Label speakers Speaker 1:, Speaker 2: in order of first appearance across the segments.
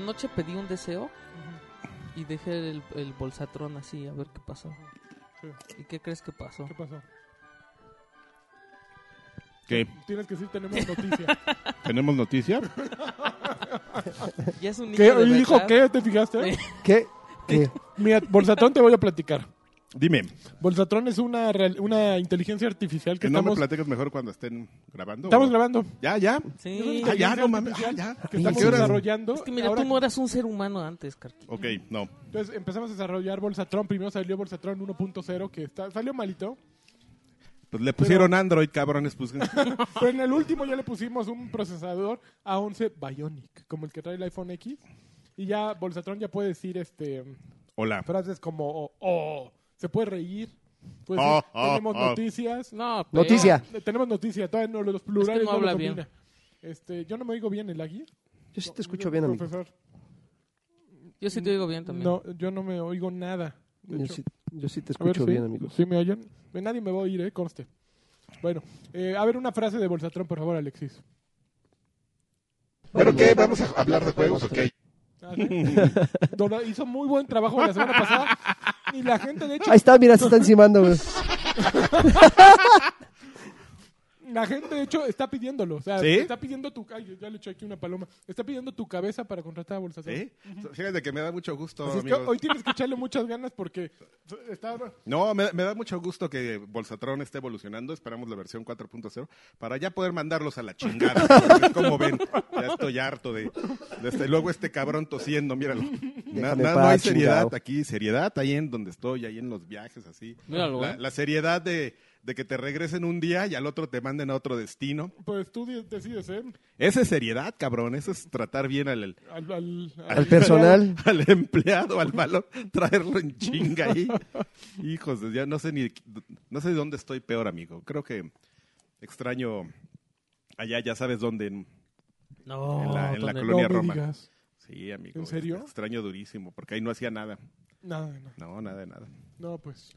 Speaker 1: noche pedí un deseo y dejé el, el bolsatrón así a ver qué pasó.
Speaker 2: Sí.
Speaker 1: ¿Y qué crees que pasó?
Speaker 2: ¿Qué pasó?
Speaker 3: ¿Qué?
Speaker 2: Tienes que decir, tenemos noticia.
Speaker 3: ¿Tenemos noticia?
Speaker 1: Ya es un niño
Speaker 2: ¿Qué?
Speaker 1: de
Speaker 2: Oye, ¿Dijo
Speaker 1: verdad.
Speaker 2: qué? ¿Te fijaste?
Speaker 4: ¿Qué? ¿Qué?
Speaker 2: Mira, Bolsatón te voy a platicar.
Speaker 3: Dime.
Speaker 2: Bolsatron es una, real- una inteligencia artificial que
Speaker 3: ¿Que no me
Speaker 2: estamos,
Speaker 3: platicas mejor cuando estén grabando?
Speaker 2: estamos
Speaker 3: o-
Speaker 2: grabando.
Speaker 3: Ya, ya.
Speaker 1: Sí.
Speaker 3: Ah, ya, no mames. Ah,
Speaker 2: Artificial
Speaker 3: ya.
Speaker 2: Que
Speaker 3: ¿A
Speaker 2: estamos
Speaker 3: qué hora?
Speaker 2: desarrollando.
Speaker 1: Es que mira,
Speaker 2: ahora-
Speaker 1: tú no eras un ser humano antes, Carqui.
Speaker 3: Ok, no.
Speaker 2: Entonces empezamos a desarrollar Bolsatron. Primero salió Bolsatron 1.0, que está, salió malito.
Speaker 3: Pues le pusieron Android, cabrones. Pues,
Speaker 2: Pero en el último ya le pusimos un procesador A11 Bionic, como el que trae el iPhone X. Y ya Bolsatron ya puede decir este
Speaker 3: hola.
Speaker 2: frases como oh, oh, se puede reír. Puede
Speaker 3: Oh,
Speaker 2: decir,
Speaker 3: oh,
Speaker 2: tenemos
Speaker 3: oh.
Speaker 2: noticias.
Speaker 1: No, pero-
Speaker 4: Noticia.
Speaker 2: Eh, Tenemos noticia, todavía no los
Speaker 1: Es
Speaker 2: plurales
Speaker 1: que no
Speaker 2: no, los
Speaker 1: habla bien.
Speaker 2: domina. Este, yo no me oigo bien el águila.
Speaker 4: Yo sí te escucho bien, amigo.
Speaker 2: Profesor,
Speaker 1: Yo sí te digo bien también.
Speaker 2: no, yo no me oigo nada. de
Speaker 4: Yo
Speaker 2: hecho.
Speaker 4: sí, yo sí te
Speaker 2: A ver
Speaker 4: escucho
Speaker 2: si-
Speaker 4: bien, amigo.
Speaker 2: si me oyen? Eh, Nadie me va a oír, eh, conste. Bueno, eh, a ver una frase de Bolsatrón, por favor, Alexis.
Speaker 5: ¿Pero qué? ¿Vamos a hablar de juegos o qué?
Speaker 2: Ah, ¿sí? Dora- Hizo muy buen trabajo la semana pasada. Y la gente, de hecho,
Speaker 4: Ahí está, mira, se está encimando, güey.
Speaker 2: la gente, de hecho, está pidiéndolo. O sea,
Speaker 3: ¿Sí?
Speaker 2: está pidiendo tu... Ay, ya le eché aquí una paloma. Está pidiendo tu cabeza para contratar a Bolsatrón.
Speaker 3: ¿Sí? Fíjate que me da mucho gusto,
Speaker 2: Así Pues es que
Speaker 3: amigos.
Speaker 2: hoy tienes que echarle muchas ganas porque está...
Speaker 3: No, me, me da mucho gusto que Bolsatron esté evolucionando. Esperamos la versión 4.0 para ya poder mandarlos a la chingada. Como ven, ya estoy harto de, de este- luego este cabrón tosiendo, míralo. Na-
Speaker 4: Déjame
Speaker 3: na-
Speaker 4: en
Speaker 3: no
Speaker 4: paz,
Speaker 3: hay seriedad
Speaker 4: chingao.
Speaker 3: aquí, seriedad ahí en donde estoy, ahí en los viajes, así.
Speaker 1: Míralo,
Speaker 3: la,
Speaker 1: ¿eh?
Speaker 3: la seriedad de, de que te regresen un día y al otro te manden a otro destino.
Speaker 2: Pues tú di- decides, ¿eh?
Speaker 3: Esa es seriedad, cabrón. Eso es tratar bien al, al-
Speaker 2: Al, al-
Speaker 4: Al personal.
Speaker 3: al empleado, al valor, traerlo en chinga ahí. Hijos, ya no sé ni no sé de dónde estoy peor, amigo. Creo que extraño allá, ya sabes dónde. en-
Speaker 1: No,
Speaker 3: En la- en la
Speaker 1: Tonel.
Speaker 3: colonia.
Speaker 2: No me
Speaker 3: Roma.
Speaker 2: digas.
Speaker 3: Sí, amigo.
Speaker 2: ¿En serio?
Speaker 3: Extraño durísimo, porque ahí no hacía nada.
Speaker 2: Nada, nada.
Speaker 3: No, nada de nada.
Speaker 2: No, pues.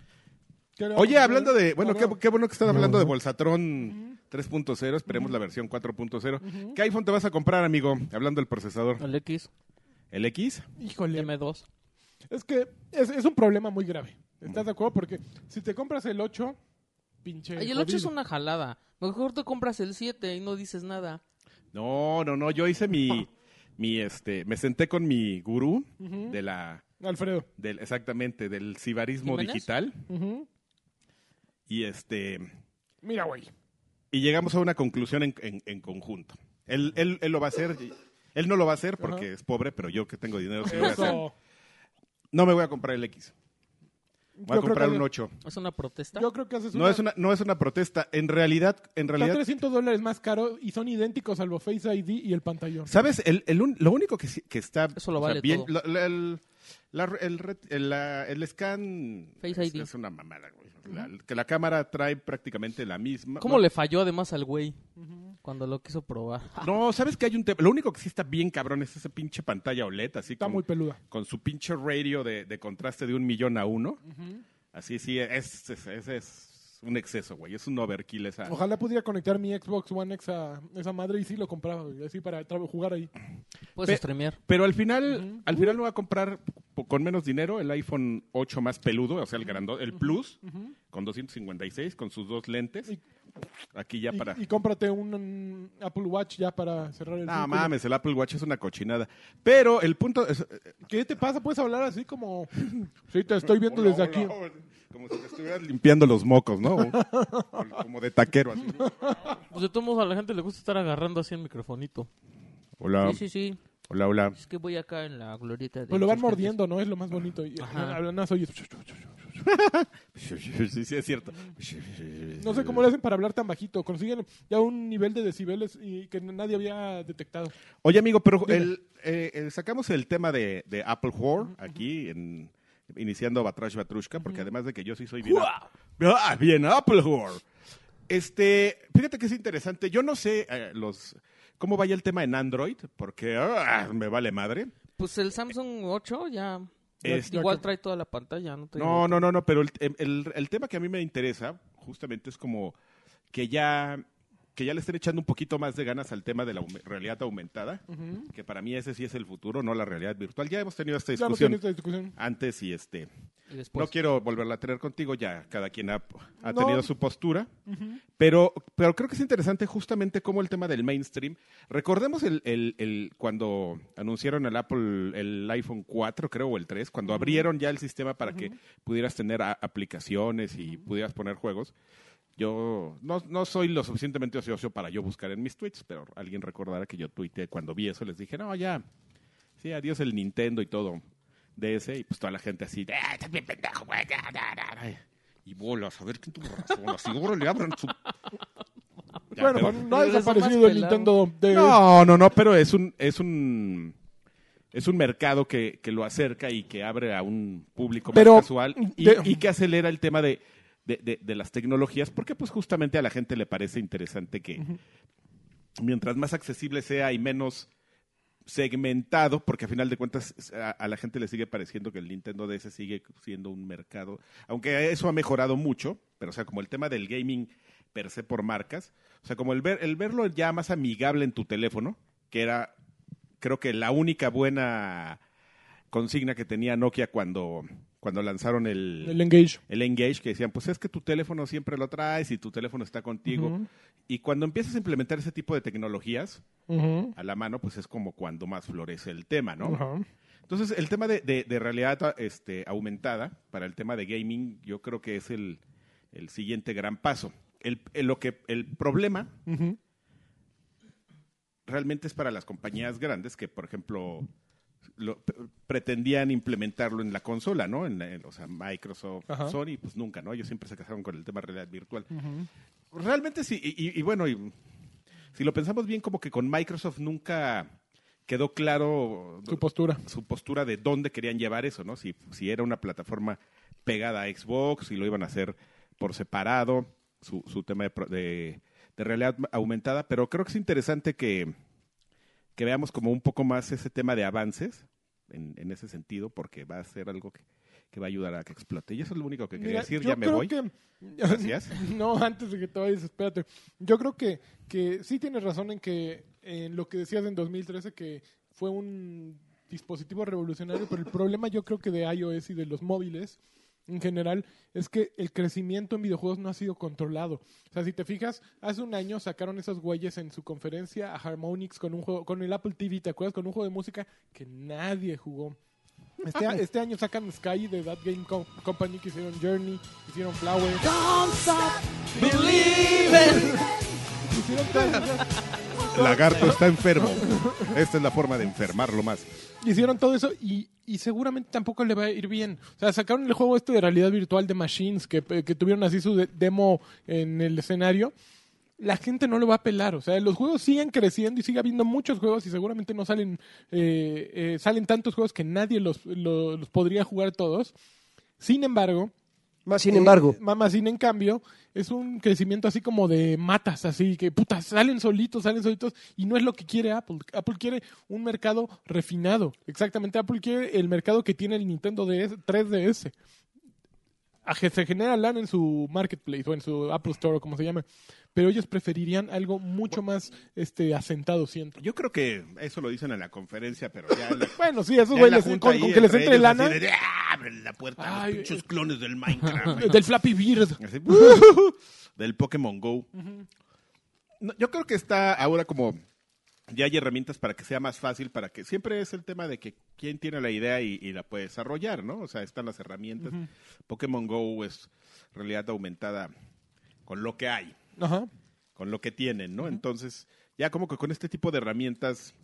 Speaker 2: ¿Qué le vamos
Speaker 3: Oye,
Speaker 2: a
Speaker 3: hablando
Speaker 2: hacer?
Speaker 3: de, bueno,
Speaker 2: No,
Speaker 3: qué,
Speaker 2: no.
Speaker 3: qué bueno que están hablando de Bolsatron 3.0, esperemos la versión 4.0. ¿Qué iPhone te vas a comprar, amigo? Hablando del procesador.
Speaker 1: El X,
Speaker 3: ¿El X?
Speaker 2: Híjole,
Speaker 1: M2.
Speaker 2: es que es, es un problema muy grave. ¿Estás de acuerdo? Porque si te compras el 8, pinche.
Speaker 1: Ay, el 8 es
Speaker 2: jodido.
Speaker 1: una jalada. Mejor te compras el 7 y no dices nada.
Speaker 3: No, no, no, yo hice mi, mi este, me senté con mi gurú de la,
Speaker 2: Alfredo.
Speaker 3: del, exactamente, del cibarismo
Speaker 1: ¿Jiménez?
Speaker 3: digital
Speaker 2: Ujú.
Speaker 3: y este,
Speaker 2: Mira, güey.
Speaker 3: y llegamos a una conclusión en, en- en conjunto. Él, él, él lo va a hacer, y- él no lo va a hacer porque es pobre, pero yo que tengo dinero sí lo voy a hacer.
Speaker 2: Eso.
Speaker 3: No me voy a comprar el X, voy
Speaker 2: Yo creo
Speaker 3: a comprar
Speaker 2: que-
Speaker 3: un 8.
Speaker 1: Es una protesta.
Speaker 2: Yo creo que haces
Speaker 3: No es una, no es una protesta, en realidad, en
Speaker 2: Está
Speaker 3: realidad,
Speaker 2: 300 dólares más caro y son idénticos salvo Face ID y el pantallón.
Speaker 3: ¿sabes? El, el un- lo único que, sí- que está
Speaker 1: Eso lo
Speaker 3: o sea,
Speaker 1: vale
Speaker 3: bien,
Speaker 1: todo.
Speaker 3: lo- lo- el, la- el, ret- el- la- el scan
Speaker 1: Face
Speaker 3: es,
Speaker 1: ID.
Speaker 3: es una mamada, güey. La- que la cámara trae prácticamente la misma.
Speaker 1: ¿Cómo le falló además al güey cuando lo quiso probar?
Speaker 3: No, ¿sabes que hay un tema? Lo único que sí está bien cabrón es esa pinche pantalla OLED, así
Speaker 2: Está
Speaker 3: con,
Speaker 2: muy peluda.
Speaker 3: con su pinche radio de, de contraste de un millón a uno. Así sí, es, es, es- es un exceso, güey. Es un overkill esa.
Speaker 2: Ojalá pudiera conectar mi Xbox One X a esa madre y sí lo compraba, güey, así para tra- jugar ahí.
Speaker 1: Puedes
Speaker 3: Pe-
Speaker 1: streamear.
Speaker 3: Pero al final, al final no va a comprar po- con menos dinero el iPhone 8 más peludo, o sea, el grando, el Plus, con 256, con sus dos lentes.
Speaker 2: Y-
Speaker 3: Aquí ya
Speaker 2: Y-
Speaker 3: para.
Speaker 2: Y, cómprate un, un Apple Watch ya para cerrar el
Speaker 3: No
Speaker 2: círculo.
Speaker 3: mames, el Apple Watch es una cochinada. Pero el punto es.
Speaker 2: ¿Qué te pasa? Puedes hablar así como... Sí, te estoy viendo desde aquí.
Speaker 3: Como si te estuvieras limpiando los mocos, ¿no? O- o como de taquero, así.
Speaker 1: Pues de todos modos a la gente le gusta estar agarrando así el microfonito.
Speaker 3: Hola,
Speaker 1: Sí, sí, sí.
Speaker 3: hola, hola.
Speaker 1: Es que voy acá en la glorieta de...
Speaker 2: Pues lo van
Speaker 1: Insurgentes.
Speaker 2: mordiendo, ¿no? Es lo más bonito. Y,
Speaker 1: Ajá.
Speaker 2: hablanazo y-
Speaker 3: Sí, sí, es cierto.
Speaker 2: No sé cómo lo hacen para hablar tan bajito. Consiguen ya un nivel de decibeles y que nadie había detectado.
Speaker 3: Oye, amigo, pero
Speaker 2: Dime.
Speaker 3: el, eh, eh, sacamos el tema de, de Apple Whore aquí, en, iniciando Batrash Batrushka, porque además de que yo sí soy bien, Ah, bien Apple Whore. Este, fíjate que es interesante. Yo no sé eh, los cómo vaya el tema en Android, porque ah, me vale madre.
Speaker 1: Pues el Samsung 8 ya...
Speaker 3: Este-
Speaker 1: Igual trae toda la pantalla, ¿no? Te
Speaker 3: No, no, em, no, no, pero el, el- el tema que a mí me interesa justamente es como que ya que ya le estén echando un poquito más de ganas al tema de la aume- realidad aumentada, que para mí ese sí es el futuro, no la realidad virtual. Ya hemos tenido esta
Speaker 2: Ya hemos
Speaker 3: discusión
Speaker 2: tenido esta discusión.
Speaker 3: antes y este
Speaker 1: Y después,
Speaker 3: no quiero volverla a tener contigo, ya cada quien ha, ha
Speaker 2: No.
Speaker 3: tenido su postura, pero, pero creo que es interesante justamente cómo el tema del mainstream, recordemos el, el- el- cuando anunciaron el Apple, el iPhone 4 creo, o el 3, cuando abrieron ya el sistema para que pudieras tener a- aplicaciones y pudieras poner juegos, yo no, no soy lo suficientemente ocioso para yo buscar en mis tweets, pero alguien recordará que yo tuiteé cuando vi eso, les dije, no, ya, sí, adiós el Nintendo y todo de ese, y pues toda la gente así, "Ah, estás bien pendejo, güey, da, da, da, da". Y bolas, a ver quién tuvo razón, así, le abran su... Ya,
Speaker 2: bueno, pues,
Speaker 3: pero-
Speaker 2: eh, no ha
Speaker 1: Pero eso es más
Speaker 2: desaparecido el
Speaker 1: pelado.
Speaker 2: Nintendo de...
Speaker 3: no, no, no, pero es un... Es un es un mercado que, que lo acerca y que abre a un público
Speaker 2: Pero,
Speaker 3: más casual y,
Speaker 2: de-
Speaker 3: y que acelera el tema de, de, de- de las tecnologías, porque pues justamente a la gente le parece interesante que mientras más accesible sea y menos segmentado, porque a final de cuentas a, a la gente le sigue pareciendo que el Nintendo DS sigue siendo un mercado, aunque eso ha mejorado mucho, pero o sea, como el tema del gaming per se por marcas, o sea, como el, ver, el verlo ya más amigable en tu teléfono, que era creo que la única buena consigna que tenía Nokia cuando, cuando lanzaron el,
Speaker 2: El Engage.
Speaker 3: el Engage, que decían, pues es que tu teléfono siempre lo traes y tu teléfono está contigo.
Speaker 2: Ujú.
Speaker 3: Y cuando empiezas a implementar ese tipo de tecnologías
Speaker 2: Ujú.
Speaker 3: a la mano, pues es como cuando más florece el tema, ¿no?
Speaker 2: Ajá.
Speaker 3: Entonces, el tema de, de- de realidad este, aumentada para el tema de gaming, yo creo que es el, el siguiente gran paso. El, el- lo que, el problema
Speaker 2: Ujú.
Speaker 3: realmente es para las compañías grandes que, por ejemplo, lo- p- pretendían implementarlo en la consola, ¿no? En, la- en- o sea, Microsoft,
Speaker 2: Ajá.
Speaker 3: Sony, pues nunca, ¿no? Ellos siempre se casaron con el tema de realidad virtual. Realmente sí, y, y- y bueno, y- si lo pensamos bien, como que con Microsoft nunca quedó claro
Speaker 2: Su postura.
Speaker 3: su postura de dónde querían llevar eso, ¿no? Si, si era una plataforma pegada a Xbox, si lo iban a hacer por separado, su, su tema de, pro- de- de realidad aumentada, pero creo que es interesante que, que veamos como un poco más ese tema de avances en, en ese sentido, porque va a ser algo que, que va a ayudar a que explote. Y eso es lo único que quería
Speaker 2: Mira,
Speaker 3: decir,
Speaker 2: yo
Speaker 3: ya me
Speaker 2: creo
Speaker 3: voy.
Speaker 2: que-
Speaker 3: Gracias.
Speaker 2: No, antes de que te vayas, espérate. Yo creo que, que sí tienes razón en que en lo que decías en 2013 que fue un dispositivo revolucionario, pero el problema yo creo que de iOS y de los móviles en general es que el crecimiento en videojuegos no ha sido controlado. O sea, si te fijas, hace un año sacaron esos güeyes en su conferencia a Harmonix con un juego con el Apple TV, ¿te acuerdas? Con un juego de música que nadie jugó. Este, a- este año sacan Sky de That Game Co- Company que hicieron Journey, hicieron Flower. Hicieron todas esas-
Speaker 3: Lagarto está enfermo. Esta es la forma de enfermarlo más.
Speaker 2: Hicieron todo eso y, y seguramente tampoco le va a ir bien. O sea, sacaron el juego este de realidad virtual de Machines que, eh, que tuvieron así su de- demo en el escenario. La gente no lo va a pelar. O sea, los juegos siguen creciendo y sigue habiendo muchos juegos y seguramente no salen, eh, eh, salen tantos juegos que nadie los, lo- los podría jugar todos. Sin embargo,
Speaker 4: Más sin embargo.
Speaker 2: Eh, Mamacín, en cambio, es un crecimiento así como de matas, así que puta, salen solitos, salen solitos, y no es lo que quiere Apple. Apple quiere un mercado refinado. Exactamente, Apple quiere el mercado que tiene el Nintendo DS, 3DS. A que se genera LAN en su marketplace o en su Apple Store o como se llame. Pero ellos preferirían algo mucho más este asentado, siento.
Speaker 3: Yo creo que eso lo dicen en la conferencia, pero ya en la-
Speaker 2: Bueno, sí, esos
Speaker 3: Ya en la
Speaker 2: güeyes con,
Speaker 3: junta ahí
Speaker 2: con que les
Speaker 3: entre eh.
Speaker 2: entre
Speaker 3: ellos,
Speaker 2: lana
Speaker 3: así de, "Ah, abren la puerta a
Speaker 2: Ay,
Speaker 3: los pinches clones del Minecraft.
Speaker 2: del Flappy Bird.
Speaker 3: Así, del Pokémon Go. No, yo creo que está ahora como. Ya hay herramientas para que sea más fácil, para que siempre es el tema de que quién tiene la idea y, y la puede desarrollar, ¿no? O sea, están las herramientas. Pokémon Go es realidad aumentada con lo que hay
Speaker 2: Ajá.
Speaker 3: con lo que tienen, ¿no? Entonces, ya como que con este tipo de herramientas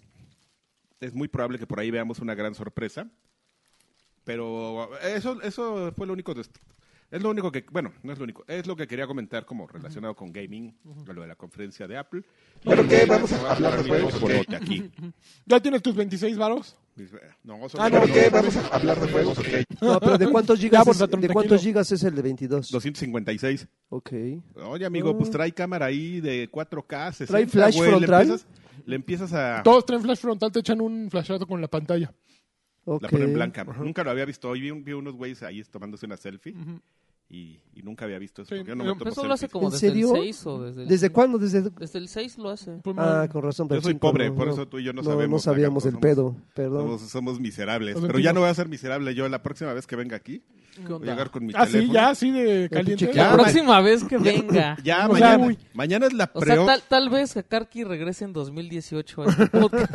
Speaker 3: es muy probable que por ahí veamos una gran sorpresa. Pero eso, eso fue lo único. de- es lo único que, bueno, no es lo único, es lo que quería comentar como relacionado con gaming, lo de la conferencia de Apple.
Speaker 5: ¿Pero qué? ¿Vamos a hablar de
Speaker 3: Mi
Speaker 5: juegos o qué?
Speaker 3: bolote aquí.
Speaker 2: ¿Ya tienes tus 26 varos?
Speaker 3: No, son
Speaker 2: Ah, no,
Speaker 5: ¿Pero qué? ¿Vamos a hablar de juegos o qué?
Speaker 4: No, pero ¿de cuántos
Speaker 2: Ya,
Speaker 4: gigas,
Speaker 2: por
Speaker 4: es,
Speaker 2: Saturn,
Speaker 4: ¿de cuántos
Speaker 2: tranquilo.
Speaker 4: gigas es el de 22?
Speaker 3: 256.
Speaker 4: Ok.
Speaker 3: Oye, amigo, pues trae cámara ahí de 4K. 60,
Speaker 4: Oh. ¿Trae flash
Speaker 3: güey, le
Speaker 4: frontal?
Speaker 3: empiezas- Le empiezas a...
Speaker 2: Todos traen flash frontal, te echan un flashazo con la pantalla.
Speaker 4: Ok.
Speaker 3: La ponen blanca. Nunca lo había visto. Hoy vi, un- vi unos güeyes ahí tomándose una selfie y, y nunca había visto eso.
Speaker 2: Sí,
Speaker 3: porque yo no me
Speaker 2: pero
Speaker 3: tomo
Speaker 2: pues
Speaker 1: Eso lo hace
Speaker 3: selfies.
Speaker 1: como
Speaker 4: ¿En
Speaker 1: desde
Speaker 4: serio?
Speaker 1: el 6 o desde el
Speaker 4: ¿Desde cuándo? Desde...
Speaker 1: Desde el 6 lo hace.
Speaker 2: Pues,
Speaker 4: Ah,
Speaker 2: man,
Speaker 4: con razón.
Speaker 3: Yo
Speaker 4: pero
Speaker 3: soy
Speaker 4: cinco,
Speaker 3: pobre,
Speaker 4: no,
Speaker 3: por
Speaker 4: no.
Speaker 3: eso tú y yo no,
Speaker 4: No,
Speaker 3: sabemos.
Speaker 4: no sabíamos
Speaker 3: acá,
Speaker 4: el
Speaker 3: somos-
Speaker 4: pedo, perdón.
Speaker 3: Somos, somos miserables.
Speaker 2: Nos
Speaker 3: Pero ya
Speaker 2: sentimos-
Speaker 3: no voy a ser miserable yo la próxima vez que venga aquí.
Speaker 1: ¿Qué
Speaker 3: Voy a
Speaker 1: onda?
Speaker 3: llegar con mi
Speaker 2: Ah, sí,
Speaker 3: teléfono.
Speaker 2: ya, así de caliente.
Speaker 1: La
Speaker 3: Ya,
Speaker 1: próxima vez que venga.
Speaker 3: Ya,
Speaker 2: O sea,
Speaker 3: mañana.
Speaker 2: uy.
Speaker 3: mañana es la
Speaker 1: O
Speaker 3: pre
Speaker 1: sea, tal, tal vez Karki regrese en 2018 a este podcast.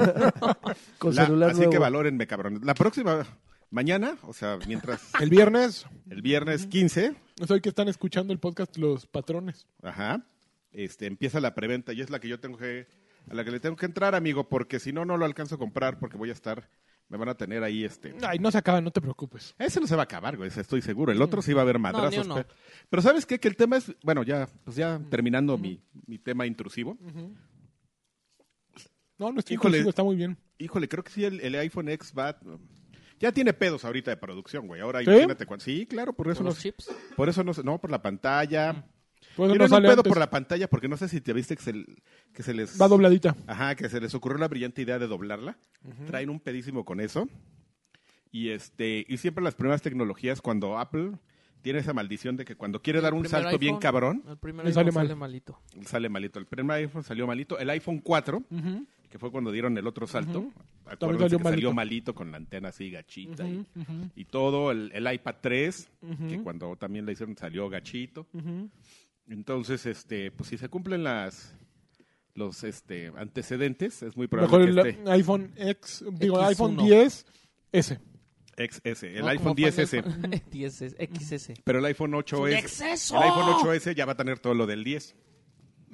Speaker 4: Con
Speaker 3: la-
Speaker 4: celular
Speaker 3: Así
Speaker 4: nuevo.
Speaker 3: que valórenme, cabrones. La próxima, mañana, o sea, mientras
Speaker 2: El viernes,
Speaker 3: el viernes 15,
Speaker 2: es hoy que están escuchando el podcast los patrones.
Speaker 3: ajá, este, empieza la preventa y es la que yo tengo que, a la que le tengo que entrar, amigo, porque si no, no lo alcanzo a comprar porque voy a estar, me van a tener ahí este.
Speaker 2: Ay, no se acaba, no te preocupes.
Speaker 3: Ese no se va a acabar, güey, ese estoy seguro. El otro sí va a haber madrazos.
Speaker 1: uno.
Speaker 3: pe- pero, ¿sabes qué? Que el tema es, bueno, ya, pues ya terminando mi, mi tema intrusivo.
Speaker 2: No, no estoy
Speaker 3: Híjole.
Speaker 2: contigo, está muy bien.
Speaker 3: Híjole, creo que sí, el, el iPhone X va... Ya tiene pedos ahorita de producción, güey. Ahora
Speaker 2: ¿Sí?
Speaker 3: imagínate cuán- Sí, claro, por eso
Speaker 1: ¿Con
Speaker 3: no
Speaker 1: los chips?
Speaker 3: Por eso no, se- no por la pantalla.
Speaker 2: Por eso
Speaker 3: Tienen
Speaker 2: no
Speaker 3: un
Speaker 2: sale
Speaker 3: pedo
Speaker 2: antes.
Speaker 3: por la pantalla porque no sé si te viste que se, l- que se les
Speaker 2: Va dobladita.
Speaker 3: ajá, que se les ocurrió la brillante idea de doblarla. Traen un pedísimo con eso. Y este y siempre las primeras tecnologías cuando Apple tiene esa maldición de que cuando quiere dar
Speaker 1: El
Speaker 3: un
Speaker 1: primer
Speaker 3: salto bien
Speaker 1: iPhone.
Speaker 3: cabrón
Speaker 1: El primero
Speaker 2: Le
Speaker 1: sale,
Speaker 2: sale mal.
Speaker 1: sale malito.
Speaker 3: sale malito. El primer iPhone salió malito, el iPhone 4
Speaker 2: Ujú.
Speaker 3: que fue cuando dieron el otro salto. acuérdense
Speaker 2: También salió
Speaker 3: que
Speaker 2: malito.
Speaker 3: salió malito con la antena así gachita y- y, todo. El, el iPad 3, que cuando también le hicieron salió gachito. Entonces, este, pues si se cumplen las los este antecedentes, es muy
Speaker 2: Mejor
Speaker 3: probable
Speaker 2: el
Speaker 3: que
Speaker 2: iPhone X, digo,
Speaker 1: X1.
Speaker 2: iPhone 10 S.
Speaker 3: este XS, el
Speaker 1: No, como
Speaker 3: iPhone
Speaker 1: Final
Speaker 3: 10S.
Speaker 1: Fan- 10S, XS.
Speaker 3: Pero el iPhone 8S,
Speaker 1: ¡Exceso!
Speaker 3: el iPhone 8S ya va a tener todo lo del 10.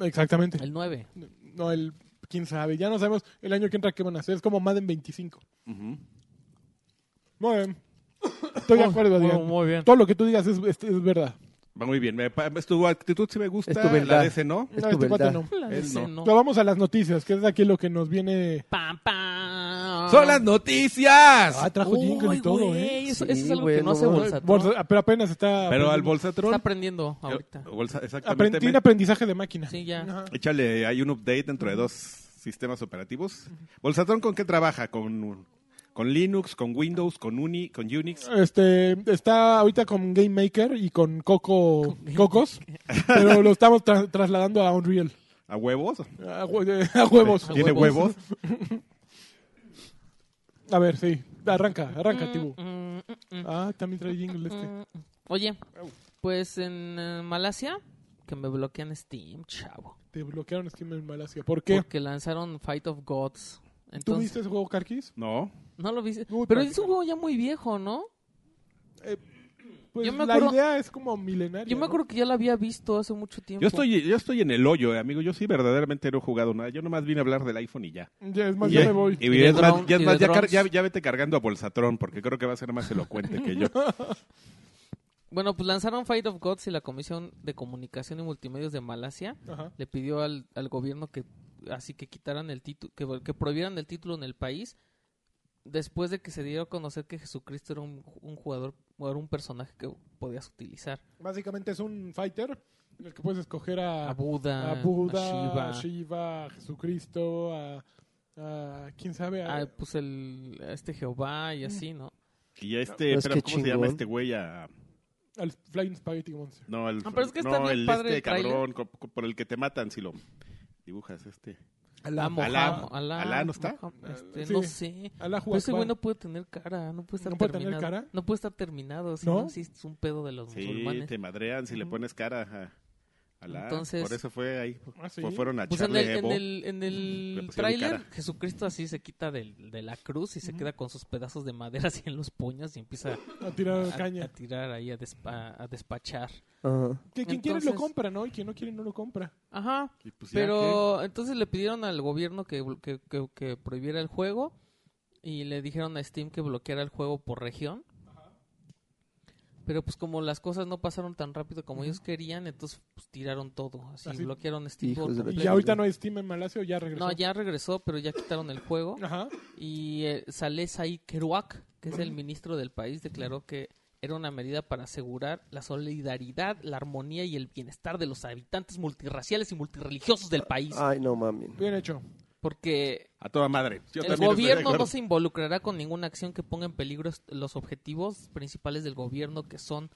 Speaker 2: Exactamente.
Speaker 1: El 9.
Speaker 2: No, el quién sabe, ya no sabemos el año que entra qué van a hacer, es como Madden 25. Muy bien. Estoy de acuerdo,
Speaker 1: Muy-
Speaker 2: Adrián.
Speaker 1: muy bien.
Speaker 2: Todo lo que tú digas es, es- es verdad.
Speaker 3: Va muy bien. Me, pa- tu actitud sí me gusta,
Speaker 4: Es tu verdad.
Speaker 3: la de ese no.
Speaker 4: Es
Speaker 2: No,
Speaker 4: tu
Speaker 2: este cuate
Speaker 4: verdad.
Speaker 2: no.
Speaker 1: La de
Speaker 3: Él no.
Speaker 1: ese no.
Speaker 2: Pero vamos a las noticias, que es aquí lo que nos viene.
Speaker 1: ¡Pam, pam!
Speaker 3: Son las noticias.
Speaker 2: Ah, trajo
Speaker 1: Uy,
Speaker 2: jingle y todo, ¿eh?
Speaker 1: güey, Eso,
Speaker 4: Sí,
Speaker 1: eso es algo
Speaker 4: güey,
Speaker 1: que no
Speaker 4: no
Speaker 1: hace
Speaker 4: mames.
Speaker 1: Bolsatón.
Speaker 2: Bolsa- pero apenas está.
Speaker 3: Pero al
Speaker 2: aprendiendo.
Speaker 3: Bolsatron
Speaker 1: Está aprendiendo ahorita.
Speaker 3: Eh, bolsa- exactamente.
Speaker 2: Aprend- Tiene aprendizaje de máquina.
Speaker 1: Sí, ya. Mm,
Speaker 2: Ajá.
Speaker 3: Échale, hay un update dentro de dos sistemas operativos. Bolsatron, ¿con qué trabaja? ¿Con, con Linux, con Windows, con Uni, con Unix?
Speaker 2: Este está ahorita con Game Maker y con Coco Cocos, pero lo estamos tra- trasladando a Unreal.
Speaker 3: ¿A huevos?
Speaker 2: A, hue- a huevos.
Speaker 3: ¿Tiene huevos?
Speaker 2: A ver, sí. Arranca, arranca, Tibu.
Speaker 1: Mm, mm, mm,
Speaker 2: Ah, también trae jingle este.
Speaker 1: mm. Oye, pues en eh, Malasia, que me bloquean Steam, chavo.
Speaker 2: Te bloquearon Steam en Malasia. ¿Por qué?
Speaker 1: Porque lanzaron Fight of Gods.
Speaker 2: ¿Tú
Speaker 1: Entonces,
Speaker 2: viste ese juego, Carquis?
Speaker 3: No.
Speaker 1: no lo viste. Pero
Speaker 2: Uy, perdón.
Speaker 1: es un juego ya muy viejo, ¿no?
Speaker 2: Pues
Speaker 1: Yo me
Speaker 2: la
Speaker 1: acuerdo-
Speaker 2: idea es como milenaria.
Speaker 1: Yo me
Speaker 2: ¿no?
Speaker 1: acuerdo que ya la había visto hace mucho tiempo.
Speaker 3: Yo estoy, yo estoy en el hoyo, eh, amigo. Yo sí verdaderamente no he jugado nada. Yo nomás vine a hablar del iPhone y ya.
Speaker 2: Ya, es más,
Speaker 3: Y-
Speaker 2: ya me voy.
Speaker 3: y
Speaker 1: Y de
Speaker 3: es más-
Speaker 1: drone-
Speaker 3: ya es
Speaker 1: y
Speaker 3: más,
Speaker 1: de
Speaker 3: ya car-
Speaker 1: drones.
Speaker 3: ya- ya vete cargando a Bolsatron, porque creo que va a ser más elocuente que yo.
Speaker 1: Bueno, pues lanzaron Fight of Gods y la Comisión de Comunicación y Multimedios de Malasia
Speaker 2: Ajá.
Speaker 1: le pidió al, al gobierno que así que quitaran el título, que, que prohibieran el título en el país después de que se diera a conocer que Jesucristo era un, un jugador, o era un personaje que podías utilizar.
Speaker 2: Básicamente es un fighter en el que puedes escoger a,
Speaker 1: A Buda,
Speaker 2: Ah, a Buda,
Speaker 1: a
Speaker 2: a Shiva,
Speaker 1: Shiva.
Speaker 2: a, Jesucristo, a, a- quién sabe, a,
Speaker 1: Ah, pues el a este Jehová
Speaker 2: Mm.
Speaker 1: y así, ¿no?
Speaker 3: Y a este,
Speaker 4: Pues
Speaker 3: espera,
Speaker 4: qué
Speaker 3: ¿cómo se llama
Speaker 4: chingón.
Speaker 3: este güey? A-
Speaker 2: al Flying Spaghetti Monster.
Speaker 3: no, el,
Speaker 1: Ah, pero es que está
Speaker 3: no,
Speaker 1: bien
Speaker 3: el
Speaker 1: padre
Speaker 3: este
Speaker 1: el tráiler.
Speaker 3: cabrón co- co- por el que te matan si lo dibujas este.
Speaker 1: Alá, Moham- Alá,
Speaker 3: Alá no está.
Speaker 1: Moham- este,
Speaker 2: Sí.
Speaker 1: No sé.
Speaker 2: Alá
Speaker 1: Pero ese
Speaker 2: Akbar.
Speaker 1: güey no puede tener cara, no puede estar
Speaker 2: ¿No puede tener
Speaker 1: terminado.
Speaker 2: cara?
Speaker 1: No puede estar terminado, si
Speaker 2: ¿No?
Speaker 1: no, sí, es un pedo de los
Speaker 3: Sí,
Speaker 1: musulmanes.
Speaker 3: te madrean si le pones cara a, a la...
Speaker 1: Entonces-
Speaker 3: Por eso fue ahí.
Speaker 2: Ah, sí.
Speaker 3: Pues fueron a
Speaker 1: Pues en
Speaker 3: Charlie
Speaker 1: el, en
Speaker 3: Hebdo.
Speaker 1: el, en
Speaker 3: Le
Speaker 1: el
Speaker 3: pusieron
Speaker 1: tráiler,
Speaker 3: cara.
Speaker 1: Jesucristo así se quita del- de la cruz y se queda con sus pedazos de madera así en los puños y empieza
Speaker 2: A tirar
Speaker 1: a,
Speaker 2: caña.
Speaker 1: a tirar ahí, a, despa- a despachar.
Speaker 4: Ajá.
Speaker 2: Que quien quiere lo
Speaker 1: Entonces-
Speaker 2: compra, ¿no? Y quien no quiere no lo compra.
Speaker 1: Ajá,
Speaker 3: Y pues ya,
Speaker 1: pero entonces le pidieron al gobierno que, blo- que, que- que prohibiera el juego y le dijeron a Steam que bloqueara el juego por región. Pero pues como las cosas no pasaron tan rápido como ellos querían, entonces pues, tiraron todo, así,
Speaker 2: Así.
Speaker 1: bloquearon Steam.
Speaker 4: Hijos
Speaker 1: por
Speaker 4: de la
Speaker 2: Y
Speaker 1: completo.
Speaker 2: ya ahorita no hay Steam en Malasia, ya regresó.
Speaker 1: No, ya regresó, pero ya quitaron el juego.
Speaker 2: Ajá.
Speaker 1: Y eh, Saleh Said Kerouac, que es el ministro del país, declaró que era una medida para asegurar la solidaridad, la armonía y el bienestar de los habitantes multirraciales y multirreligiosos
Speaker 3: Ah,
Speaker 1: del país.
Speaker 4: Ay, no mami.
Speaker 2: Bien hecho.
Speaker 1: Porque
Speaker 3: A toda madre. Yo
Speaker 1: el
Speaker 3: también estoy de
Speaker 1: gobierno
Speaker 3: acuerdo.
Speaker 1: no se involucrará con ninguna acción que ponga en peligro est- los objetivos principales del gobierno, que son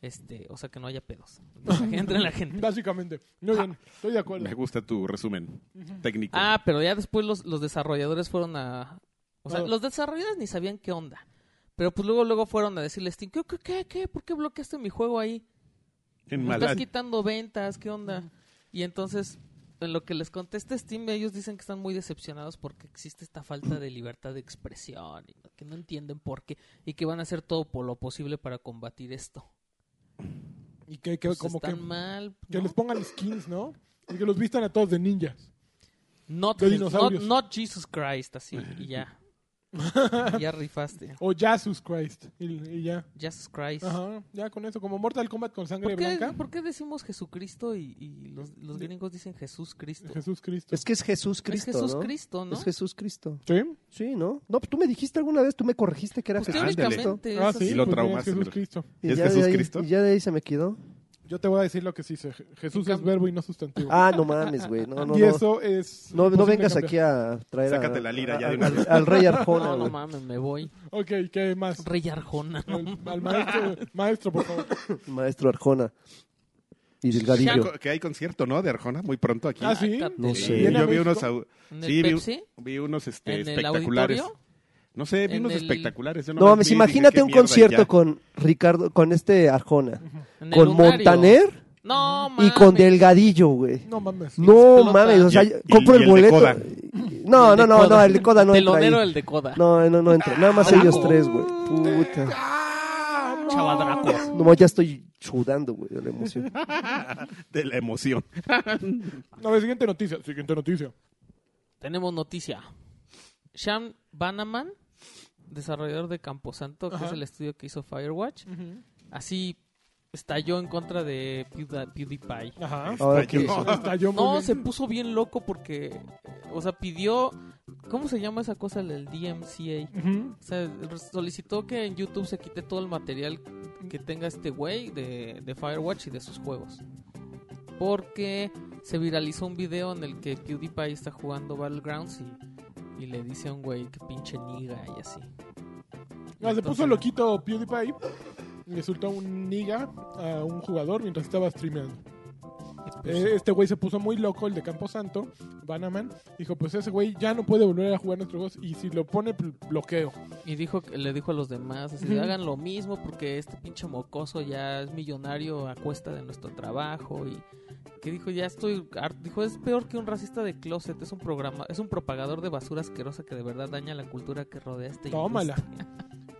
Speaker 1: este, o sea, que no haya pedos. Entonces, Entre la gente.
Speaker 2: Básicamente. Muy bien, estoy de acuerdo.
Speaker 3: Me gusta tu resumen técnico.
Speaker 1: Ah, pero ya después los, los desarrolladores fueron a... O sea,
Speaker 2: No.
Speaker 1: los desarrolladores ni sabían qué onda. Pero pues luego, luego fueron a decirle a Steam, ¿qué, qué, qué, qué? ¿Por qué bloqueaste mi juego ahí?
Speaker 3: en
Speaker 1: Me
Speaker 3: maldad.
Speaker 1: estás quitando ventas, ¿qué onda? Y entonces, en lo que les contesta Steam, ellos dicen que están muy decepcionados porque existe esta falta de libertad de expresión, y que no entienden por qué, y que van a hacer todo por lo posible para combatir esto.
Speaker 2: Y que, que
Speaker 1: Pues
Speaker 2: como que,
Speaker 1: están mal.
Speaker 2: que
Speaker 1: ¿no?
Speaker 2: les pongan skins, ¿no? Y que los vistan a todos de ninjas.
Speaker 1: Not,
Speaker 2: de
Speaker 1: Je-
Speaker 2: dinosaurios.
Speaker 1: not- not Jesus Christ, así, y ya. Y ya rifaste.
Speaker 2: O Jesus Christ. Y, y ya.
Speaker 1: Jesus Christ.
Speaker 2: Ajá, ya con eso. Como Mortal Kombat con sangre
Speaker 1: ¿Por qué,
Speaker 2: blanca.
Speaker 1: por qué decimos Jesucristo y, y los, los gringos dicen Jesús Cristo?
Speaker 2: Jesús Cristo.
Speaker 4: Es que es Jesús
Speaker 1: Es
Speaker 4: Cristo.
Speaker 1: Jesús
Speaker 4: ¿no?
Speaker 1: Cristo, ¿no?
Speaker 4: Es Jesús Cristo.
Speaker 2: ¿Sí?
Speaker 4: Sí, ¿no? No, pues tú me dijiste alguna vez, tú me corregiste que era
Speaker 1: Pues
Speaker 4: Jesús
Speaker 3: ándale.
Speaker 1: teóricamente.
Speaker 4: Cristo.
Speaker 1: es
Speaker 2: Ah,
Speaker 1: así.
Speaker 2: sí.
Speaker 3: Y lo
Speaker 2: pues mira,
Speaker 3: traumas,
Speaker 2: Jesús
Speaker 3: mira.
Speaker 2: Cristo.
Speaker 4: Y
Speaker 3: ¿Es
Speaker 4: ya de
Speaker 3: Jesús
Speaker 4: ahí-
Speaker 3: Cristo?
Speaker 4: Y ya de ahí se me quedó.
Speaker 2: Yo te voy a decir lo que sí sé. Je- Jesús es verbo y no sustantivo.
Speaker 4: Ah, no mames, güey. No, no,
Speaker 2: y
Speaker 4: no.
Speaker 2: eso
Speaker 1: pues
Speaker 2: es...
Speaker 4: No, no
Speaker 2: imposible
Speaker 4: vengas
Speaker 2: cambiar.
Speaker 4: aquí a traer a-
Speaker 3: Sácate la lira
Speaker 4: a-
Speaker 3: ya de
Speaker 4: al-
Speaker 3: una
Speaker 4: al,
Speaker 3: vez.
Speaker 4: al rey Arjona,
Speaker 1: No, no
Speaker 4: güey.
Speaker 1: mames, me voy.
Speaker 2: Ok, ¿qué más?
Speaker 1: Rey Arjona, no
Speaker 2: Al, al maestro, maestro, por favor.
Speaker 4: Maestro Arjona. Y Delgadillo.
Speaker 3: Que- Que hay concierto, ¿no? De Arjona muy pronto aquí.
Speaker 2: ¿Ah, sí?
Speaker 1: Sácate.
Speaker 4: No
Speaker 3: Sí,
Speaker 4: sé.
Speaker 2: ¿Viene a
Speaker 3: yo vi
Speaker 2: México?
Speaker 3: unos, au-
Speaker 1: ¿En
Speaker 3: sí,
Speaker 1: el
Speaker 3: vi,
Speaker 1: Pepsi?
Speaker 3: vi unos este,
Speaker 1: ¿En el
Speaker 3: espectaculares.
Speaker 1: auditorio?
Speaker 3: No sé, vi
Speaker 1: ¿En
Speaker 3: unos
Speaker 1: el-
Speaker 3: espectaculares. yo
Speaker 4: No
Speaker 3: nomás
Speaker 4: mames,
Speaker 3: vi y dije,
Speaker 4: imagínate un
Speaker 3: "Qué mierda", y
Speaker 4: concierto
Speaker 3: ya.
Speaker 4: con Ricardo, con este Arjona.
Speaker 1: En el
Speaker 4: Con
Speaker 1: lunario.
Speaker 4: Montaner
Speaker 1: No,
Speaker 4: y
Speaker 1: mames.
Speaker 4: con Delgadillo, güey.
Speaker 2: No mames.
Speaker 4: No
Speaker 1: Explota.
Speaker 4: mames, o sea,
Speaker 3: Y- y-
Speaker 4: compro
Speaker 3: y
Speaker 4: el
Speaker 3: el de
Speaker 4: boleto.
Speaker 3: Coda.
Speaker 4: No,
Speaker 1: El
Speaker 4: no,
Speaker 1: de
Speaker 4: no,
Speaker 1: Coda.
Speaker 4: no, el de Coda no entra ahí.
Speaker 1: Telonero el de Coda.
Speaker 4: No, no, no entra. Nada más
Speaker 1: Ah,
Speaker 4: ellos
Speaker 1: no.
Speaker 4: tres, güey. Puta.
Speaker 1: Chavadraco.
Speaker 4: No, ya estoy sudando, güey, de la emoción.
Speaker 3: De la emoción.
Speaker 2: A ver, siguiente noticia. Siguiente noticia.
Speaker 1: Tenemos noticia. Sean Bannerman, desarrollador de Camposanto, que
Speaker 2: Ajá.
Speaker 1: es el estudio que hizo Firewatch, así estalló en contra de Pewda- PewDiePie.
Speaker 2: Ajá.
Speaker 4: Ahora
Speaker 3: Está
Speaker 4: que-
Speaker 3: yo-
Speaker 2: Estalló muy
Speaker 1: No,
Speaker 2: bien.
Speaker 1: se puso bien loco porque, eh, o sea, pidió, ¿cómo se llama esa cosa? El DMCA.
Speaker 2: Ujú.
Speaker 1: O sea, solicitó que en YouTube se quite todo el material que tenga este güey de, de Firewatch y de sus juegos. Porque se viralizó un video en el que PewDiePie está jugando Battlegrounds y, y le dice a un güey que pinche niga y así.
Speaker 2: No, se
Speaker 1: Entonces-
Speaker 2: puso loquito PewDiePie. Le soltó un niga a un jugador mientras estaba streameando.
Speaker 1: Pues,
Speaker 2: Eh, este güey se puso muy loco, el de Camposanto, Banaman. Dijo, pues ese güey ya no puede volver a jugar nuestros juegos. Y si lo pone, pl- bloqueo.
Speaker 1: Y dijo, que- le dijo a los demás, así, de,
Speaker 2: Ujú.
Speaker 1: hagan lo mismo porque este pinche mocoso ya es millonario a cuesta de nuestro trabajo y que dijo, ya estoy, har- dijo, es peor que un racista de closet, es un programa, es un propagador de basura asquerosa que de verdad daña la cultura que rodea a este
Speaker 2: Tómala.
Speaker 1: industria".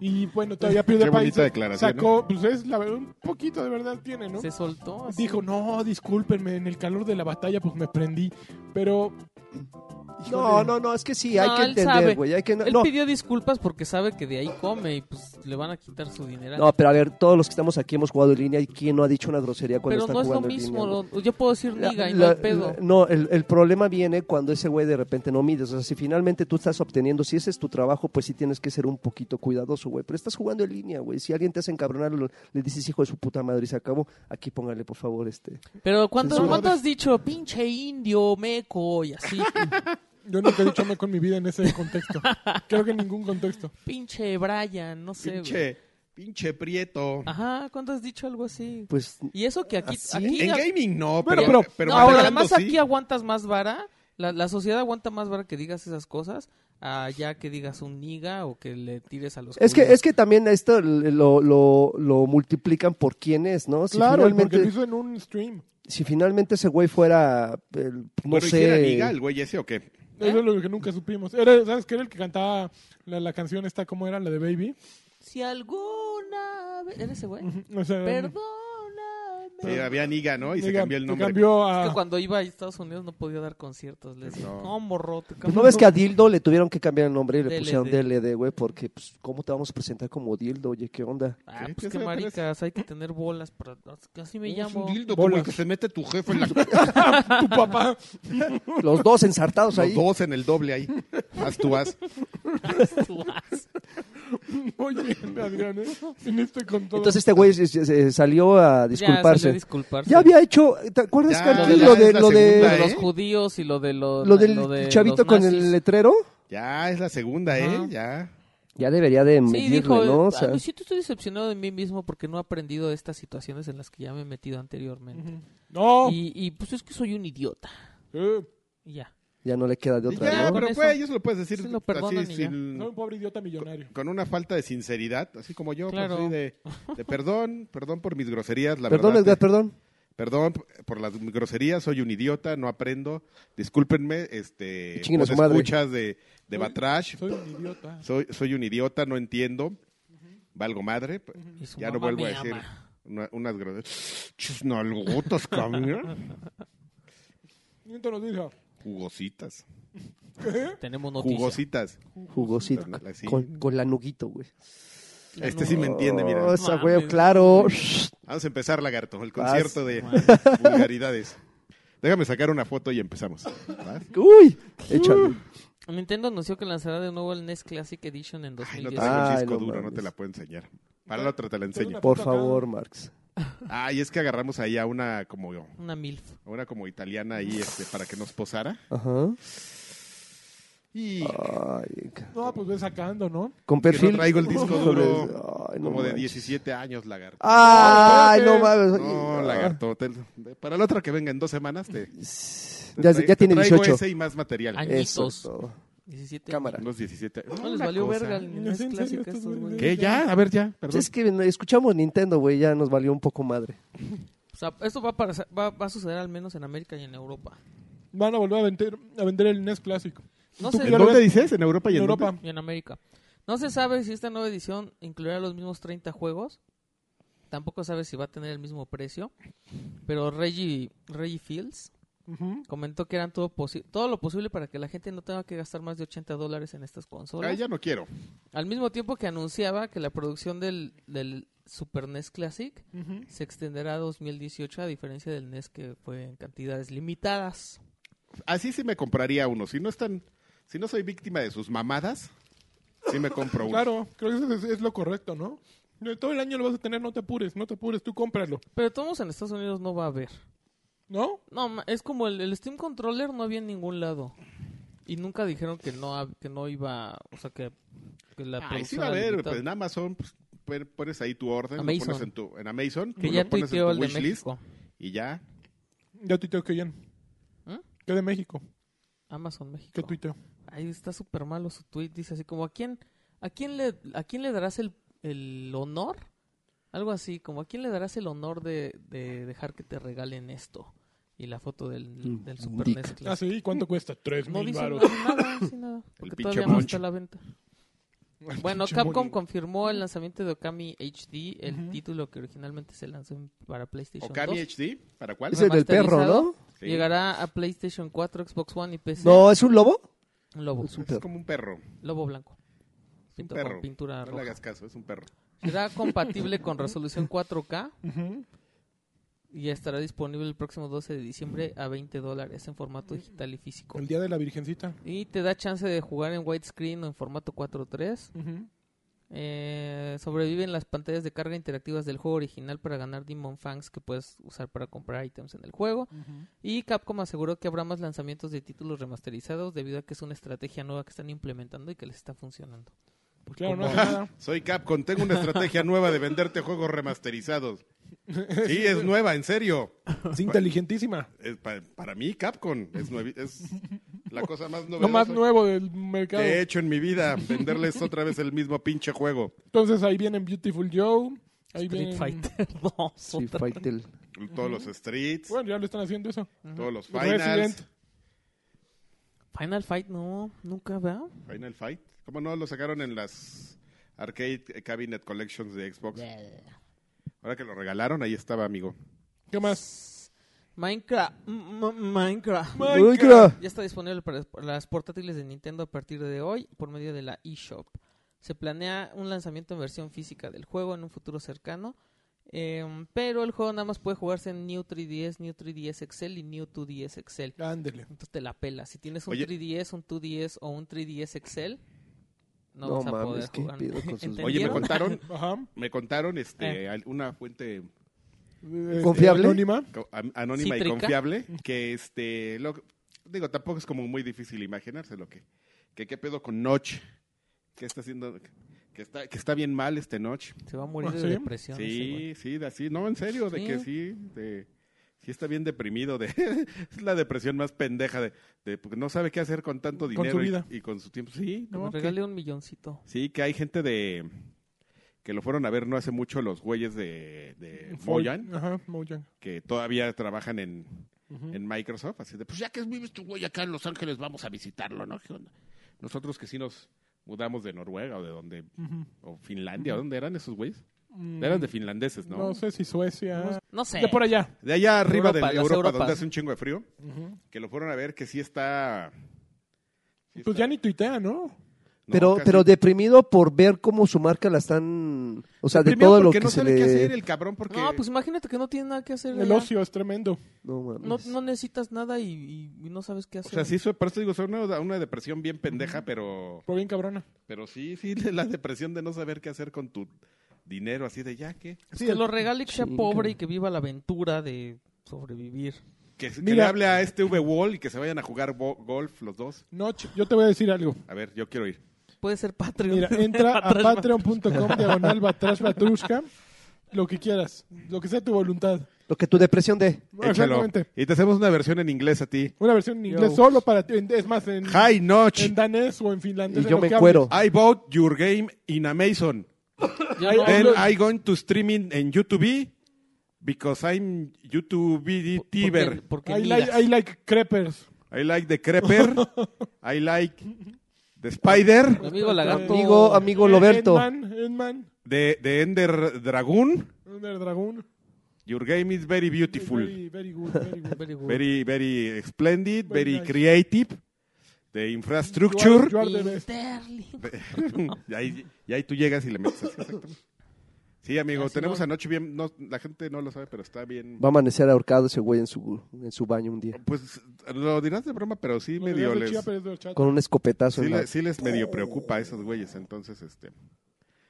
Speaker 2: Y bueno, todavía
Speaker 3: Qué
Speaker 2: PewDiePie
Speaker 3: bonita
Speaker 2: se-
Speaker 3: declaración. ¿no?
Speaker 2: sacó, pues es la verdad, un poquito de verdad tiene, ¿no?
Speaker 1: Se soltó. así.
Speaker 2: Dijo, no, discúlpenme, en el calor de la batalla pues me prendí. Pero...
Speaker 4: No, no, no, es que sí, hay
Speaker 1: No,
Speaker 4: que
Speaker 1: él sabe.
Speaker 4: entender, güey. Hay que no,
Speaker 1: Él
Speaker 4: no.
Speaker 1: pidió disculpas porque sabe que de ahí come y pues le van a quitar su dinero.
Speaker 4: No, pero a ver, todos los que estamos aquí hemos jugado en línea y quién no ha dicho una grosería cuando
Speaker 1: pero
Speaker 4: está
Speaker 1: no es lo
Speaker 4: jugando en línea,
Speaker 1: mismo,
Speaker 4: güey?
Speaker 1: lo- yo puedo decir
Speaker 4: La-
Speaker 1: niga y no
Speaker 4: la-
Speaker 1: hay pedo.
Speaker 4: la- no, el, el problema viene cuando ese güey de repente no mides. O sea, si finalmente tú estás obteniendo, si ese es tu trabajo, pues sí tienes que ser un poquito cuidadoso, güey. Pero estás jugando en línea, güey. Si alguien te hace encabronar, lo- le dices, hijo de su puta madre, y se acabó. Aquí póngale, por favor, este.
Speaker 1: Pero ¿cuánto,
Speaker 4: Censura.
Speaker 1: ¿cuánto has dicho? Pinche indio, meco y así.
Speaker 2: Yo nunca he dicho me con mi vida en ese contexto. Creo que en ningún contexto.
Speaker 1: Pinche Brian, no sé. güey.
Speaker 3: Pinche, pinche prieto.
Speaker 1: Ajá, ¿cuánto has dicho algo así?
Speaker 4: Pues.
Speaker 1: Y eso que aquí...
Speaker 4: ¿Así?
Speaker 1: aquí
Speaker 3: ¿Ah, En gaming no,
Speaker 2: Bueno,
Speaker 3: pero,
Speaker 2: pero-
Speaker 1: pero,
Speaker 3: pero
Speaker 1: no,
Speaker 3: manejando
Speaker 1: pero además
Speaker 3: sí.
Speaker 1: aquí aguantas más vara. La, la sociedad aguanta más vara que digas esas cosas. Allá que digas un niga o que le tires a los...
Speaker 4: Es que,
Speaker 1: culos.
Speaker 4: es que también esto lo, lo, lo multiplican por quién es, ¿no? Si
Speaker 2: claro, y porque
Speaker 4: finalmente,
Speaker 2: lo hizo en un stream.
Speaker 4: si finalmente ese güey fuera, el- no
Speaker 3: Pero hiciera
Speaker 4: sé,
Speaker 3: liga el güey ese o qué?
Speaker 2: Eso es lo que nunca supimos. Era, ¿Sabes qué era el que cantaba la, la canción esta? ¿Cómo era? La de Baby.
Speaker 1: Si alguna vez... ¿Eres ese güey?
Speaker 2: O sea,
Speaker 1: Perdóname.
Speaker 3: Sí, había Niga, ¿no? Y se
Speaker 2: diga,
Speaker 3: cambió el
Speaker 2: se
Speaker 3: nombre.
Speaker 2: cambió
Speaker 1: Es
Speaker 2: a...
Speaker 1: que cuando iba a Estados Unidos no podía dar conciertos. Le decía,
Speaker 3: No.
Speaker 1: no, morro, te
Speaker 4: Pues
Speaker 1: cambio".
Speaker 4: no ves que a Dildo le tuvieron que cambiar el nombre y le
Speaker 1: DLD.
Speaker 4: pusieron DLD, güey, porque pues cómo te vamos a presentar como Dildo, oye, ¿qué onda?
Speaker 1: Ah,
Speaker 3: ¿Qué?
Speaker 1: pues
Speaker 3: ¿Qué
Speaker 1: qué
Speaker 3: se-
Speaker 1: maricas, hay que tener bolas para... Así me llamo.
Speaker 2: como el
Speaker 3: que
Speaker 2: que
Speaker 3: se mete tu jefe en la
Speaker 2: tu papá.
Speaker 4: Los dos ensartados ahí.
Speaker 3: Los dos en el doble ahí. Haz tú haz.
Speaker 2: Oye, Adrián, ¿eh? en este con todo.
Speaker 4: Entonces este güey se- se- se salió a
Speaker 1: Ya, salió a
Speaker 4: disculparse. Ya,
Speaker 1: disculparse.
Speaker 4: había hecho, ¿te acuerdas
Speaker 3: Ya,
Speaker 4: que aquí
Speaker 1: ya
Speaker 4: lo
Speaker 1: es
Speaker 4: de
Speaker 3: la
Speaker 1: Lo
Speaker 4: lo
Speaker 1: de
Speaker 3: segunda,
Speaker 4: de
Speaker 1: los
Speaker 3: ¿eh?
Speaker 1: judíos y lo de los
Speaker 4: lo del
Speaker 1: lo de
Speaker 4: chavito
Speaker 1: los
Speaker 4: con
Speaker 1: nazis.
Speaker 4: el letrero?
Speaker 3: Ya es la segunda, ¿eh?
Speaker 1: Ajá.
Speaker 3: Ya.
Speaker 4: Ya debería de
Speaker 1: Sí, dijo,
Speaker 4: medirle, ¿no? O
Speaker 1: "Ah,
Speaker 4: sea,
Speaker 1: Luisito, estoy decepcionado de mí mismo porque no he aprendido de estas situaciones en las que ya me he metido anteriormente.
Speaker 2: Ujú. No.
Speaker 1: y, y, pues es que soy un idiota.
Speaker 2: Eh,
Speaker 1: Y ya.
Speaker 4: ya no le queda de
Speaker 3: Y
Speaker 4: otra,
Speaker 3: ya,
Speaker 4: ¿no?
Speaker 1: Con
Speaker 3: pero
Speaker 1: eso.
Speaker 3: güey, eso lo puedes decir
Speaker 1: Sí, lo perdonan
Speaker 3: así,
Speaker 1: y ya.
Speaker 3: sin-
Speaker 2: soy un pobre idiota millonario.
Speaker 3: con una falta de sinceridad, así como yo,
Speaker 1: Claro.
Speaker 3: pues, sí, de, de perdón, perdón por mis groserías, la
Speaker 4: Perdón,
Speaker 3: verdad.
Speaker 4: Edgar,
Speaker 3: te-
Speaker 4: perdón.
Speaker 3: perdón por las groserías, soy un idiota, no aprendo. Discúlpenme, este,
Speaker 4: Y chinguen a su madre.
Speaker 3: escuchas de, de Batrash,
Speaker 2: Soy un idiota.
Speaker 3: soy, soy un idiota, no entiendo, valgo madre, pues,
Speaker 1: Y su
Speaker 3: ya no
Speaker 1: mamá
Speaker 3: vuelvo
Speaker 1: me
Speaker 3: a decir
Speaker 1: ama.
Speaker 3: una- unas groserías. Chisnalgotas, cabrón.
Speaker 2: Y entonces nos dijo,
Speaker 3: Jugositas,
Speaker 1: Tenemos noticias.
Speaker 3: jugositas.
Speaker 4: Jugosito.
Speaker 3: Así.
Speaker 4: Con, con la nuguito, güey.
Speaker 3: Este sí me entiende, mira.
Speaker 4: Oh, esa, güey,
Speaker 1: Mames.
Speaker 4: claro.
Speaker 3: Vamos a empezar, lagarto, el
Speaker 4: Vas.
Speaker 3: concierto de vulgaridades. Déjame sacar una foto y empezamos. ¿Vas?
Speaker 4: Uy, échale.
Speaker 1: Nintendo anunció que lanzará de nuevo el NES Classic Edition en
Speaker 3: Ay, no
Speaker 1: 2010.
Speaker 3: traigo el
Speaker 4: Ay,
Speaker 3: disco
Speaker 4: no
Speaker 3: duro, no
Speaker 4: mames.
Speaker 3: te la puedo enseñar. Para la otra te la enseño.
Speaker 2: una-
Speaker 4: Por favor, Marx.
Speaker 3: Ay, es que agarramos ahí a una como a
Speaker 1: Una MILF.
Speaker 3: una como italiana ahí este para que nos posara.
Speaker 4: Ajá.
Speaker 3: Y
Speaker 4: Ay, ca-
Speaker 2: no, pues ve sacando, ¿no?
Speaker 3: que
Speaker 4: con
Speaker 3: no
Speaker 4: Ah, perfil.
Speaker 3: traigo el disco
Speaker 4: Híjole,
Speaker 3: duro
Speaker 4: ay, no
Speaker 3: como de
Speaker 4: manches. Ah,
Speaker 3: 17 años, lagarto.
Speaker 4: Ay, no
Speaker 2: No,
Speaker 4: mames.
Speaker 3: No,
Speaker 4: Ay,
Speaker 3: lagarto. te- para la otra que venga en dos semanas te, te
Speaker 4: Ya,
Speaker 3: traigo-
Speaker 4: ya tiene
Speaker 3: te traigo
Speaker 4: 18.
Speaker 3: ese y más material.
Speaker 1: Año-
Speaker 4: Eso.
Speaker 1: Añitos.
Speaker 4: todo.
Speaker 1: 17.
Speaker 4: Cámara.
Speaker 3: Unos 17.
Speaker 1: No les
Speaker 3: Una
Speaker 1: valió
Speaker 3: cosa.
Speaker 1: verga el NES
Speaker 2: Sí, en serio,
Speaker 1: Classic a
Speaker 2: estos
Speaker 1: estos güeyes.
Speaker 2: güeyes.
Speaker 3: ¿Qué? Ya, a ver ya,
Speaker 4: Pues
Speaker 3: perdón.
Speaker 4: Es que no, escuchamos Nintendo, güey, ya nos valió un poco madre.
Speaker 1: O sea, esto va, para, va, va a suceder al menos en América y en Europa.
Speaker 2: Van a volver a vender, a vender el NES Clásico.
Speaker 1: No
Speaker 2: ¿Tú
Speaker 1: sé.
Speaker 2: qué
Speaker 3: ¿En dónde dices? ¿En Europa y
Speaker 2: En
Speaker 3: en
Speaker 2: Europa.
Speaker 3: dónde?
Speaker 1: Y en América. No se sabe si esta nueva edición incluirá los mismos 30 juegos. Tampoco sabe si va a tener el mismo precio. Pero Reggie, Reggie Fields
Speaker 2: Ujú.
Speaker 1: comentó que eran todo, posi- todo lo posible para que la gente no tenga que gastar más de 80 dólares en estas consolas.
Speaker 3: Ay, ya no quiero.
Speaker 1: Al mismo tiempo que anunciaba que la producción del, del Super NES Classic
Speaker 2: Ujú.
Speaker 1: se extenderá a 2018 a diferencia del NES que fue en cantidades limitadas.
Speaker 3: Así sí me compraría uno. Si no están, si no soy víctima de sus mamadas, sí me compro uno.
Speaker 2: Claro, creo que eso es, es lo correcto, ¿no? De Todo el año lo vas a tener, no te apures, no te apures, tú cómpralo,
Speaker 1: Pero todos en Estados Unidos no va a haber.
Speaker 2: ¿no?
Speaker 1: No, ma- es como el, el Steam Controller no había en ningún lado. Y nunca dijeron que no, hab- que no iba, o sea, que, que la
Speaker 3: Ay, sí
Speaker 1: producción
Speaker 3: va a
Speaker 1: era
Speaker 3: haber,
Speaker 1: limitada.
Speaker 3: pues en Amazon pues, pon- pones ahí tu orden, lo
Speaker 1: Amazon.
Speaker 3: pones en tu en Amazon,
Speaker 1: que
Speaker 3: tú
Speaker 1: ya
Speaker 3: lo pones en
Speaker 1: tuiteó
Speaker 3: tu
Speaker 1: el de
Speaker 3: wishlist
Speaker 1: México.
Speaker 3: y ya.
Speaker 2: Ya tuiteo que bien.
Speaker 1: ¿Mm?
Speaker 2: ¿Qué de México?
Speaker 1: Amazon México.
Speaker 2: ¿Qué tuiteo?
Speaker 1: Ahí está súper malo su tweet. Dice así como, ¿a quién, a quién, le, a quién le darás el, el honor? Algo así, como, ¿a quién le darás el honor de, de dejar que te regalen esto? Y la foto del, del Super
Speaker 4: dick.
Speaker 1: NES
Speaker 2: Ah,
Speaker 1: Classic.
Speaker 2: sí, ¿cuánto cuesta? Tres
Speaker 1: No
Speaker 2: mil
Speaker 1: dice
Speaker 2: baros.
Speaker 1: nada, nada, sí, nada. Porque
Speaker 3: pinche
Speaker 1: todavía no
Speaker 3: Monch.
Speaker 1: está a la venta. Bueno,
Speaker 2: Pinche
Speaker 1: Capcom
Speaker 2: mono.
Speaker 1: confirmó el lanzamiento de Okami HD, el título que originalmente se lanzó en- para PlayStation 2.
Speaker 3: Okami HD, ¿para cuál?
Speaker 4: Es el del perro, ¿no?
Speaker 3: Sí.
Speaker 1: Llegará a PlayStation 4, Xbox One y PC.
Speaker 4: No, es un lobo.
Speaker 1: Un Lobo,
Speaker 4: Es un
Speaker 3: Es
Speaker 4: perro.
Speaker 3: como un perro,
Speaker 1: lobo blanco.
Speaker 3: un
Speaker 1: Pinto
Speaker 3: perro.
Speaker 1: con pintura
Speaker 3: No le
Speaker 1: roja.
Speaker 3: hagas caso, es un perro.
Speaker 1: Será compatible con resolución 4K
Speaker 2: Ujú.
Speaker 1: y estará disponible el próximo 12 de diciembre a 20 dólares en formato digital y físico.
Speaker 2: El día de la Virgencita.
Speaker 1: Y te da chance de jugar en widescreen o en formato 4.3.
Speaker 2: Ujú.
Speaker 1: Eh, sobreviven las pantallas de carga interactivas del juego original para ganar Demon Fangs que puedes usar para comprar ítems en el juego. Y Capcom aseguró que habrá más lanzamientos de títulos remasterizados debido a que es una estrategia nueva que están implementando y que les está funcionando.
Speaker 2: Pues claro, no
Speaker 1: como-
Speaker 2: hace nada.
Speaker 3: Soy Capcom, tengo una estrategia nueva de venderte juegos remasterizados. Sí, es nueva, en serio.
Speaker 2: Es inteligentísima.
Speaker 3: Es pa- para mí Capcom es, nuevi- es la cosa más
Speaker 2: Lo más
Speaker 3: novedosa
Speaker 2: nuevo del
Speaker 3: que
Speaker 2: mercado.
Speaker 3: he hecho en mi vida, venderles otra vez el mismo pinche juego.
Speaker 2: Entonces ahí vienen Beautiful Joe. Ahí
Speaker 1: Street
Speaker 2: vienen...
Speaker 1: Fighter 2.
Speaker 4: Sí, Fightel.
Speaker 3: Todos los streets,
Speaker 2: Bueno, ya lo están haciendo eso.
Speaker 3: todos los finals.
Speaker 2: Resident.
Speaker 1: Final Fight no, nunca, ¿verdad?
Speaker 3: Final Fight. ¿Cómo no lo sacaron en las Arcade Cabinet Collections de Xbox? Ahora que lo regalaron, ahí estaba, amigo.
Speaker 2: ¿Qué más?
Speaker 1: Minecraft. M- m- Minecraft.
Speaker 4: Minecraft.
Speaker 1: Ya está disponible para para las portátiles de Nintendo a partir de hoy por medio de la eShop. Se planea un lanzamiento en versión física del juego en un futuro cercano. em, pero el juego nada más puede jugarse en New 3DS, New 3DS Excel y New 2DS Excel.
Speaker 2: Ándele.
Speaker 1: Entonces te la pela. Si tienes un
Speaker 3: Oye.
Speaker 1: 3DS, un 2DS o un 3DS Excel, no,
Speaker 4: No
Speaker 1: vas a
Speaker 4: mames,
Speaker 1: poder
Speaker 4: qué
Speaker 1: jugar.
Speaker 4: pedo con sus-
Speaker 1: ¿Entendieron?
Speaker 3: Oye, me contaron,
Speaker 2: Ajá.
Speaker 3: me contaron este, al- una fuente
Speaker 2: Eh,
Speaker 4: ¿Confiable?
Speaker 2: Anónima.
Speaker 3: co- an- anónima y
Speaker 1: Cítrica.
Speaker 3: confiable que, este, lo- digo, tampoco es como muy difícil imaginarse lo que, que qué pedo con Notch, qué está haciendo, que está, que está bien mal este noche.
Speaker 1: Se va a morir de
Speaker 2: ¿Ah, ¿Sí?
Speaker 1: depresión. ese güey.
Speaker 3: Sí, sí, de así. No, en serio, de
Speaker 1: Sí.
Speaker 3: que sí, de, sí está bien deprimido. De, es la depresión más pendeja de, de- porque no sabe qué hacer con tanto
Speaker 2: Con su
Speaker 3: dinero y-
Speaker 2: vida.
Speaker 3: Y, con su tiempo. Sí,
Speaker 1: Que me
Speaker 3: no, que-
Speaker 1: regale un milloncito.
Speaker 3: sí, que hay gente de que lo fueron a ver no hace mucho los güeyes de, de
Speaker 2: Fol-
Speaker 3: Moyan,
Speaker 2: Ajá, Mojang.
Speaker 3: que todavía trabajan en,
Speaker 2: Ujú.
Speaker 3: en Microsoft, así de pues ya que vives tu güey acá en Los Ángeles vamos a visitarlo, ¿no? ¿Qué onda? Nosotros que sí nos mudamos de Noruega o de donde
Speaker 2: Ujú.
Speaker 3: o Finlandia, ¿dónde eran esos güeyes?
Speaker 2: Mm,
Speaker 3: Eran de finlandeses, ¿no?
Speaker 2: no. sé si Suecia.
Speaker 1: No sé.
Speaker 2: Ah. De por allá.
Speaker 3: De allá arriba
Speaker 1: Europa,
Speaker 3: de
Speaker 1: las
Speaker 3: Europa,
Speaker 1: Europas.
Speaker 3: donde hace un chingo de frío,
Speaker 2: Ujú.
Speaker 3: que lo fueron a ver que sí está. sí
Speaker 2: Pues
Speaker 3: está-
Speaker 2: ya ni tuitea, ¿no?
Speaker 3: no,
Speaker 4: Pero,
Speaker 3: casi.
Speaker 4: pero deprimido por ver cómo su marca la están. O sea, de
Speaker 3: Primero
Speaker 4: todo lo
Speaker 3: porque
Speaker 4: que
Speaker 3: no
Speaker 4: se
Speaker 3: sabe
Speaker 4: le.
Speaker 3: qué hacer el cabrón porque
Speaker 1: No, pues imagínate que no tiene nada que hacer.
Speaker 2: El
Speaker 1: allá.
Speaker 2: ocio es tremendo.
Speaker 4: No, mames.
Speaker 1: No, no necesitas nada y, y- y no sabes qué
Speaker 3: o
Speaker 1: hacer.
Speaker 3: sea, sí, eso- por eso digo, es una, una depresión bien pendeja, pero
Speaker 2: Pero bien cabrona.
Speaker 3: pero sí, sí, la depresión de no saber qué hacer con tu dinero, así de ya que
Speaker 1: Pues que
Speaker 2: el-
Speaker 1: lo regale y que sea
Speaker 4: Chinga.
Speaker 1: pobre y que viva la aventura de sobrevivir.
Speaker 3: que, que
Speaker 2: Mira.
Speaker 3: le hable a este V-Wall y que se vayan a jugar bo- golf los dos.
Speaker 2: Noche, yo te voy a decir algo.
Speaker 3: A ver, yo quiero ir.
Speaker 1: Puede ser Patreon.
Speaker 2: Mira, entra a
Speaker 1: Atrás va-
Speaker 2: patreon.com diagonal batrash batrushka. Lo que quieras. Lo que sea tu voluntad.
Speaker 4: Lo que tu depresión de.
Speaker 3: Échalo.
Speaker 2: Exactamente.
Speaker 3: Y te hacemos una versión en inglés a ti.
Speaker 2: Una versión en inglés
Speaker 1: Yo.
Speaker 2: solo para ti. en- Es más, en,
Speaker 3: Hi Notch.
Speaker 2: en danés o en finlandés.
Speaker 4: Y
Speaker 2: en
Speaker 4: yo
Speaker 2: lo
Speaker 4: me
Speaker 2: que hables.
Speaker 4: cuero.
Speaker 3: I bought your game in Amazon.
Speaker 1: Yo no-
Speaker 3: Then
Speaker 2: Hablo-
Speaker 3: I going to streaming en YouTube because I'm YouTube
Speaker 1: porque,
Speaker 3: tiber.
Speaker 1: porque
Speaker 2: I
Speaker 1: miras.
Speaker 2: like, I like creepers.
Speaker 3: I like the creeper. I like the spider,
Speaker 1: Mi amigo lagarto.
Speaker 4: Amigo, amigo Loberto.
Speaker 2: Endman, Endman,
Speaker 3: the, the ender dragoon.
Speaker 2: Ender Dragoon.
Speaker 3: Your game is very beautiful,
Speaker 2: Very, very good, very good.
Speaker 1: Very good.
Speaker 3: very very splendid,
Speaker 2: Very
Speaker 3: very
Speaker 2: nice.
Speaker 3: creative. The
Speaker 2: You
Speaker 3: infrastructure.
Speaker 2: are- you are the best.
Speaker 1: Sterling.
Speaker 3: y, ahí, y ahí tú llegas y le metes así, exactamente. Sí, amigo,
Speaker 1: Así
Speaker 3: tenemos
Speaker 1: no.
Speaker 3: anoche bien, no, la gente no lo sabe, pero está bien.
Speaker 4: Va a amanecer ahorcado ese güey en su, en su baño un día.
Speaker 3: Pues lo dirás de broma, pero sí
Speaker 2: Lo dirás
Speaker 3: medio
Speaker 2: de
Speaker 3: les,
Speaker 2: chía, pero es de horchata.
Speaker 4: Con un escopetazo
Speaker 3: sí,
Speaker 4: en la-
Speaker 3: le- sí les medio preocupa a esos güeyes, entonces este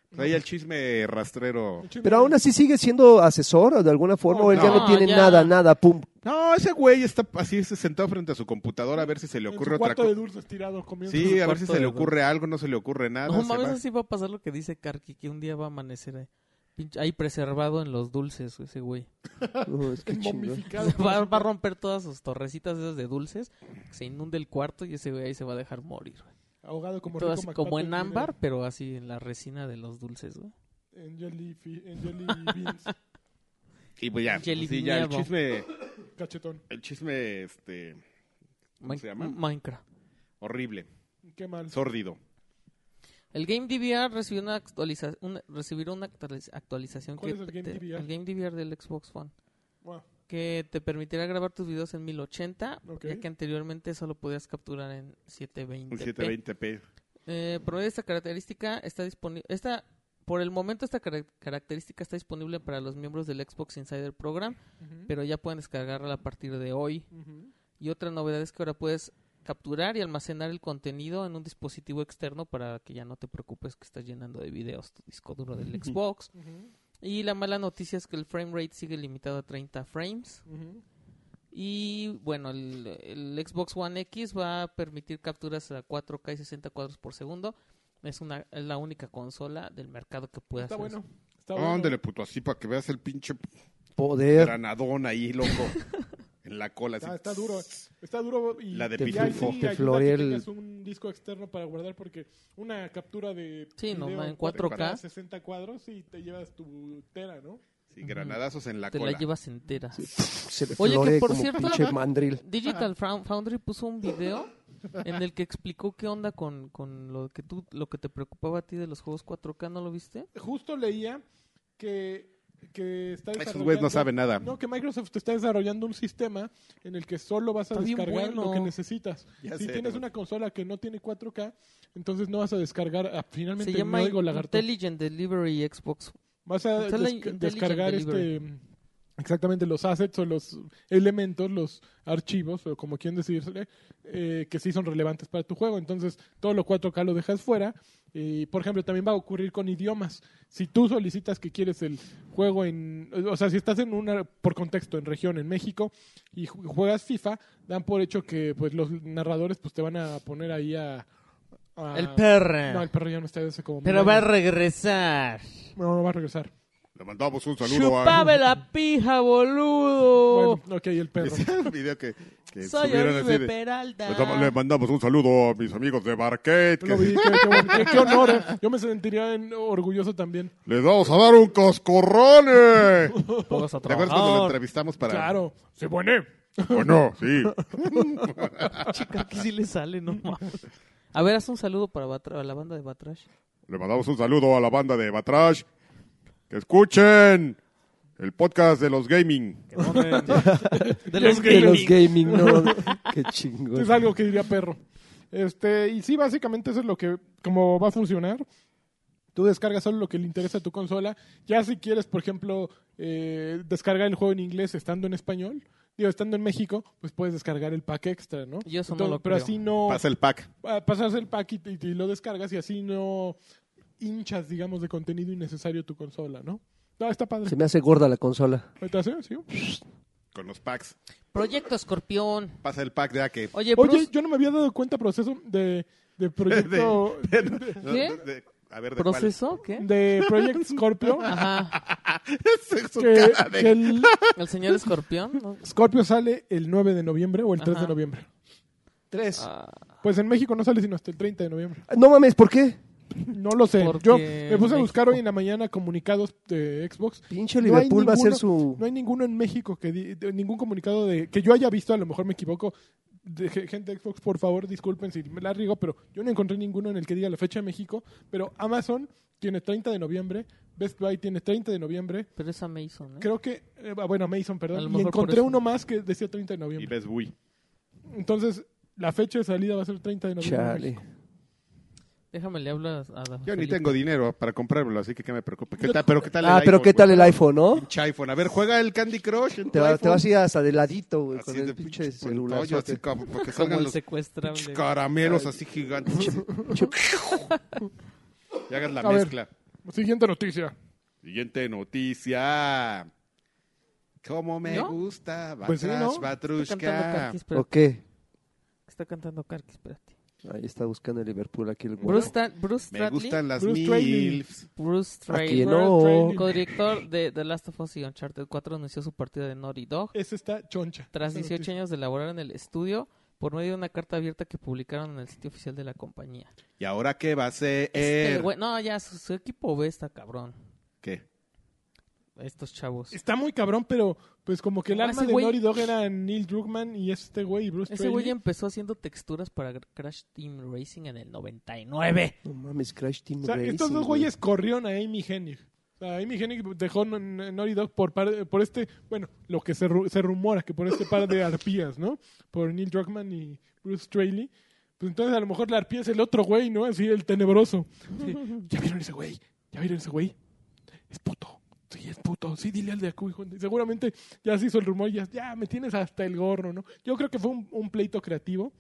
Speaker 3: pues ahí el chisme rastrero.
Speaker 4: Pero aún así sigue siendo asesor o de alguna forma, o él ya
Speaker 1: No,
Speaker 4: no tiene
Speaker 1: ya.
Speaker 4: nada, nada, pum.
Speaker 3: No, ese güey está así se sentado frente a su computadora a ver si se le
Speaker 2: En su
Speaker 3: ocurre otra
Speaker 2: cuarto de
Speaker 3: cosa.
Speaker 2: dulces tirado comiendo.
Speaker 3: Sí, a ver
Speaker 1: cuarto
Speaker 3: si se
Speaker 1: de
Speaker 3: le
Speaker 1: dulce.
Speaker 3: ocurre algo, no se le ocurre nada.
Speaker 1: No
Speaker 3: se
Speaker 1: mames,
Speaker 3: va.
Speaker 1: así va a pasar lo que dice Karki, que un día va a amanecer ahí, pinche- ahí preservado en los dulces ese güey.
Speaker 4: No, es que chingón.
Speaker 2: momificado.
Speaker 1: Va, va a romper todas sus torrecitas esas de dulces, que se inunde el cuarto y ese güey ahí se va a dejar morir. güey.
Speaker 2: Ahogado como
Speaker 1: Todo
Speaker 2: Rico
Speaker 1: así
Speaker 2: McPato
Speaker 1: como en
Speaker 2: dinero.
Speaker 1: ámbar, pero así en la resina de los dulces, güey.
Speaker 2: En jelly, fi- en jelly beans.
Speaker 3: Y pues ya,
Speaker 1: Jelly
Speaker 3: sí, ya el
Speaker 1: Bean.
Speaker 3: chisme,
Speaker 2: Cachetón.
Speaker 3: el chisme este ¿Cómo
Speaker 1: Min-
Speaker 3: se llama?
Speaker 1: Minecraft.
Speaker 3: horrible,
Speaker 2: Qué mal.
Speaker 3: sórdido.
Speaker 1: El Game DVR recibió una, actualiza una- recibirá una actualiz- actualización
Speaker 2: ¿Cuál
Speaker 1: que
Speaker 2: es el Game
Speaker 1: te-
Speaker 2: DVR?
Speaker 1: el Game DVR del Xbox One
Speaker 2: Buah.
Speaker 1: que te permitirá grabar tus videos en 1080
Speaker 2: Ok.
Speaker 1: ya que anteriormente solo podías capturar en 720p.
Speaker 3: Un 720p.
Speaker 1: Eh, por medio de esta característica está disponible. Esta, por el momento, esta cara- característica está disponible para los miembros del Xbox Insider Program,
Speaker 2: Ujú,
Speaker 1: pero ya pueden descargarla a partir de hoy.
Speaker 2: ujú.
Speaker 1: Y otra novedad es que ahora puedes capturar y almacenar el contenido en un dispositivo externo para que ya no te preocupes que estás llenando de videos tu disco duro del Xbox.
Speaker 2: Ujú,
Speaker 1: Y la mala noticia es que el frame rate sigue limitado a 30 frames.
Speaker 2: ujú.
Speaker 1: Y bueno, el, el Xbox One X va a permitir capturas a 4K y 60 cuadros por segundo. Es, una, es la única consola del mercado que puede
Speaker 2: Está
Speaker 1: hacer
Speaker 2: bueno.
Speaker 1: eso.
Speaker 2: Está bueno.
Speaker 3: Ándale, puto, así para que veas el pinche
Speaker 4: Poder.
Speaker 3: granadón ahí, loco. en la cola. así.
Speaker 2: Está, está duro. Está duro. Y
Speaker 3: La de
Speaker 2: y ahí
Speaker 3: Pitufo.
Speaker 2: sí
Speaker 4: Te
Speaker 2: ayuda
Speaker 4: florea
Speaker 2: que
Speaker 4: el-
Speaker 2: tengas un disco externo para guardar porque una captura de.
Speaker 1: Sí, no,
Speaker 2: video
Speaker 1: ma, en 4K
Speaker 2: 60 cuadros y te llevas tu tera, ¿no?
Speaker 3: Sí, granadazos en la
Speaker 1: te
Speaker 3: cola.
Speaker 1: la llevas entera.
Speaker 4: Se le
Speaker 1: Oye, que
Speaker 4: floree
Speaker 1: por
Speaker 4: como
Speaker 1: cierto-
Speaker 4: pinche mandril.
Speaker 1: Digital Frown- Foundry puso un video en el que explicó qué onda con, con lo que tú lo que te preocupaba a ti de los juegos 4K, ¿no lo viste?
Speaker 2: Justo leía que. Que está
Speaker 3: Esos
Speaker 2: desarrollando-
Speaker 3: güeyes no saben nada.
Speaker 2: No, que Microsoft está desarrollando un sistema en el que solo vas a
Speaker 1: Está bien
Speaker 2: descargar
Speaker 1: bueno.
Speaker 2: lo que necesitas.
Speaker 3: Ya
Speaker 2: si
Speaker 3: sé,
Speaker 2: tienes
Speaker 3: ¿no?
Speaker 2: una consola que no tiene 4K, entonces no vas a descargar. ah, finalmente
Speaker 1: Se llama
Speaker 2: no digo lagarto.
Speaker 1: Intelligent Delivery Xbox.
Speaker 2: Vas a
Speaker 1: Está la
Speaker 2: desca-
Speaker 1: Intelligent
Speaker 2: descargar
Speaker 1: Delivery.
Speaker 2: este exactamente los assets o los elementos, los archivos o como quieran decirle, eh, que sí son relevantes para tu juego. Entonces, todo lo 4K lo dejas fuera. Y, por ejemplo, también va a ocurrir con idiomas. Si tú solicitas que quieres el juego en... O sea, si estás en una... Por contexto, en región, en México, y ju- juegas FIFA, dan por hecho que pues los narradores pues te van a poner ahí a... a a-
Speaker 1: El perro.
Speaker 2: No, el perro ya no está ese como.
Speaker 1: Pero va a regresar.
Speaker 2: No, no va a regresar.
Speaker 3: Le mandamos un saludo
Speaker 1: Chupame la pija, boludo.
Speaker 2: Bueno, ok, el perro.
Speaker 3: Decía el video que, que
Speaker 1: Soy
Speaker 3: subieron así
Speaker 1: Oribe
Speaker 3: de-
Speaker 1: Peralta.
Speaker 3: Les damos- Le mandamos un saludo a mis amigos de Barquet.
Speaker 2: Lo vi, qué, qué bon- qué- qué honor. eh. Yo me sentiría en- orgulloso también.
Speaker 3: Les vamos a dar un coscorrone.
Speaker 1: Todos a
Speaker 3: ¿Te acuerdas cuando lo
Speaker 1: trabajar.
Speaker 3: entrevistamos para.?
Speaker 2: Claro. Se pone.
Speaker 3: Bueno, sí.
Speaker 1: Chica, que sí le sale, no mames. A ver, haz un saludo para Batra- a la banda de Batrash.
Speaker 3: Le mandamos un saludo a la banda de Batrash. Que escuchen el podcast de los gaming.
Speaker 1: De los
Speaker 4: De los
Speaker 1: gaming.
Speaker 4: gaming, no. Qué chingón.
Speaker 2: Es algo que diría perro. Este, y sí, básicamente eso es lo que, como va a funcionar. Tú descargas solo lo que le interesa a tu consola. Ya si quieres, por ejemplo, eh, descargar el juego en inglés estando en español, digo, estando en México, pues puedes descargar el pack extra, ¿no?
Speaker 1: Yo eso no
Speaker 2: Entonces,
Speaker 1: lo
Speaker 2: Pero
Speaker 1: creo.
Speaker 2: así no...
Speaker 3: Pasa el pack.
Speaker 2: ah, Pasas el pack y, y- y lo descargas y así no hinchas, digamos, de contenido innecesario tu consola, ¿no? No, está padre.
Speaker 4: Se me hace gorda la consola.
Speaker 2: ¿Te hace? ¿Sí?
Speaker 3: Con los packs.
Speaker 1: Proyecto Escorpión.
Speaker 3: Pasa el pack de a que.
Speaker 1: Oye,
Speaker 2: Oye,
Speaker 1: Bruce-
Speaker 2: yo no me había dado cuenta, proceso, de, de proyecto...
Speaker 3: De- de- de- a ver, de cuál.
Speaker 1: ¿proceso? ¿Qué?
Speaker 2: de Project Scorpio.
Speaker 1: Ajá.
Speaker 3: Su
Speaker 2: que,
Speaker 3: cara de-
Speaker 2: que el
Speaker 1: ¿El señor Escorpión? No.
Speaker 2: Scorpio sale el 9 de noviembre o el 3
Speaker 1: Ajá.
Speaker 2: de noviembre.
Speaker 4: Tres.
Speaker 1: Ah,
Speaker 2: Pues en México no sale sino hasta el 30 de noviembre.
Speaker 4: No mames, ¿por qué?
Speaker 2: No lo sé.
Speaker 1: Porque
Speaker 2: Yo me puse a buscar
Speaker 1: México.
Speaker 2: hoy en la mañana comunicados de Xbox.
Speaker 4: Pinche
Speaker 2: No hay
Speaker 4: Liverpool va a hacer
Speaker 2: ninguno-
Speaker 4: su.
Speaker 2: No hay ninguno en México que di- de- ningún comunicado de que yo haya visto, a lo mejor me equivoco. De, ge- gente de Xbox, por favor, disculpen si me la riego, pero yo no encontré ninguno en el que diga la fecha de México. Pero Amazon tiene 30 de noviembre, Best Buy tiene 30 de noviembre,
Speaker 1: pero es a Mason, ¿eh?
Speaker 2: creo que, eh, bueno, Mason,
Speaker 1: A lo
Speaker 2: perdón, y
Speaker 1: mejor por
Speaker 2: encontré
Speaker 1: eso.
Speaker 2: uno más que decía 30 de noviembre.
Speaker 3: Y ves, uy.
Speaker 2: Entonces, la fecha de salida va a ser 30 de noviembre.
Speaker 4: Chale.
Speaker 1: Déjame le hablo a, a don
Speaker 3: Yo ni
Speaker 1: Felipe.
Speaker 3: tengo dinero para comprármelo, así que qué me preocupa. ¿Qué tal- pero qué tal el
Speaker 4: Ah, pero
Speaker 3: iPhone,
Speaker 4: ¿qué tal
Speaker 3: güey?
Speaker 4: el iPhone, no?
Speaker 3: Pinche iPhone. A ver, juega el Candy Crush en tu
Speaker 4: Te, va- te
Speaker 3: iPhone.
Speaker 4: vas a ir hasta de ladito, güey,
Speaker 3: Así
Speaker 4: con el
Speaker 3: de
Speaker 4: pinche
Speaker 3: pinche
Speaker 4: celular.
Speaker 3: pantalla, así como para que
Speaker 1: Como
Speaker 3: salgan
Speaker 1: el
Speaker 3: los
Speaker 1: secuestrable.
Speaker 3: pinches caramelos así gigantes. y hagas la
Speaker 2: A ver.
Speaker 3: mezcla.
Speaker 2: Siguiente noticia.
Speaker 3: Siguiente noticia. ¿Cómo me
Speaker 1: ¿No?
Speaker 3: gusta? Batrash,
Speaker 2: Pues sí, ¿no?
Speaker 1: Está cantando
Speaker 3: Batrushka.
Speaker 1: Karki, espérate.
Speaker 4: ¿O qué?
Speaker 1: Está cantando Karki, espérate.
Speaker 4: Ahí está buscando el Liverpool aquí el güey.
Speaker 1: Bruce, Stan- Bruce
Speaker 3: Me
Speaker 1: Stradley,
Speaker 3: gustan las
Speaker 2: Bruce Training.
Speaker 3: MILFs.
Speaker 1: Bruce
Speaker 4: Aquí
Speaker 1: Stradley,
Speaker 4: no.
Speaker 1: codirector de The Last of Us y Uncharted 4, anunció su partida de Naughty Dog.
Speaker 2: Esa está choncha.
Speaker 1: Tras
Speaker 2: Esa
Speaker 1: 18
Speaker 2: noticia.
Speaker 1: años de laborar en el estudio, por medio de una carta abierta que publicaron en el sitio oficial de la compañía.
Speaker 3: ¿Y ahora qué va a ser?
Speaker 1: Este güey- no, ya, su, su equipo B está cabrón.
Speaker 3: ¿Qué?
Speaker 1: Estos chavos.
Speaker 2: Está muy cabrón, pero pues como que el
Speaker 1: Ah,
Speaker 2: arma
Speaker 1: ese
Speaker 2: de
Speaker 1: güey-
Speaker 2: Naughty Dog era Neil Druckmann y este güey y Bruce
Speaker 1: Ese güey
Speaker 2: Traylor.
Speaker 1: empezó haciendo texturas para Crash Team Racing en el 99.
Speaker 4: No mames, Crash Team
Speaker 2: O sea,
Speaker 4: Racing,
Speaker 2: estos dos
Speaker 4: güey.
Speaker 2: güeyes corrieron a Amy Hennig. O sea, Amy Hennig dejó N- N- Naughty Dog por, par- por este, bueno, lo que se, ru- se rumora, que por este par de arpías, ¿no? Por Neil Druckmann y Bruce Traylor. Pues entonces a lo mejor la arpía es el otro güey, ¿no? Así, el tenebroso. Sí, ¿Ya vieron ese güey? ¿Ya vieron ese güey? Es puto. Sí, es puto. Sí, dile al de Acuy, Juan. Seguramente ya se hizo el rumor y ya, ya me tienes hasta el gorro, ¿no? Yo creo que fue un, un pleito creativo,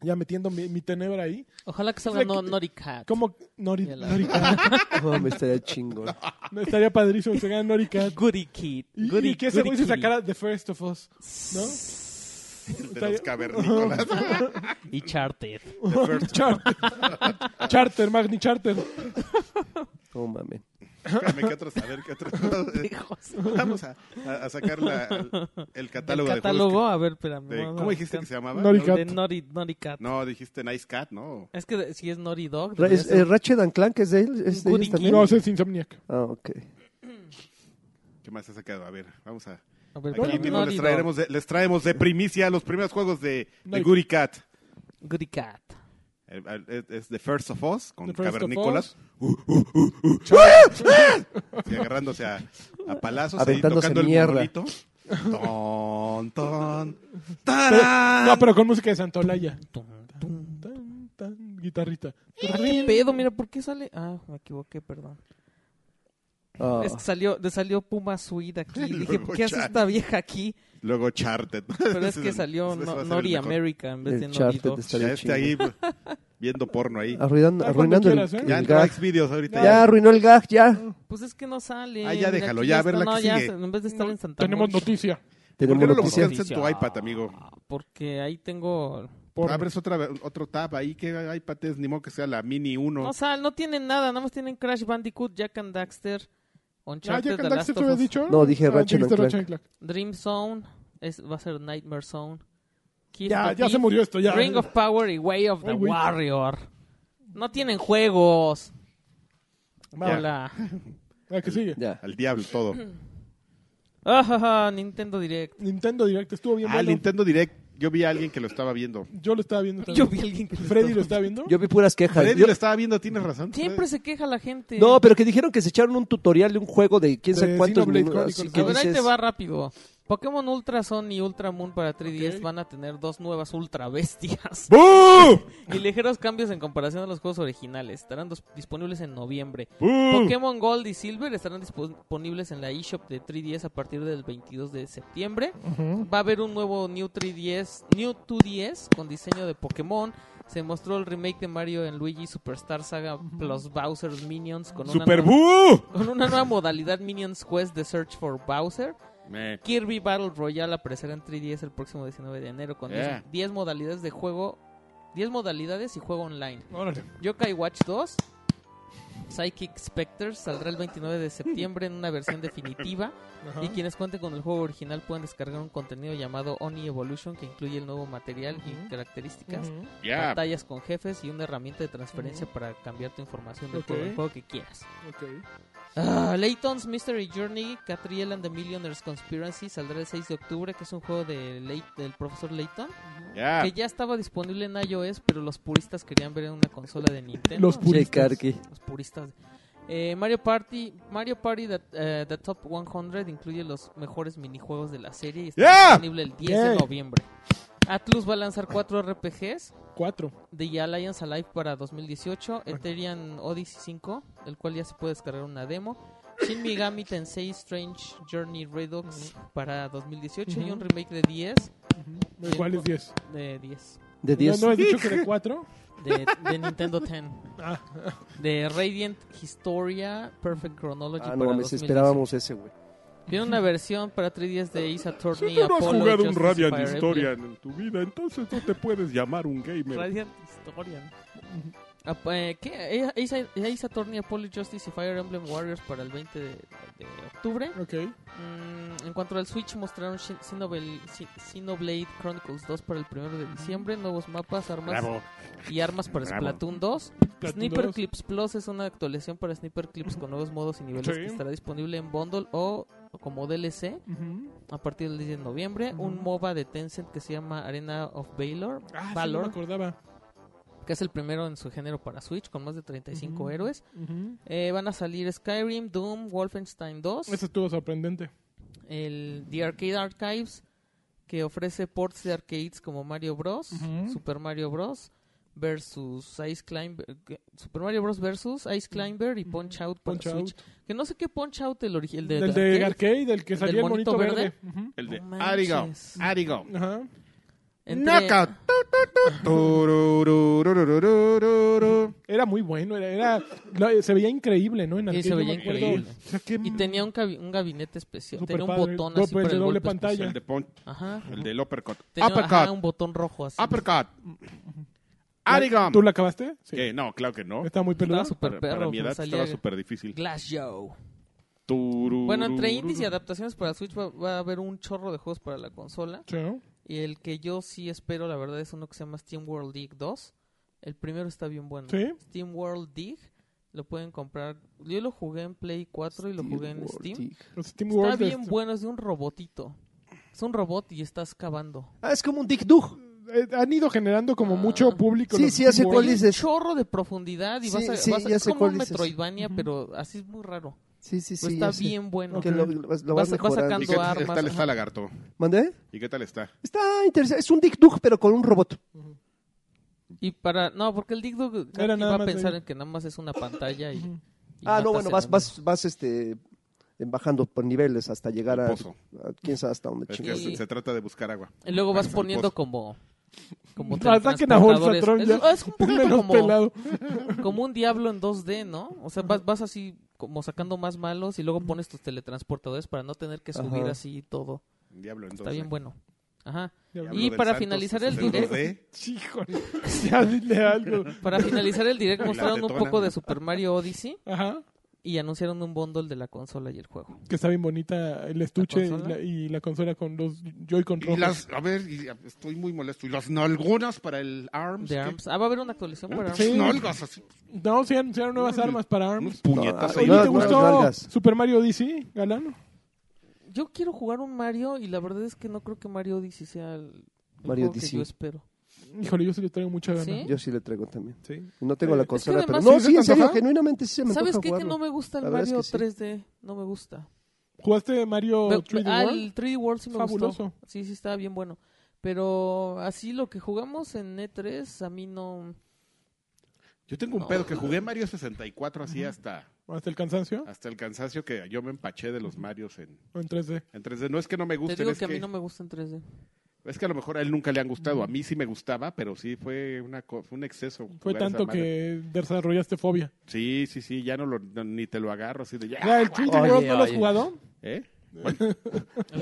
Speaker 2: ya metiendo mi, mi tenebra ahí.
Speaker 1: Ojalá que salga
Speaker 2: Es la
Speaker 1: no,
Speaker 2: que-
Speaker 1: Naughty Cat.
Speaker 2: Como Nori,
Speaker 1: Y a la-
Speaker 2: Nori
Speaker 4: No mames, estaría chingón.
Speaker 2: no, Estaría padrísimo que se gane Nori Cat.
Speaker 1: Goody Kid.
Speaker 2: Y,
Speaker 1: Goody-
Speaker 2: y que ese
Speaker 1: Goody
Speaker 2: güey se
Speaker 1: Kitty.
Speaker 2: sacara The First of Us, ¿no?
Speaker 3: El de
Speaker 2: Está-
Speaker 3: los cavernícolas.
Speaker 1: Y Charter.
Speaker 2: Charter. Charter, Magni Charter.
Speaker 4: No mames.
Speaker 3: Espérame, ¿qué otros? A ver, ¿qué otros?
Speaker 1: Hijos.
Speaker 3: Vamos a, a- a sacar la- el, el
Speaker 1: El
Speaker 3: catálogo, de
Speaker 1: catálogo,
Speaker 3: juegos
Speaker 1: a ver, espérame.
Speaker 3: que- de-
Speaker 1: vamos a
Speaker 3: ¿Cómo dijiste
Speaker 1: buscar.
Speaker 3: que se llamaba?
Speaker 2: Nori Cat.
Speaker 1: De Naughty, Naughty Cat.
Speaker 3: No, dijiste Nice Cat, ¿no?
Speaker 1: Es que de- si es Naughty Dog.
Speaker 4: Ra-
Speaker 1: debería
Speaker 4: es-
Speaker 1: ser-
Speaker 4: eh, Ratchet and Clank es de él, es de
Speaker 1: Goody
Speaker 4: ellos también.
Speaker 2: No, ese es Insomniac.
Speaker 4: Ah, ok.
Speaker 3: ¿Qué más has sacado? A ver, vamos a...
Speaker 1: a ver,
Speaker 3: Aquí
Speaker 1: espérame.
Speaker 3: mismo
Speaker 1: Naughty
Speaker 3: les
Speaker 1: Dog.
Speaker 3: traeremos, de, les traemos de primicia los primeros juegos de, de
Speaker 2: Nori-
Speaker 3: Goody Cat.
Speaker 1: Goody Cat.
Speaker 3: El- el- Es es The First of Us, con
Speaker 2: The First of
Speaker 3: cavernícolas. Uh,
Speaker 2: Us.
Speaker 3: y ¡Ah! agarrándose a, a palazos,
Speaker 4: Aventándose
Speaker 3: ahí tocando
Speaker 4: mierda.
Speaker 3: el bombolito. Ton, ton, tarán.
Speaker 2: No, pero con música de Santolaya.
Speaker 1: Tum, tum.
Speaker 2: Tan, tan, tan, guitarrita.
Speaker 1: ¿Qué pedo? Mira, ¿por qué sale? Ah, me equivoqué, perdón.
Speaker 4: Ah.
Speaker 1: Es que salió, le salió Puma Suid aquí.
Speaker 3: Y
Speaker 1: Dije,
Speaker 3: luego
Speaker 1: ¿qué hace
Speaker 3: Chat.
Speaker 1: esta vieja aquí?
Speaker 3: Luego Charted.
Speaker 1: Pero es que salió
Speaker 3: Ese va a
Speaker 1: no-
Speaker 3: ser el
Speaker 1: Naughty
Speaker 3: mejor.
Speaker 1: America en vez
Speaker 4: El
Speaker 1: de Naughty
Speaker 4: Charted
Speaker 1: Dog.
Speaker 4: estaría
Speaker 3: Ya este
Speaker 4: chingón.
Speaker 3: ahí viendo porno ahí.
Speaker 4: Arruinan-
Speaker 2: Ah, cuando
Speaker 4: arruinando el,
Speaker 2: quieras, ¿eh?
Speaker 4: el
Speaker 3: Ya entró
Speaker 4: gag.
Speaker 3: Xvideos videos ahorita.
Speaker 4: Ya arruinó el gag, ya.
Speaker 1: Pues es que no sale.
Speaker 3: Ah, ya
Speaker 1: Mira,
Speaker 3: déjalo,
Speaker 1: aquí
Speaker 3: ya, a ver
Speaker 1: está.
Speaker 3: la
Speaker 1: No,
Speaker 3: que
Speaker 1: ya,
Speaker 3: sigue.
Speaker 1: en vez de estar en Santa
Speaker 2: Tenemos
Speaker 1: Mónica.
Speaker 2: noticia. Ah,
Speaker 3: ¿Por
Speaker 4: Tenemos
Speaker 3: qué no lo
Speaker 4: noticia.
Speaker 3: buscaste en tu iPad, amigo?
Speaker 1: Porque ahí tengo
Speaker 2: Por-
Speaker 3: Abres otra, otro tab ahí que hay pates, ni modo que sea la Mini 1.
Speaker 1: O sea, no tienen nada, nada más tienen Crash Bandicoot, Jack and Daxter,
Speaker 2: Ah,
Speaker 1: Uncharted,
Speaker 2: Jack
Speaker 1: The
Speaker 2: and
Speaker 1: Last
Speaker 2: Daxter,
Speaker 1: of
Speaker 2: ¿te habías
Speaker 1: Us,
Speaker 2: dicho?
Speaker 4: No, dije
Speaker 2: Ah,
Speaker 4: Ratchet
Speaker 2: dijiste
Speaker 4: and
Speaker 1: Dream Zone, es, va a ser Nightmare Zone, Kiss
Speaker 2: Ya,
Speaker 1: the
Speaker 2: ya se
Speaker 1: Thief,
Speaker 2: murió esto, ya.
Speaker 1: Ring of Power y Way of the
Speaker 2: Ay, güey.
Speaker 1: Warrior. No tienen juegos.
Speaker 2: Vale.
Speaker 1: Hola.
Speaker 2: Ah, que sigue.
Speaker 4: Ya.
Speaker 3: Al diablo todo.
Speaker 1: Ah, ah, ah, Nintendo Direct.
Speaker 2: Nintendo Direct estuvo bien
Speaker 3: Ah, el
Speaker 2: bueno.
Speaker 3: Nintendo Direct. Yo vi a alguien que lo estaba viendo.
Speaker 2: Yo lo estaba viendo
Speaker 1: Yo
Speaker 2: también.
Speaker 1: vi a alguien que lo
Speaker 2: Freddy
Speaker 1: estaba-
Speaker 2: lo estaba viendo.
Speaker 4: Yo vi puras quejas.
Speaker 3: Freddy
Speaker 4: Yo-
Speaker 3: lo estaba viendo, tienes razón.
Speaker 1: Siempre se queja la gente.
Speaker 4: Pues, No, pero que dijeron que se echaron un tutorial de un juego de quién sabe
Speaker 2: De
Speaker 4: cuántos
Speaker 2: Xenoblade
Speaker 4: minutos.
Speaker 2: Chronicles,
Speaker 4: así
Speaker 1: A
Speaker 4: que
Speaker 2: ¿no?
Speaker 1: ver, ahí te
Speaker 4: dices-
Speaker 1: va rápido. Pokémon Ultra Sun y Ultra Moon para 3DS
Speaker 2: Ok.
Speaker 1: van a tener dos nuevas Ultra Bestias
Speaker 3: ¡Bú!
Speaker 1: y ligeros cambios en comparación a los juegos originales. Estarán dos- disponibles en noviembre.
Speaker 3: ¡Bú!
Speaker 1: Pokémon Gold y Silver estarán disponibles en la eShop de 3DS a partir del 22 de septiembre. Va a haber un nuevo New 3DS, New 2DS con diseño de Pokémon. Se mostró el remake de Mario en Luigi Superstar Saga plus Bowser's Minions con una
Speaker 3: ¡Super
Speaker 1: nueva-
Speaker 3: Bú!
Speaker 1: con una nueva modalidad Minions Quest de Search for Bowser.
Speaker 3: Me-
Speaker 1: Kirby Battle Royale aparecerá en 3DS el próximo 19 de enero con 10
Speaker 3: Yeah.
Speaker 1: 10 modalidades de juego, 10 modalidades y juego online.
Speaker 2: Órale.
Speaker 1: Yokai Watch 2, Psychic Spectres saldrá el 29 de septiembre en una versión definitiva
Speaker 2: Ajá.
Speaker 1: y quienes cuenten con el juego original pueden descargar un contenido llamado Oni Evolution que incluye el nuevo material y características.
Speaker 2: Ujú.
Speaker 3: Ya.
Speaker 1: Batallas con jefes y una herramienta de transferencia para cambiar tu información del
Speaker 2: Ok.
Speaker 1: juego, al juego que quieras.
Speaker 2: Ok.
Speaker 1: Ah, Layton's Mystery Journey, Catriel and the Millionaire's Conspiracy saldrá el 6 de octubre, que es un juego de Lay- del profesor Layton,
Speaker 3: Ya.
Speaker 1: que ya estaba disponible en iOS, pero los puristas querían ver en una consola de Nintendo.
Speaker 2: Los
Speaker 4: Che,
Speaker 2: puristas.
Speaker 4: Karki.
Speaker 1: Los puristas. Eh, Mario Party, Mario Party the, eh, the Top 100 incluye los mejores minijuegos de la serie y está
Speaker 3: Yeah.
Speaker 1: disponible el 10 de
Speaker 2: Yeah.
Speaker 1: noviembre. Atlus va a lanzar 4 RPGs
Speaker 2: Cuatro.
Speaker 1: The Alliance Alive para 2018, Ethereum Odyssey 5, el cual ya se puede descargar una demo, Shin Megami Tensei Strange Journey Redux para 2018 y un remake de 10,
Speaker 2: Ujú. ¿Cuál es 10?
Speaker 1: de 10,
Speaker 4: De
Speaker 2: ¿No,
Speaker 4: 10.
Speaker 2: no has dicho que de cuatro?
Speaker 1: de, de Nintendo 10,
Speaker 2: Ah.
Speaker 1: de Radiant Historia Perfect Chronology
Speaker 4: Ah,
Speaker 1: para
Speaker 4: no, mames,
Speaker 1: 2018.
Speaker 4: esperábamos ese, güey.
Speaker 1: Tiene una versión para 3DS de Ace Attorney,
Speaker 3: Tú no has
Speaker 1: Apollo,
Speaker 3: jugado un
Speaker 1: Justice
Speaker 3: Radiant
Speaker 1: Fire Emblem.
Speaker 3: Historian en tu vida, entonces no te puedes llamar un gamer.
Speaker 1: Radiant Historian. Ap- eh, ¿Qué? Ace, Ace Attorney, Apollo Justice y Fire Emblem Warriors para el 20 de, de octubre.
Speaker 2: Ok.
Speaker 1: Mm, en cuanto al Switch, mostraron Shin- Xenoblade, Xin- Xenoblade Chronicles 2 para el 1 de diciembre. Nuevos mapas, armas
Speaker 3: Bravo.
Speaker 1: y armas para
Speaker 3: Bravo.
Speaker 1: Splatoon 2.
Speaker 2: Platoon
Speaker 1: Sniper
Speaker 2: dos.
Speaker 1: Clips Plus es una actualización para Sniper Clips con nuevos modos y niveles
Speaker 2: Sí.
Speaker 1: que estará disponible en bundle o como DLC
Speaker 2: Ujú.
Speaker 1: a partir del 10 de noviembre. Un MOBA de Tencent que se llama Arena of Valor.
Speaker 2: Ah, sí, no
Speaker 1: Valor
Speaker 2: me acordaba.
Speaker 1: que es el primero en su género para Switch, con más de 35
Speaker 2: Ujú.
Speaker 1: héroes.
Speaker 2: Ujú.
Speaker 1: Eh, van a salir Skyrim, Doom, Wolfenstein 2,
Speaker 2: Eso estuvo sorprendente.
Speaker 1: el The Arcade Archives, que ofrece ports de arcades como Mario Bros,
Speaker 2: Ujú.
Speaker 1: Super Mario Bros versus Ice Climber, que- Super Mario Bros versus Ice Climber y Punch Out para
Speaker 2: Punch Out.
Speaker 1: Switch. Que no sé qué Punch Out el origen el de,
Speaker 2: del
Speaker 1: de arcade.
Speaker 2: de arcade, del que
Speaker 1: ¿El
Speaker 2: salía
Speaker 1: del
Speaker 2: el monito,
Speaker 1: monito
Speaker 2: verde.
Speaker 1: verde?
Speaker 2: Ujú.
Speaker 3: El de
Speaker 1: No
Speaker 3: Arigo.
Speaker 1: manches.
Speaker 3: Arigo.
Speaker 2: Ajá.
Speaker 1: Entre-
Speaker 3: Knockout. Turururururururu.
Speaker 2: Era muy bueno, era, era lo- se veía increíble, ¿no? En
Speaker 1: Sí,
Speaker 2: arcade,
Speaker 1: se
Speaker 2: yo
Speaker 1: veía
Speaker 2: me acuerdo.
Speaker 1: increíble.
Speaker 2: O sea, que-
Speaker 1: Y tenía un, cabi- un gabinete especial,
Speaker 2: Super
Speaker 1: tenía un
Speaker 2: padre.
Speaker 1: botón
Speaker 2: No,
Speaker 1: así
Speaker 2: pues,
Speaker 1: para
Speaker 2: de
Speaker 1: el
Speaker 2: doble
Speaker 1: golpe especial.
Speaker 2: pantalla.
Speaker 3: El de Punch.
Speaker 1: Ajá.
Speaker 3: El del Uppercut.
Speaker 1: Tenía, ajá,
Speaker 3: Uppercut.
Speaker 1: un botón rojo así.
Speaker 3: Uppercut.
Speaker 2: ¿La-
Speaker 3: Arigo.
Speaker 2: ¿Tú la acabaste? Sí.
Speaker 3: Que No, claro que no.
Speaker 2: Está muy peludo.
Speaker 1: Estaba súper
Speaker 3: Para, para
Speaker 1: perro.
Speaker 3: mi
Speaker 1: pero
Speaker 3: edad estaba
Speaker 1: salía
Speaker 3: súper difícil.
Speaker 1: Glass Show.
Speaker 3: Turururu.
Speaker 1: Bueno, entre indies y adaptaciones para Switch va, va a haber un chorro de juegos para la consola.
Speaker 2: Sí, ¿no?
Speaker 1: Y el que yo sí espero, la verdad, es uno que se llama Steam World Dig 2. El primero está bien bueno.
Speaker 2: Sí.
Speaker 1: Steam World Dig. Lo pueden comprar. Yo lo jugué en Play 4 y lo jugué en Steam.
Speaker 2: Los Steam
Speaker 1: Está
Speaker 2: World
Speaker 1: bien
Speaker 2: este-
Speaker 1: bueno, es de un robotito. Es un robot y estás cavando.
Speaker 4: Ah, es como un Dick Dug.
Speaker 2: eh, han ido generando como
Speaker 1: Ah.
Speaker 2: mucho público.
Speaker 4: Sí,
Speaker 2: los
Speaker 4: sí,
Speaker 2: Steam
Speaker 4: hace
Speaker 2: World.
Speaker 4: cuál
Speaker 1: Tiene
Speaker 4: es-
Speaker 1: un
Speaker 4: dices?
Speaker 1: chorro de profundidad y
Speaker 4: Sí,
Speaker 1: vas a,
Speaker 4: sí,
Speaker 1: vas a-
Speaker 4: ya
Speaker 1: es
Speaker 4: sé
Speaker 1: como
Speaker 4: cuál
Speaker 1: un
Speaker 4: dices.
Speaker 1: Metroidvania, pero así es muy raro.
Speaker 4: Sí, sí,
Speaker 1: Pero
Speaker 4: sí.
Speaker 1: Pues está
Speaker 4: ya sé.
Speaker 1: bien bueno.
Speaker 4: Que lo, lo vas- lo
Speaker 1: Vas- vas
Speaker 4: vas mejorando.
Speaker 1: sacando-
Speaker 3: ¿Y qué tal
Speaker 1: armas,
Speaker 3: está,
Speaker 1: ajá.
Speaker 3: lagarto?
Speaker 4: ¿Mandé?
Speaker 3: ¿Y qué tal está?
Speaker 4: Está interesante. Es un Dick Dug, pero con un robot.
Speaker 1: Y para. No, porque el Dig Dug
Speaker 2: Era
Speaker 1: Karki
Speaker 2: nada
Speaker 1: va a
Speaker 2: más
Speaker 1: pensar
Speaker 2: ahí.
Speaker 1: en que nada más es una pantalla y. y
Speaker 4: Ah,
Speaker 1: matas
Speaker 4: no, bueno, vas,
Speaker 1: enemigos.
Speaker 4: vas, vas, este, bajando por niveles hasta llegar a,
Speaker 3: Pozo.
Speaker 4: a- quién sabe hasta dónde
Speaker 3: Es que
Speaker 4: chingados.
Speaker 1: Sí.
Speaker 3: se, se trata de buscar agua.
Speaker 1: Y luego vas
Speaker 3: al
Speaker 1: poniendo
Speaker 3: pozo.
Speaker 1: como. Como
Speaker 2: Ah, saquen a
Speaker 1: teletransportadores.
Speaker 2: Bolsatron
Speaker 1: Es-
Speaker 2: ya.
Speaker 1: Es, un
Speaker 2: Es
Speaker 1: poquito
Speaker 2: menos
Speaker 1: como,
Speaker 2: pelado.
Speaker 1: como un diablo en 2D, ¿no? O sea, vas, vas así como sacando más malos y luego pones tus teletransportadores para no tener que subir
Speaker 4: Ajá.
Speaker 1: así todo.
Speaker 3: Diablo, entonces.
Speaker 1: Está bien bueno. Ajá.
Speaker 2: Ya hablo
Speaker 1: Y
Speaker 3: del
Speaker 1: para
Speaker 3: Santos, pues,
Speaker 1: finalizar
Speaker 3: es
Speaker 1: el directo,
Speaker 3: de-
Speaker 2: Híjole, ya dile algo.
Speaker 1: para finalizar el direct
Speaker 3: La
Speaker 1: mostraron un
Speaker 3: detona.
Speaker 1: poco de Super Mario Odyssey
Speaker 2: Ajá.
Speaker 1: y anunciaron un bundle de la consola y el juego.
Speaker 2: Que está bien bonita el estuche y
Speaker 1: consola?
Speaker 2: la, y la consola con los Joy-Con
Speaker 6: Y
Speaker 2: rojos.
Speaker 6: las, a ver, y- estoy muy molesto. Y las nalgonas para el
Speaker 3: Pues
Speaker 6: ARMS.
Speaker 1: De
Speaker 6: ¿qué?
Speaker 1: ARMS. Ah, va a haber una actualización para ARMS.
Speaker 2: Sí.
Speaker 6: Nalgas así.
Speaker 2: No, se anunciaron nuevas armas para
Speaker 3: Unos
Speaker 2: ARMS.
Speaker 3: puñetas
Speaker 4: No,
Speaker 3: ahí.
Speaker 2: Oye, ¿te
Speaker 4: no,
Speaker 2: gustó
Speaker 4: nalgas.
Speaker 2: Super Mario Odyssey, Galán?
Speaker 1: Yo quiero jugar un Mario y la verdad es que no creo que Mario Odyssey sea el, el
Speaker 4: Mario
Speaker 1: juego que
Speaker 4: Odyssey.
Speaker 1: yo espero.
Speaker 2: Híjole, yo sí le traigo mucha gana.
Speaker 1: ¿Sí?
Speaker 4: Yo sí le traigo también.
Speaker 2: Sí.
Speaker 4: Y No tengo la consola, pero...
Speaker 1: Eh, además-
Speaker 4: No,
Speaker 2: ¿Sí
Speaker 4: sí,
Speaker 2: se
Speaker 4: en
Speaker 2: te
Speaker 4: serio,
Speaker 2: antoja?
Speaker 4: genuinamente sí se me antoja
Speaker 1: ¿Sabes qué? Que
Speaker 4: jugarlo.
Speaker 1: no me gusta el
Speaker 4: La verdad es
Speaker 1: Mario
Speaker 4: que sí.
Speaker 1: 3D. No me gusta.
Speaker 2: ¿Jugaste Mario
Speaker 1: Pero-
Speaker 2: 3D
Speaker 1: ah,
Speaker 2: Oh, World?
Speaker 1: el 3D World sí me
Speaker 2: Fabuloso.
Speaker 1: gustó. Sí, sí, estaba bien bueno. Pero así lo que jugamos en E3, a mí no...
Speaker 3: Yo tengo un pedo que jugué Mario 64 así hasta,
Speaker 2: ¿Hasta el
Speaker 4: Ah.
Speaker 2: cansancio?
Speaker 3: hasta el cansancio que yo me empaché de los Marios en,
Speaker 2: ¿O en 3D?
Speaker 3: en 3D. No es que no me
Speaker 1: Te
Speaker 3: gusten,
Speaker 1: digo
Speaker 3: es
Speaker 1: que a mí
Speaker 3: que,
Speaker 1: no me gusta en 3D.
Speaker 3: es que a lo mejor a él nunca le han gustado. A mí sí me gustaba, pero sí fue, una, co- fue un exceso.
Speaker 2: Fue
Speaker 3: jugar esa
Speaker 2: tanto
Speaker 3: madre.
Speaker 2: que desarrollaste fobia.
Speaker 3: Sí, sí, sí, ya no, lo, no- ni te lo agarro así de ya.
Speaker 2: Ya, ¿El 3D
Speaker 4: Ah, Oye,
Speaker 2: World no lo has
Speaker 4: oye.
Speaker 2: jugado?
Speaker 3: ¿Eh?
Speaker 1: ¿El
Speaker 3: ¿Es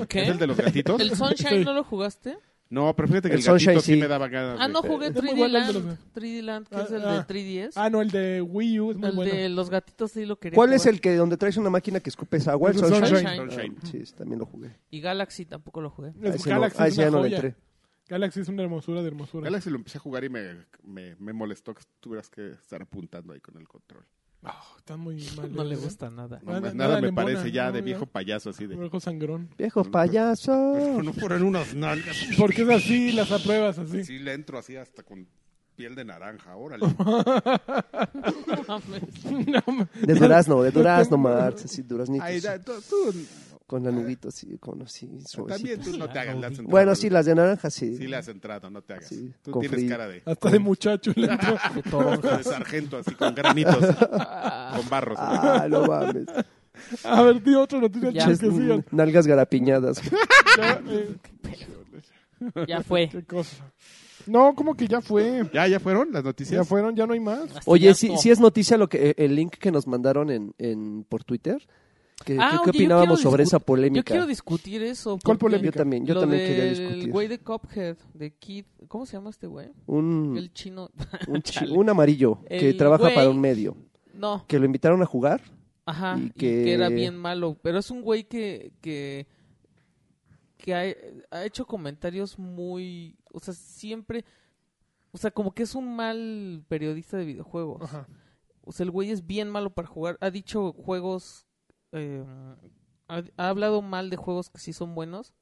Speaker 3: el
Speaker 1: qué?
Speaker 3: de los gatitos?
Speaker 1: ¿El Sunshine no lo jugaste?
Speaker 3: No, pero fíjate que
Speaker 4: El
Speaker 3: el, gatito
Speaker 4: Sunshine
Speaker 3: sí
Speaker 4: sí.
Speaker 3: me daba ganas.
Speaker 1: Ah,
Speaker 3: de-
Speaker 1: no jugué
Speaker 2: Está muy
Speaker 1: 3D
Speaker 2: bueno el de los-
Speaker 1: Land. 3D Land, que es
Speaker 2: Ah,
Speaker 1: el
Speaker 2: ah.
Speaker 1: de 3DS.
Speaker 2: Ah, no, el de Wii U es muy
Speaker 1: el
Speaker 2: bueno.
Speaker 1: de los gatitos sí lo quería
Speaker 4: ¿Cuál es
Speaker 1: jugar.
Speaker 4: el que donde traes una máquina que escupes agua?
Speaker 2: Es
Speaker 4: El
Speaker 2: el
Speaker 4: Sunshine.
Speaker 1: Sunshine.
Speaker 3: Sunshine.
Speaker 4: Ah, sí, ese también lo jugué.
Speaker 1: Y Galaxy tampoco lo jugué.
Speaker 2: Es-
Speaker 4: Ahí sí no-
Speaker 2: Galaxy
Speaker 4: ahí
Speaker 2: es
Speaker 4: sí
Speaker 2: una
Speaker 4: ya no le
Speaker 2: joya.
Speaker 4: entré.
Speaker 2: Galaxy es una hermosura de hermosura.
Speaker 3: Galaxy lo empecé a jugar y me, me, me molestó que tuvieras que estar apuntando ahí con el control.
Speaker 2: Ah, está muy mal.
Speaker 1: No le gusta nada.
Speaker 3: No,
Speaker 2: Nada-
Speaker 3: más
Speaker 2: nada
Speaker 3: nada,
Speaker 2: le
Speaker 3: me
Speaker 2: embona,
Speaker 3: parece ya
Speaker 2: ¿no?
Speaker 3: de
Speaker 2: Ya.
Speaker 3: viejo payaso así de...
Speaker 2: Ojo sangrón.
Speaker 4: Viejo payaso.
Speaker 3: No fueron unas nalgas.
Speaker 2: Porque es así, las apruebas así.
Speaker 3: Sí, le entro así hasta con piel de naranja, órale.
Speaker 4: De durazno, de durazno, Marx, así, duraznitos.
Speaker 3: Ay, da- tú, tú-
Speaker 4: con la nubito así, con así,
Speaker 3: también
Speaker 4: suavecito.
Speaker 3: tú no te hagas. la has entrado.
Speaker 4: Bueno, sí, las de naranja, sí.
Speaker 3: Sí le has entrado, no te hagas.
Speaker 4: Sí,
Speaker 3: tú
Speaker 4: con
Speaker 3: tienes
Speaker 4: frío.
Speaker 3: cara de,
Speaker 2: Hasta de muchacho le entró.
Speaker 3: de sargento así con granitos, con barros.
Speaker 4: Ah, no mames.
Speaker 2: A ver, di otra noticia
Speaker 1: Ya.
Speaker 2: chis,
Speaker 4: Ches-
Speaker 2: que sigan.
Speaker 4: Nalgas garapiñadas.
Speaker 2: Ya, eh,
Speaker 1: Ya fue.
Speaker 2: qué cosa. No, como que ya fue.
Speaker 3: ¿Ya, ya fueron las noticias?
Speaker 2: Ya fueron, ya no hay más.
Speaker 1: Hasta
Speaker 4: Oye,
Speaker 1: ya
Speaker 4: sí,
Speaker 1: no.
Speaker 4: sí es noticia lo que eh, el link que nos mandaron en, en por Twitter. ¿Qué,
Speaker 1: Ah,
Speaker 4: qué-
Speaker 1: oye,
Speaker 4: qué
Speaker 1: yo
Speaker 4: opinábamos
Speaker 1: quiero
Speaker 4: sobre
Speaker 1: discu-
Speaker 4: esa
Speaker 1: Yo
Speaker 4: polémica?
Speaker 1: quiero discutir eso.
Speaker 2: ¿Cuál
Speaker 1: porque
Speaker 4: Yo
Speaker 2: polémica?
Speaker 4: también, yo
Speaker 1: lo
Speaker 4: también quería
Speaker 1: del güey
Speaker 4: discutir.
Speaker 1: de Cophead, de Kid. ¿Cómo se llama este güey?
Speaker 4: Un,
Speaker 1: El chino.
Speaker 4: un, chi-
Speaker 1: Chale.
Speaker 4: un amarillo que
Speaker 1: El
Speaker 4: trabaja
Speaker 1: güey-
Speaker 4: para un medio.
Speaker 1: No,
Speaker 4: Que lo invitaron a jugar.
Speaker 1: ajá.
Speaker 4: y
Speaker 1: y
Speaker 4: que-
Speaker 1: que... era bien malo. Pero es un güey que. que que ha, ha hecho comentarios muy. O sea, siempre. O sea, como que es un mal periodista de videojuegos.
Speaker 2: Ajá.
Speaker 1: O sea, el güey es bien malo para jugar. Ha dicho juegos. eh, ha, ha hablado mal de juegos que sí son buenos.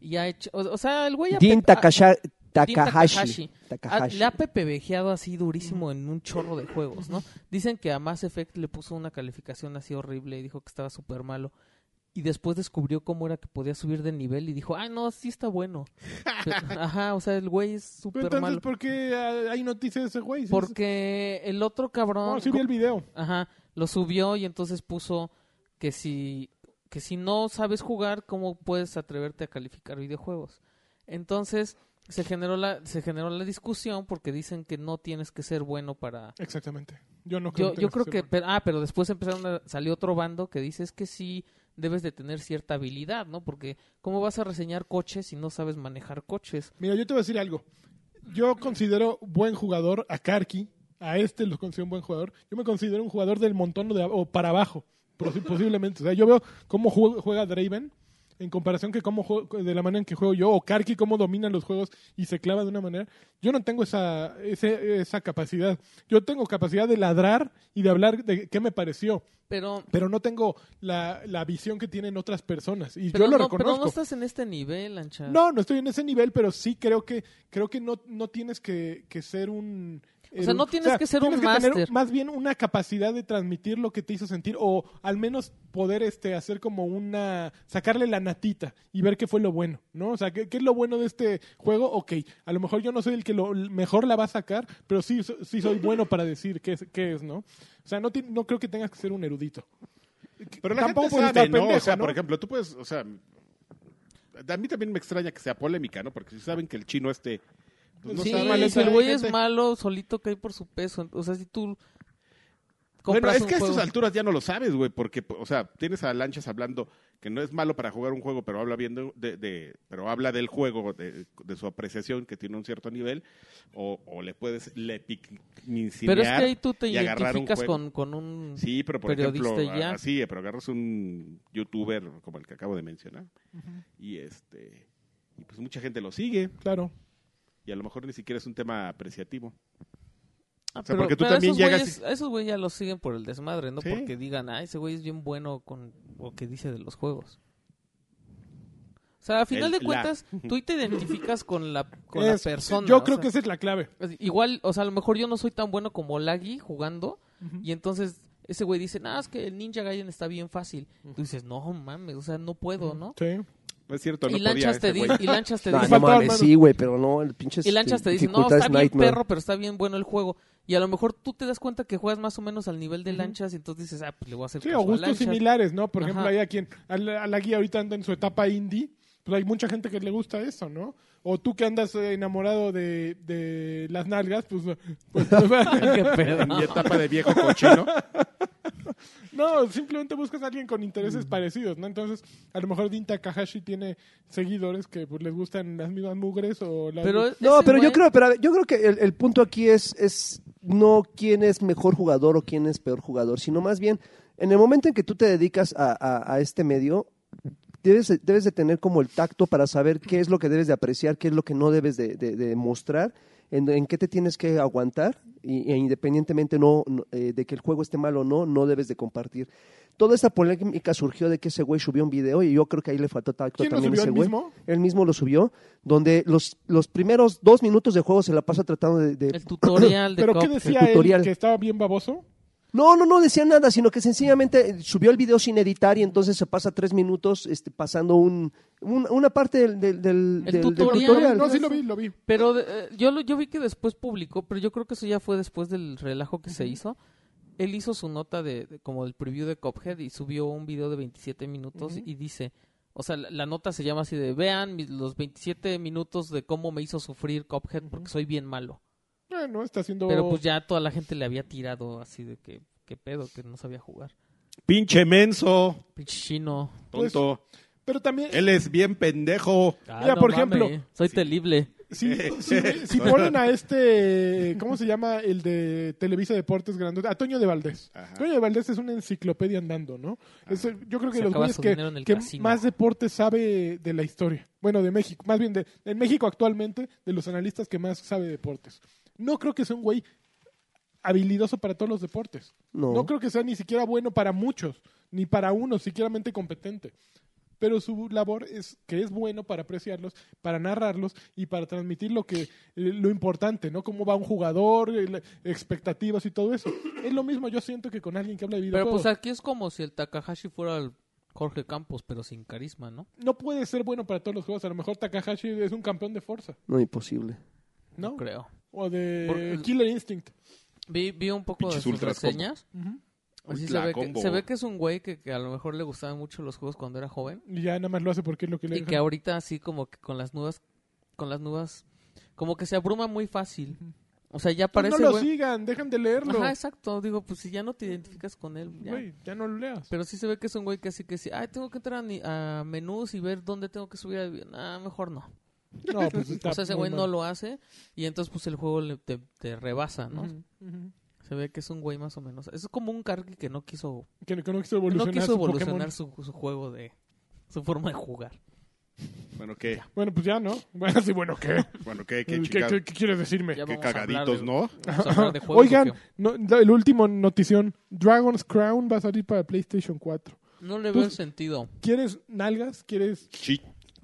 Speaker 1: Y ha hecho. O, o sea, el güey. ha
Speaker 4: Dean
Speaker 1: pe- ha-
Speaker 4: Takasha-
Speaker 1: Dean
Speaker 4: Takahashi.
Speaker 1: ha-
Speaker 4: Takahashi.
Speaker 1: Ah, le ha pepevejeado así durísimo en un chorro de juegos, ¿no? Dicen que a Mass Effect le puso una calificación así horrible y dijo que estaba súper malo. Y después descubrió cómo era que podía subir de nivel y dijo, ah, no, sí está bueno. Ajá, o sea, el güey es
Speaker 2: Pero
Speaker 1: súper
Speaker 2: entonces,
Speaker 1: malo.
Speaker 2: ¿por qué ah, hay noticias de ese güey? Sí, sí.
Speaker 1: Porque el otro cabrón...
Speaker 2: No, sí vi el video.
Speaker 1: Ajá, lo subió y entonces puso que si que si no sabes jugar, ¿cómo puedes atreverte a calificar videojuegos? Entonces, se generó la se generó la discusión porque dicen que no tienes que ser bueno para
Speaker 2: Exactamente. Yo no creo
Speaker 1: yo,
Speaker 2: que
Speaker 1: yo
Speaker 2: tengas
Speaker 1: creo que,
Speaker 2: ser bueno.
Speaker 1: pero- ah, pero después empezaron a, salió otro bando que dice es que sí debes de tener cierta habilidad, ¿no? Porque ¿cómo vas a reseñar coches si no sabes manejar coches?
Speaker 2: Mira, yo te voy a decir algo. Yo considero buen jugador a Karki. A este lo considero un buen jugador. Yo me considero un jugador del montón de, o para abajo, posi- posiblemente. O sea, yo veo cómo jue- juega Draven en comparación que cómo jue- de la manera en que juego yo o Karki cómo domina los juegos y se clava de una manera. Yo no tengo esa, ese- esa capacidad. Yo tengo capacidad de ladrar y de hablar de qué me pareció,
Speaker 1: Pero
Speaker 2: pero no tengo la, la visión que tienen otras personas. Y
Speaker 1: pero
Speaker 2: yo lo
Speaker 1: no, pero
Speaker 2: reconozco.
Speaker 1: no estás en este nivel, Ancha.
Speaker 2: No, no estoy en ese nivel, pero sí creo que creo que no, no tienes que, que ser un
Speaker 1: O sea, no tienes que ser un
Speaker 2: tener
Speaker 1: máster.
Speaker 2: más bien una capacidad de transmitir lo que te hizo sentir o al menos poder este hacer como una sacarle la natita y ver qué fue lo bueno, ¿no? O sea, qué, qué es lo bueno de este juego? Ok, a lo mejor yo no soy el que lo mejor la va a sacar, pero sí so- sí soy bueno para decir qué es qué es, ¿no? O sea, no ti- no creo que tengas que ser un erudito.
Speaker 3: Pero la
Speaker 2: Tampoco puedes
Speaker 3: gente sabe,
Speaker 2: estar
Speaker 3: ¿no?
Speaker 2: pendejo,
Speaker 3: o sea,
Speaker 2: ¿no?
Speaker 3: por ejemplo, tú puedes, o sea, a mí también me extraña que sea polémica, ¿no? Porque si saben que el chino este... pues, no
Speaker 1: sí,
Speaker 3: sabe,
Speaker 2: mal,
Speaker 1: si
Speaker 2: esa
Speaker 1: el güey es
Speaker 2: gente.
Speaker 1: malo, solito cae por su peso. O sea, si tú
Speaker 3: Bueno,
Speaker 1: compras
Speaker 3: es que a
Speaker 1: un
Speaker 3: estas
Speaker 1: juego.
Speaker 3: alturas ya no lo sabes, güey, porque, o sea, tienes a Lanchas hablando que no es malo para jugar un juego, pero habla bien de, de- de- pero habla del juego, de, de su apreciación que tiene un cierto nivel, o, o le puedes le picnincinear
Speaker 1: Pero es que ahí tú te
Speaker 3: y agarrar un
Speaker 1: identificas
Speaker 3: juego.
Speaker 1: con, con un...
Speaker 3: Sí, pero por
Speaker 1: periodista
Speaker 3: ejemplo,
Speaker 1: y ya.
Speaker 3: así, pero agarras un youtuber como el que acabo de mencionar y este y pues mucha gente lo sigue
Speaker 2: Claro.
Speaker 3: y a lo mejor ni siquiera es un tema apreciativo.
Speaker 1: Ah,
Speaker 3: O sea, porque tú también
Speaker 1: esos
Speaker 3: llegas
Speaker 1: güeyes- a esos güeyes ya los siguen por el desmadre, no
Speaker 3: Sí.
Speaker 1: porque digan, ah, ese güey es bien bueno con lo que dice de los juegos. O sea, a final
Speaker 3: El-
Speaker 1: de
Speaker 3: la.
Speaker 1: cuentas, tú te identificas con la, con
Speaker 2: Es-
Speaker 1: la persona.
Speaker 2: Yo
Speaker 1: o
Speaker 2: creo
Speaker 1: sea.
Speaker 2: que esa es la clave.
Speaker 1: Así, Igual, o sea, a lo mejor yo no soy tan bueno como Laggy jugando. Y entonces ese güey dice, nah, es que el Ninja Gaiden está bien fácil. Y Tú dices, no mames, o sea, no puedo, ¿no?
Speaker 2: Sí.
Speaker 3: No es cierto, no
Speaker 1: y,
Speaker 3: podía
Speaker 1: lanchas
Speaker 3: ese
Speaker 1: te di-
Speaker 3: güey.
Speaker 1: y Lanchas te
Speaker 4: No,
Speaker 1: dice,
Speaker 4: no
Speaker 2: Faltaba,
Speaker 4: mames,
Speaker 2: hermano.
Speaker 4: sí, güey, pero no, el pinche
Speaker 1: y Lanchas te dice, no,
Speaker 4: dificultad
Speaker 1: está bien
Speaker 4: Nightmare.
Speaker 1: perro, pero está bien bueno el juego. Y a lo mejor tú te das cuenta que juegas más o menos al nivel de Lanchas y entonces dices, ah, pues le voy a hacer
Speaker 2: Sí,
Speaker 1: caso
Speaker 2: o
Speaker 1: a
Speaker 2: gustos
Speaker 1: Lanchas".
Speaker 2: similares, ¿no? Por
Speaker 1: Ajá.
Speaker 2: ejemplo, hay a quien, a la, a la guía ahorita anda en su etapa indie, pues hay mucha gente que le gusta eso, ¿no? O tú que andas eh, enamorado de, de las nalgas, pues... pues,
Speaker 1: Qué pedo.
Speaker 3: En mi etapa de viejo cochino.
Speaker 2: no, simplemente buscas a alguien con intereses
Speaker 1: Mm.
Speaker 2: parecidos, ¿no? Entonces, a lo mejor Din Takahashi tiene seguidores que pues, les gustan las mismas mugres o las...
Speaker 1: Pero
Speaker 4: No,
Speaker 1: ese
Speaker 4: pero yo
Speaker 1: güey-
Speaker 4: creo, pero a ver, yo creo que el, el punto aquí es, es no quién es mejor jugador o quién es peor jugador, sino más bien en el momento en que tú te dedicas a, a- a este medio, debes, de- debes de tener como el tacto para saber qué es lo que debes de apreciar, qué es lo que no debes de, de- de mostrar, en, en qué te tienes que aguantar y, e independientemente no, no, eh, de que el juego esté mal o no, no debes de compartir. Toda esta polémica surgió de que ese güey subió un video y yo creo que ahí le faltó tacto
Speaker 2: ¿Quién lo
Speaker 4: también a
Speaker 2: subió,
Speaker 4: ese
Speaker 2: el
Speaker 4: güey
Speaker 2: mismo?
Speaker 4: él mismo lo subió, donde los, los primeros dos minutos de juego se la pasa tratando de... de-
Speaker 1: El tutorial de
Speaker 2: ¿Pero
Speaker 1: Cop.
Speaker 2: qué decía
Speaker 4: tutorial.
Speaker 2: él? ¿Que estaba bien baboso?
Speaker 4: No, no, no decía nada, sino que sencillamente eh, subió el video sin editar y entonces se pasa tres minutos este, pasando un, un- una parte del, del, del-
Speaker 1: El
Speaker 4: del- del
Speaker 1: tutorial.
Speaker 4: tutorial.
Speaker 2: No, sí lo vi, lo vi.
Speaker 1: Pero eh, yo, lo- yo vi que después publicó, pero yo creo que eso ya fue después del relajo que se hizo. Él hizo su nota de, de- como del preview de Cophead y subió un video de 27 minutos y dice, o sea, la, la nota se llama así de, vean mis- los 27 minutos de cómo me hizo sufrir Cophead porque soy bien malo.
Speaker 2: Bueno, está haciendo...
Speaker 1: Pero pues ya toda la gente le había tirado así de que, qué pedo, que no sabía jugar.
Speaker 3: Pinche menso,
Speaker 1: Pinche chino.
Speaker 3: tonto.
Speaker 2: Pero también...
Speaker 3: Él es bien pendejo.
Speaker 1: Pues, Ah,
Speaker 2: Mira,
Speaker 1: no
Speaker 2: por
Speaker 1: mames,
Speaker 2: ejemplo,
Speaker 1: Soy terrible.
Speaker 2: Si, si- si ponen a este, ¿cómo se llama? El de Televisa Deportes Grandote, a Toño de Valdés.
Speaker 3: Ajá.
Speaker 2: Toño de Valdés es una enciclopedia andando, ¿no? Es el- yo creo que
Speaker 1: Se
Speaker 2: los
Speaker 1: acaba
Speaker 2: güeyes
Speaker 1: su
Speaker 2: que,
Speaker 1: dinero en el
Speaker 2: que
Speaker 1: casino.
Speaker 2: más deportes sabe de la historia. Bueno, de México, más bien de, en México actualmente, de los analistas que más sabe deportes. No creo que sea un güey habilidoso para todos los deportes.
Speaker 4: No.
Speaker 2: No creo que sea ni siquiera bueno para muchos, ni para uno, siquiera mente competente. Pero su labor es que es bueno para apreciarlos, para narrarlos y para transmitir lo que eh, lo importante, ¿no? Cómo va un jugador, eh, la- expectativas y todo eso. Es lo mismo yo siento que con alguien que habla de
Speaker 1: Pero
Speaker 2: videojuegos.
Speaker 1: pues aquí es como si el Takahashi fuera el Jorge Campos, pero sin carisma, ¿no?
Speaker 2: no puede ser bueno para todos los juegos. A lo mejor Takahashi es un campeón de fuerza,
Speaker 4: No, imposible.
Speaker 2: ¿no?
Speaker 1: Creo.
Speaker 2: O de
Speaker 1: Porque-
Speaker 2: Killer Instinct.
Speaker 1: Vi, vi un poco de
Speaker 3: Pinches
Speaker 1: sus
Speaker 3: ultras
Speaker 1: reseñas.
Speaker 2: Ujú.
Speaker 1: Así se,
Speaker 3: Ultra
Speaker 1: ve que,
Speaker 3: combo.
Speaker 1: se ve que es un güey que, que a lo mejor le gustaban mucho los juegos cuando era joven.
Speaker 2: Y ya nada más lo hace porque es lo que le
Speaker 1: Y que
Speaker 2: dejan.
Speaker 1: ahorita así como que con las nuevas... Con las nuevas... Como que se abruma muy fácil. O sea, ya
Speaker 2: Pues
Speaker 1: parece...
Speaker 2: no lo
Speaker 1: güey-
Speaker 2: sigan, dejan de leerlo.
Speaker 1: Ajá, exacto. Digo, pues si ya no te identificas con él, ya.
Speaker 2: Güey, ya no lo leas.
Speaker 1: Pero sí se ve que es un güey que así que sí... Ay, tengo que entrar a, ni- a menús y ver dónde tengo que subir. a- Ah, mejor no.
Speaker 2: No, pues está
Speaker 1: O sea, ese
Speaker 2: muy
Speaker 1: güey no
Speaker 2: mal.
Speaker 1: lo hace y entonces pues el juego le- te, te rebasa, ¿no?
Speaker 2: Ujú, ujú.
Speaker 1: Se ve que es un güey más o menos. Es como un Karki que no quiso
Speaker 2: Que no, que no quiso
Speaker 1: que no
Speaker 2: evolucionar.
Speaker 1: quiso
Speaker 2: su Pokémon.
Speaker 1: evolucionar su, su juego de su forma de jugar.
Speaker 3: Bueno, qué,
Speaker 2: Bueno, pues ya, ¿no? Bueno, sí, bueno, ¿qué?
Speaker 3: bueno, qué, qué
Speaker 2: ¿Qué,
Speaker 3: chingado-
Speaker 2: qué- qué quieres decirme?
Speaker 1: Ya
Speaker 3: qué
Speaker 1: vamos a hablar
Speaker 3: cagaditos,
Speaker 1: de-
Speaker 3: ¿no?
Speaker 1: Vamos a hablar de juegos,
Speaker 2: Oigan,
Speaker 1: porque
Speaker 2: no, la- el último notición. Dragon's Crown va a salir para PlayStation 4.
Speaker 1: no le
Speaker 2: tú-
Speaker 1: veo el sentido.
Speaker 2: ¿Quieres nalgas? ¿Quieres...?
Speaker 3: Chi-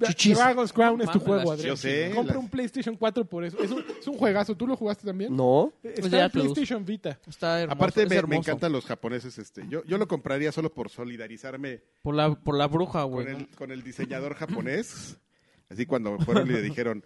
Speaker 4: Chichis.
Speaker 2: Dragon's Crown es tu
Speaker 1: Mames,
Speaker 2: juego,
Speaker 1: las-
Speaker 2: Adrián.
Speaker 3: yo sé,
Speaker 2: Compra
Speaker 3: las-
Speaker 2: un PlayStation 4 por eso. Es un, es un juegazo. ¿Tú lo jugaste también? Eh,
Speaker 4: No.
Speaker 1: Pues
Speaker 2: Está
Speaker 1: ya
Speaker 2: en
Speaker 1: te lo uso.
Speaker 2: PlayStation Vita.
Speaker 1: Está hermoso.
Speaker 3: Aparte
Speaker 1: es
Speaker 3: me, me
Speaker 1: hermoso.
Speaker 3: encantan los japoneses este. Yo, yo lo compraría solo por solidarizarme
Speaker 1: Por la, por la bruja, güey.
Speaker 3: con,
Speaker 1: ¿no?
Speaker 3: el, con el diseñador japonés. Así cuando fueron y le dijeron,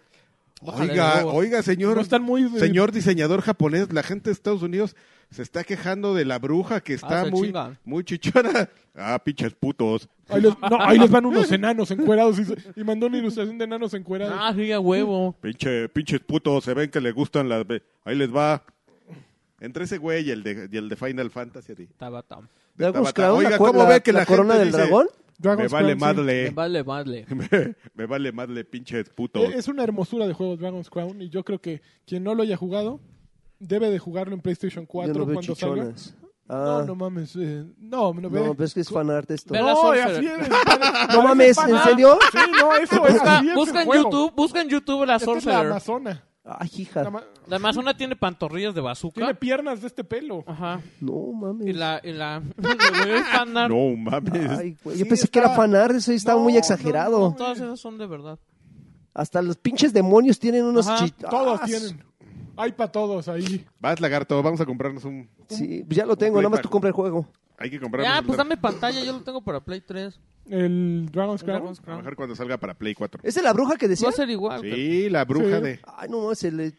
Speaker 1: Ojalá
Speaker 3: oiga,
Speaker 1: de huevos".
Speaker 3: oiga, señor,
Speaker 2: No están muy... eh,
Speaker 3: señor diseñador japonés, la gente de Estados Unidos se está quejando de la bruja que está
Speaker 1: se
Speaker 3: muy,
Speaker 1: chingan.
Speaker 3: muy chichona. Ah, pinches putos.
Speaker 2: Ahí les, no, ahí les van unos enanos encuerados. Y, se- y mandó una ilustración de enanos encuerados.
Speaker 1: Ah, sí, a huevo.
Speaker 3: Pinche, pinches putos, se ven que le gustan las... be- Ahí les va. Entre ese güey y el de, y el de Final Fantasy. así.
Speaker 1: Tabatam.
Speaker 3: Tabata.
Speaker 4: Dragon's Crown,
Speaker 3: Oiga,
Speaker 4: la, cu-
Speaker 3: ¿cómo
Speaker 4: la-
Speaker 3: ve que
Speaker 4: la
Speaker 3: la
Speaker 4: corona
Speaker 3: gente
Speaker 4: del
Speaker 3: dice-
Speaker 4: dragón?
Speaker 3: me
Speaker 2: Dragon's
Speaker 3: vale
Speaker 2: Crown, sí.
Speaker 3: madre.
Speaker 1: Vale, vale.
Speaker 3: Me, me vale madre, pinche puto.
Speaker 2: Eh, Es una hermosura de juego Dragon's Crown y yo creo que quien no lo haya jugado debe de jugarlo en PlayStation 4
Speaker 4: Yo no veo
Speaker 2: cuando salga.
Speaker 4: chichonas.
Speaker 2: No,
Speaker 4: Ah,
Speaker 2: no mames. eh, no, no, ve.
Speaker 4: no, pero es que es fanart esto.
Speaker 1: Ve
Speaker 2: No,
Speaker 1: la Sorcerer.
Speaker 2: así es.
Speaker 4: No mames,
Speaker 2: Parece
Speaker 4: ¿en
Speaker 2: fan-
Speaker 4: serio?
Speaker 2: Sí, no, eso es
Speaker 1: Busca,
Speaker 2: así es
Speaker 1: Ah, busca
Speaker 2: el
Speaker 1: en
Speaker 2: juego.
Speaker 1: YouTube, busca en YouTube la
Speaker 2: Esta es la
Speaker 1: Sorcerer.
Speaker 2: amazona.
Speaker 4: Ay,
Speaker 2: La
Speaker 4: hija.
Speaker 2: ma-
Speaker 1: La Amazona tiene pantorrillas de bazooka.
Speaker 2: Tiene piernas de este pelo.
Speaker 4: Ah.
Speaker 1: Ajá.
Speaker 4: No
Speaker 1: Y
Speaker 4: mames.
Speaker 1: la... Y la... el fanart.
Speaker 3: No mames.
Speaker 4: Ay, güey, Yo
Speaker 2: Sí,
Speaker 4: pensé que
Speaker 2: está-
Speaker 4: era fanart, eso sí estaba
Speaker 2: No,
Speaker 4: muy
Speaker 2: no,
Speaker 4: exagerado.
Speaker 2: no,
Speaker 1: Todas esas son de verdad.
Speaker 4: Hasta los pinches demonios tienen unos
Speaker 1: Ajá,
Speaker 4: chi-
Speaker 2: Todos
Speaker 4: Ah,
Speaker 2: tienen. Hay para todos ahí.
Speaker 3: Vas, lagarto, vamos a comprarnos un...
Speaker 4: Sí, pues ya lo tengo,
Speaker 3: Un
Speaker 4: nada más
Speaker 3: playback.
Speaker 4: tú compra el juego.
Speaker 3: Hay que
Speaker 1: Ya,
Speaker 3: comprarnos un
Speaker 1: pues
Speaker 3: celular.
Speaker 1: dame pantalla, yo lo tengo para Play 3.
Speaker 2: El Dragon's Crown.
Speaker 1: Dragon's
Speaker 3: A lo
Speaker 1: Crown.
Speaker 3: mejor cuando salga para Play 4.
Speaker 4: ¿Es de la bruja que
Speaker 1: Va
Speaker 4: decía?
Speaker 1: a ser igual. pero-
Speaker 3: Sí, pues la bruja
Speaker 2: Sí.
Speaker 3: de...
Speaker 4: Ay, no, se le...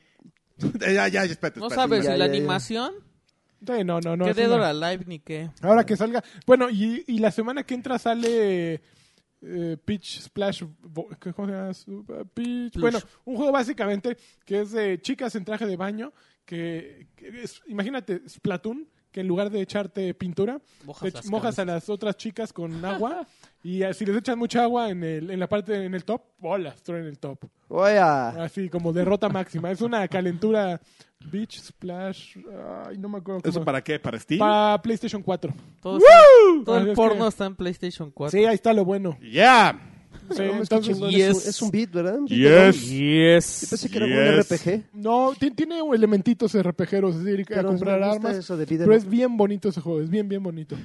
Speaker 3: ya, ya, ya, espérate,
Speaker 1: No
Speaker 3: espérate.
Speaker 1: sabes
Speaker 4: Ya,
Speaker 1: si
Speaker 4: ya,
Speaker 1: la
Speaker 4: ya.
Speaker 1: animación,
Speaker 2: Sí, no, no, no.
Speaker 1: que
Speaker 2: es
Speaker 1: Dead
Speaker 2: una-
Speaker 1: or Alive ni qué.
Speaker 2: Ahora que salga. Bueno, y, y la semana que entra sale eh, Peach Splash. Bo- ¿qué- ¿Cómo se llama? Su- uh, Peach.
Speaker 1: Plush.
Speaker 2: Bueno, un juego básicamente que es de chicas en traje de baño. Que, que es- imagínate, Splatoon, que en lugar de echarte pintura,
Speaker 1: Mojas
Speaker 2: te
Speaker 1: las
Speaker 2: ech- mojas a las otras chicas con agua. y eh, si les echan mucha agua en, el, en la parte, en el top, bolas, en el top.
Speaker 1: Ah.
Speaker 4: Oiga.
Speaker 2: Así como derrota máxima. Es una calentura Beach Splash. Ay, no me acuerdo.
Speaker 3: ¿Eso
Speaker 2: cómo-
Speaker 3: para qué? ¿Para Steam?
Speaker 2: Para PlayStation 4.
Speaker 1: Todo, está- todo
Speaker 2: Así
Speaker 1: el
Speaker 2: es
Speaker 1: porno
Speaker 2: que-
Speaker 1: está en PlayStation 4.
Speaker 2: Sí, ahí está lo bueno.
Speaker 3: ¡Ya!
Speaker 2: Sí,
Speaker 4: no, es, que
Speaker 2: entonces-
Speaker 4: chingón,
Speaker 1: Yes.
Speaker 4: es un, es un beat, ¿verdad?
Speaker 3: Yes.
Speaker 4: Yo pensé que era un
Speaker 3: Yes.
Speaker 4: RPG.
Speaker 2: no, ti- tiene elementitos RPGeros, es decir, a
Speaker 4: Pero
Speaker 2: comprar
Speaker 4: me gusta
Speaker 2: armas.
Speaker 4: eso de beat 'em
Speaker 2: Pero
Speaker 4: up.
Speaker 2: es bien bonito ese juego, es bien, bien bonito.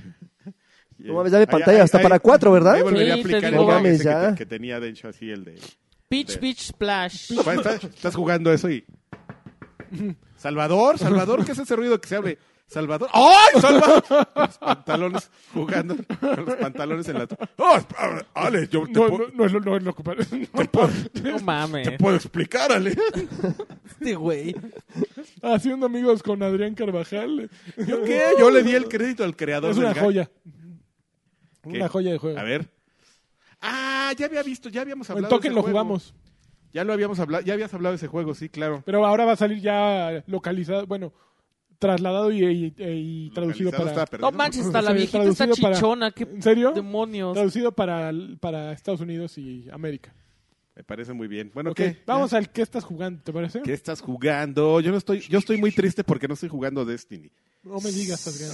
Speaker 3: Yeah.
Speaker 4: No mames, dame
Speaker 3: Ahí-
Speaker 4: pantalla
Speaker 3: ahí-
Speaker 4: hasta
Speaker 3: ahí-
Speaker 4: para cuatro, ¿verdad?
Speaker 3: Ahí volvería a
Speaker 1: Sí, te
Speaker 3: aplicar
Speaker 1: digo.
Speaker 3: el gag
Speaker 4: No
Speaker 3: ese
Speaker 4: mames,
Speaker 3: que,
Speaker 4: ya.
Speaker 3: que tenía, de hecho, así el de...
Speaker 1: Peach, Peach, Splash.
Speaker 3: Juan, ¿Estás, estás jugando eso y... Salvador, Salvador, ¿qué es ese ruido que se abre? Salvador, ¡ay, Salvador! Los pantalones jugando, con los pantalones en la... ¡Oh, espera, Ale, yo te,
Speaker 2: No,
Speaker 3: puedo,
Speaker 2: no, no es lo, no es lo que parece. No.
Speaker 3: te puedo-
Speaker 1: No
Speaker 3: te
Speaker 1: mames.
Speaker 3: puedo explicar, Ale.
Speaker 1: Este güey.
Speaker 2: Haciendo amigos con Adrián Carvajal.
Speaker 3: ¿Yo qué? Yo le di el crédito al creador
Speaker 2: Es
Speaker 3: del
Speaker 2: una
Speaker 3: gag.
Speaker 2: joya.
Speaker 3: ¿Qué?
Speaker 2: Una joya de juego.
Speaker 3: A ver. Ah, ya había visto, ya habíamos hablado
Speaker 2: En
Speaker 3: de
Speaker 2: Token
Speaker 3: ese
Speaker 2: lo
Speaker 3: juego.
Speaker 2: jugamos.
Speaker 3: Ya lo habíamos hablado, ya habías hablado de ese juego, sí, claro.
Speaker 2: Pero ahora va a salir ya localizado, bueno, trasladado y, y- y traducido
Speaker 3: Localizado
Speaker 2: para...
Speaker 3: está, pero
Speaker 1: No
Speaker 3: yo
Speaker 1: manches, está la
Speaker 2: Sí,
Speaker 1: viejita, está
Speaker 2: traducido para-
Speaker 1: chichona. ¿Qué
Speaker 2: ¿En serio?
Speaker 1: demonios?
Speaker 2: Traducido para, para Estados Unidos y América.
Speaker 3: Me parece muy bien. Bueno,
Speaker 2: Ok,
Speaker 3: ¿qué?
Speaker 2: Vamos al que estás jugando, ¿te parece?
Speaker 3: ¿Qué estás jugando? Yo no estoy, yo estoy muy triste porque no estoy jugando Destiny.
Speaker 2: No me digas, Adrián.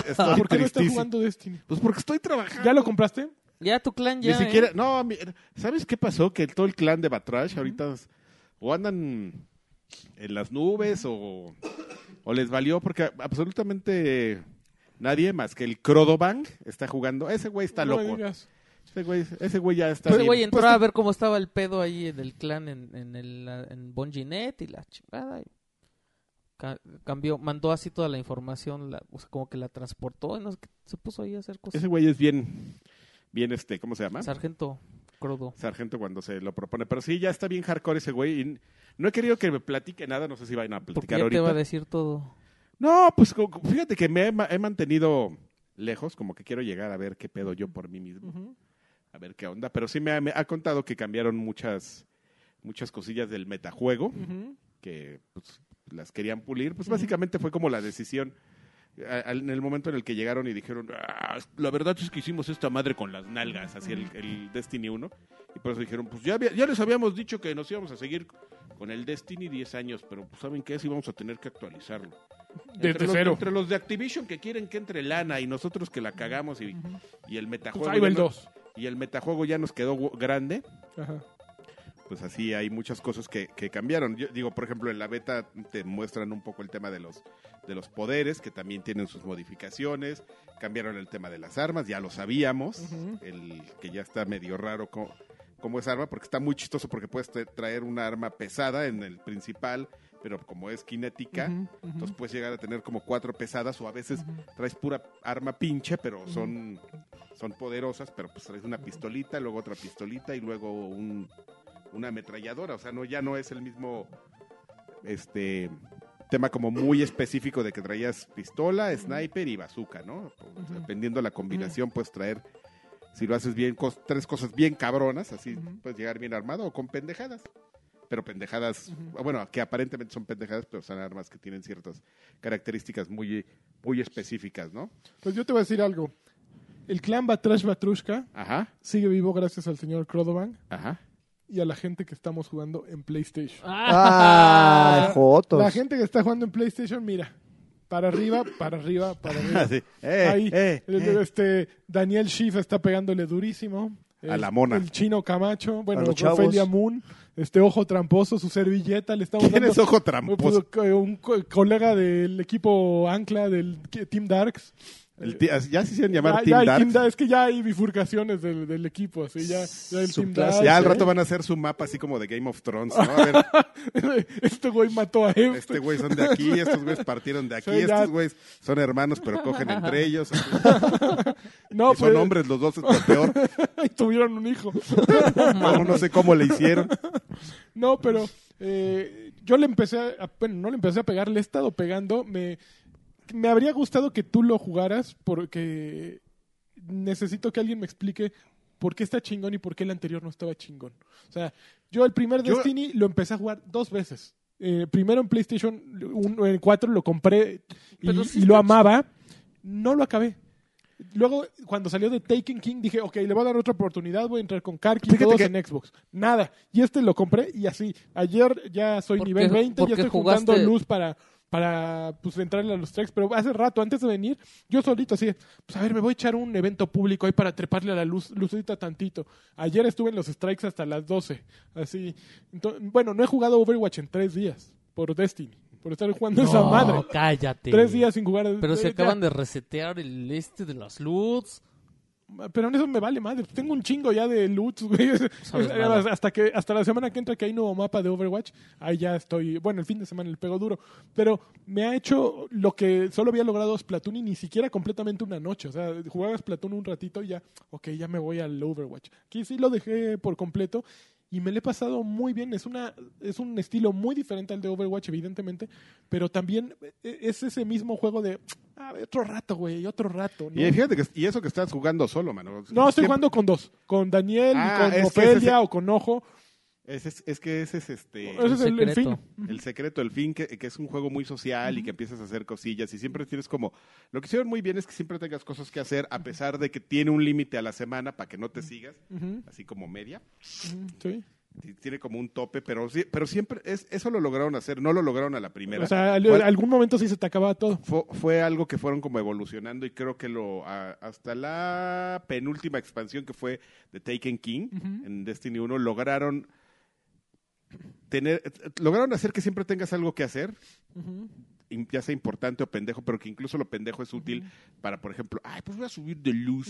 Speaker 3: Estoy, estoy
Speaker 2: Ah. ¿Por qué no estás
Speaker 3: Ah, tristísimo.
Speaker 2: jugando Destiny?
Speaker 3: Pues porque estoy trabajando.
Speaker 2: ¿Ya lo compraste?
Speaker 1: Ya tu clan
Speaker 3: Ni
Speaker 1: ya. ¿eh?
Speaker 3: siquiera, no, mi- ¿sabes qué pasó? Que todo el clan de Batrash ahorita o andan en las nubes o, o les valió porque absolutamente nadie más que el Crodobang está jugando. Ese güey está
Speaker 2: No me
Speaker 3: loco.
Speaker 2: digas.
Speaker 3: Ese güey, ese güey ya está
Speaker 1: Ese
Speaker 3: bien. este,
Speaker 1: güey entró
Speaker 2: Pues,
Speaker 1: a ver cómo estaba el pedo ahí en el clan, en, en, el, en Bonginet y la chingada. y ca- cambió, mandó así toda la información, la, o sea, como que la transportó y no sé qué, se puso ahí a hacer cosas.
Speaker 3: Ese güey es bien, bien este, ¿cómo se llama?
Speaker 1: Sargento Crudo.
Speaker 3: Sargento cuando se lo propone. Pero sí, ya está bien hardcore ese güey. Y no he querido que me platique nada, no sé si van a
Speaker 1: Porque
Speaker 3: platicar
Speaker 1: ya
Speaker 3: ahorita.
Speaker 1: te va a decir todo.
Speaker 3: No, pues co- co- fíjate que me he, ma- he mantenido lejos, como que quiero llegar a ver qué pedo yo por mí mismo, a ver qué onda. Pero sí me ha, me ha contado que cambiaron muchas, muchas cosillas del metajuego, que pues, las querían pulir. Pues básicamente fue como la decisión. a- al- En el momento en el que llegaron y dijeron, "Ah, la verdad es que hicimos esta madre con las nalgas, así el, el Destiny 1. Y por eso dijeron, pues ya, había- ya les habíamos dicho que nos íbamos a seguir con el Destiny 10 años, pero pues saben qué, sí vamos a tener que actualizarlo.
Speaker 2: Desde
Speaker 3: entre los,
Speaker 2: cero.
Speaker 3: entre los de Activision que quieren que entre lana y nosotros que la cagamos y, y el metajuego.
Speaker 2: Pues ahí va
Speaker 3: ya
Speaker 2: el
Speaker 3: no-
Speaker 2: 2.
Speaker 3: y el metajuego ya nos quedó gu- grande, pues así hay muchas cosas que, que cambiaron. Yo digo, por ejemplo, en la beta te muestran un poco el tema de los, de los poderes, que también tienen sus modificaciones. Cambiaron el tema de las armas, ya lo sabíamos.
Speaker 2: Ujú.
Speaker 3: El que ya está medio raro co- como es arma, porque está muy chistoso porque puedes tra- traer una arma pesada en el principal, pero como es kinética, entonces puedes llegar a tener como cuatro pesadas o a veces traes pura arma pinche, pero son, son poderosas, pero pues traes una pistolita, luego otra pistolita y luego un, una ametralladora. O sea, no, ya no es el mismo este tema como muy específico de que traías pistola, sniper y bazooka, ¿no? O sea, Dependiendo la combinación, puedes traer, si lo haces bien, cos- tres cosas bien cabronas, así puedes llegar bien armado o con pendejadas. pero pendejadas, bueno, que aparentemente son pendejadas, pero son armas que tienen ciertas características muy, muy específicas, ¿no?
Speaker 2: Pues yo te voy a decir algo. El clan Batrash Batrushka
Speaker 3: Ajá,
Speaker 2: sigue vivo gracias al señor Crodovan
Speaker 3: ajá.
Speaker 2: y a la gente que estamos jugando en PlayStation.
Speaker 4: ¡Ah, jotos!
Speaker 2: La gente que está jugando en PlayStation, mira. Para arriba, para arriba, para arriba.
Speaker 3: Así, eh,
Speaker 2: Ahí,
Speaker 3: eh,
Speaker 2: el-
Speaker 3: eh.
Speaker 2: este Daniel Schiff está pegándole durísimo.
Speaker 3: A
Speaker 2: El-
Speaker 3: la mona.
Speaker 2: El chino Camacho, bueno,
Speaker 4: los chavos.
Speaker 2: Ofelia Moon, este ojo tramposo, su servilleta, le estamos
Speaker 3: ¿Quién
Speaker 2: dando
Speaker 3: es Ojo Tramposo?
Speaker 2: un, pues, eh, un co- colega del equipo Ancla del que- Team Darks.
Speaker 3: El ti- as- ya se hicieron
Speaker 2: Ya,
Speaker 3: llamar
Speaker 2: ya
Speaker 3: Team
Speaker 2: hay
Speaker 3: Dark.
Speaker 2: Team Dark, es que ya hay bifurcaciones del, del equipo, así ya, ya el Team
Speaker 4: Subclases,
Speaker 2: Dark,
Speaker 3: Ya al
Speaker 2: ¿eh?
Speaker 3: rato van a hacer su mapa así como de Game of Thrones, ¿no? A ver,
Speaker 2: este güey mató a este.
Speaker 3: este güey son de aquí, estos güeyes partieron de aquí,
Speaker 2: Sí, ya.
Speaker 3: estos güeyes son hermanos pero cogen entre ellos.
Speaker 2: No,
Speaker 3: Y son
Speaker 2: pues,
Speaker 3: hombres los dos, es lo peor.
Speaker 2: y tuvieron un hijo.
Speaker 3: No, no sé cómo le hicieron.
Speaker 2: No, pero eh, yo le empecé a, bueno, no le empecé a pegar, le he estado pegando. Me, me habría gustado que tú lo jugaras porque necesito que alguien me explique por qué está chingón y por qué el anterior no estaba chingón. O sea, yo el primer
Speaker 3: Yo-
Speaker 2: Destiny lo empecé a jugar dos veces. Eh, primero en PlayStation 1, en 4 lo compré y,
Speaker 1: Pero sí
Speaker 2: y lo
Speaker 1: está
Speaker 2: amaba. No lo acabé. Luego, cuando salió de Taken King, dije, ok, le voy a dar otra oportunidad, voy a entrar con Karki y
Speaker 3: Fíjate
Speaker 2: todos
Speaker 3: que-
Speaker 2: en Xbox. Nada. Y este lo compré y así. Ayer ya soy
Speaker 1: Porque-
Speaker 2: nivel 20, ya
Speaker 1: porque
Speaker 2: estoy juntando
Speaker 1: jugaste-
Speaker 2: luz para, para pues, entrarle a los treks. Pero hace rato, antes de venir, yo solito así, pues a ver, me voy a echar un evento público ahí para treparle a la luz, lucita tantito. Ayer estuve en los strikes hasta las 12. Así. Ento- bueno, no he jugado Overwatch en tres días por Destiny, por estar jugando esa
Speaker 1: No,
Speaker 2: madre.
Speaker 1: cállate.
Speaker 2: Tres días sin jugar.
Speaker 1: Pero se
Speaker 2: eh, ya.
Speaker 1: acaban de resetear el este de las LUTs.
Speaker 2: Pero en eso me vale madre. Tengo un chingo ya de loot, güey.
Speaker 1: sabes
Speaker 2: Eh,
Speaker 1: nada.
Speaker 2: Hasta, que, hasta la semana que entra que hay nuevo mapa de Overwatch, ahí ya estoy. Bueno, el fin de semana el pego duro. Pero me ha hecho lo que solo había logrado Splatoon y ni siquiera completamente una noche. O sea, jugaba Splatoon un ratito y ya, ok, ya me voy al Overwatch. Aquí sí lo dejé por completo y me lo he pasado muy bien. Es, una, es un estilo muy diferente al de Overwatch, evidentemente, pero también eh, es ese mismo juego de. "Ah, otro rato, güey, otro rato. ¿no?
Speaker 3: Y fíjate que, y eso que estás jugando solo, mano.
Speaker 2: No, estoy
Speaker 3: Siempre-
Speaker 2: jugando con dos. Con Daniel,
Speaker 3: Ah,
Speaker 2: y
Speaker 3: es
Speaker 2: con
Speaker 3: que
Speaker 2: Ofelia
Speaker 3: ese es-
Speaker 2: o con Ojo.
Speaker 3: Es, es- es que ese es este.
Speaker 2: Ese es el, el fin.
Speaker 1: secreto.
Speaker 3: El secreto, el fin, que, que es un juego muy social y que empiezas a hacer cosillas y siempre tienes como... Lo que hicieron muy bien es que siempre tengas cosas que hacer a pesar de que tiene un límite a la semana para que no te sigas,
Speaker 2: Ujú,
Speaker 3: así como media.
Speaker 2: ujú, sí.
Speaker 3: Ti- Tiene como un tope, pero, sí- pero siempre es, eso lo lograron hacer, no lo lograron a la primera.
Speaker 2: O sea, al-
Speaker 3: Fue-
Speaker 2: algún momento sí se te acababa todo.
Speaker 3: fue, fue algo que fueron como evolucionando y creo que lo a- hasta la penúltima expansión que fue de Taken King
Speaker 2: Ujú.
Speaker 3: en Destiny 1 lograron tener eh, lograron hacer que siempre tengas algo que hacer
Speaker 2: Ujú.
Speaker 3: im- ya sea importante o pendejo, pero que incluso lo pendejo es útil para, por ejemplo, ay, pues voy a subir de luz.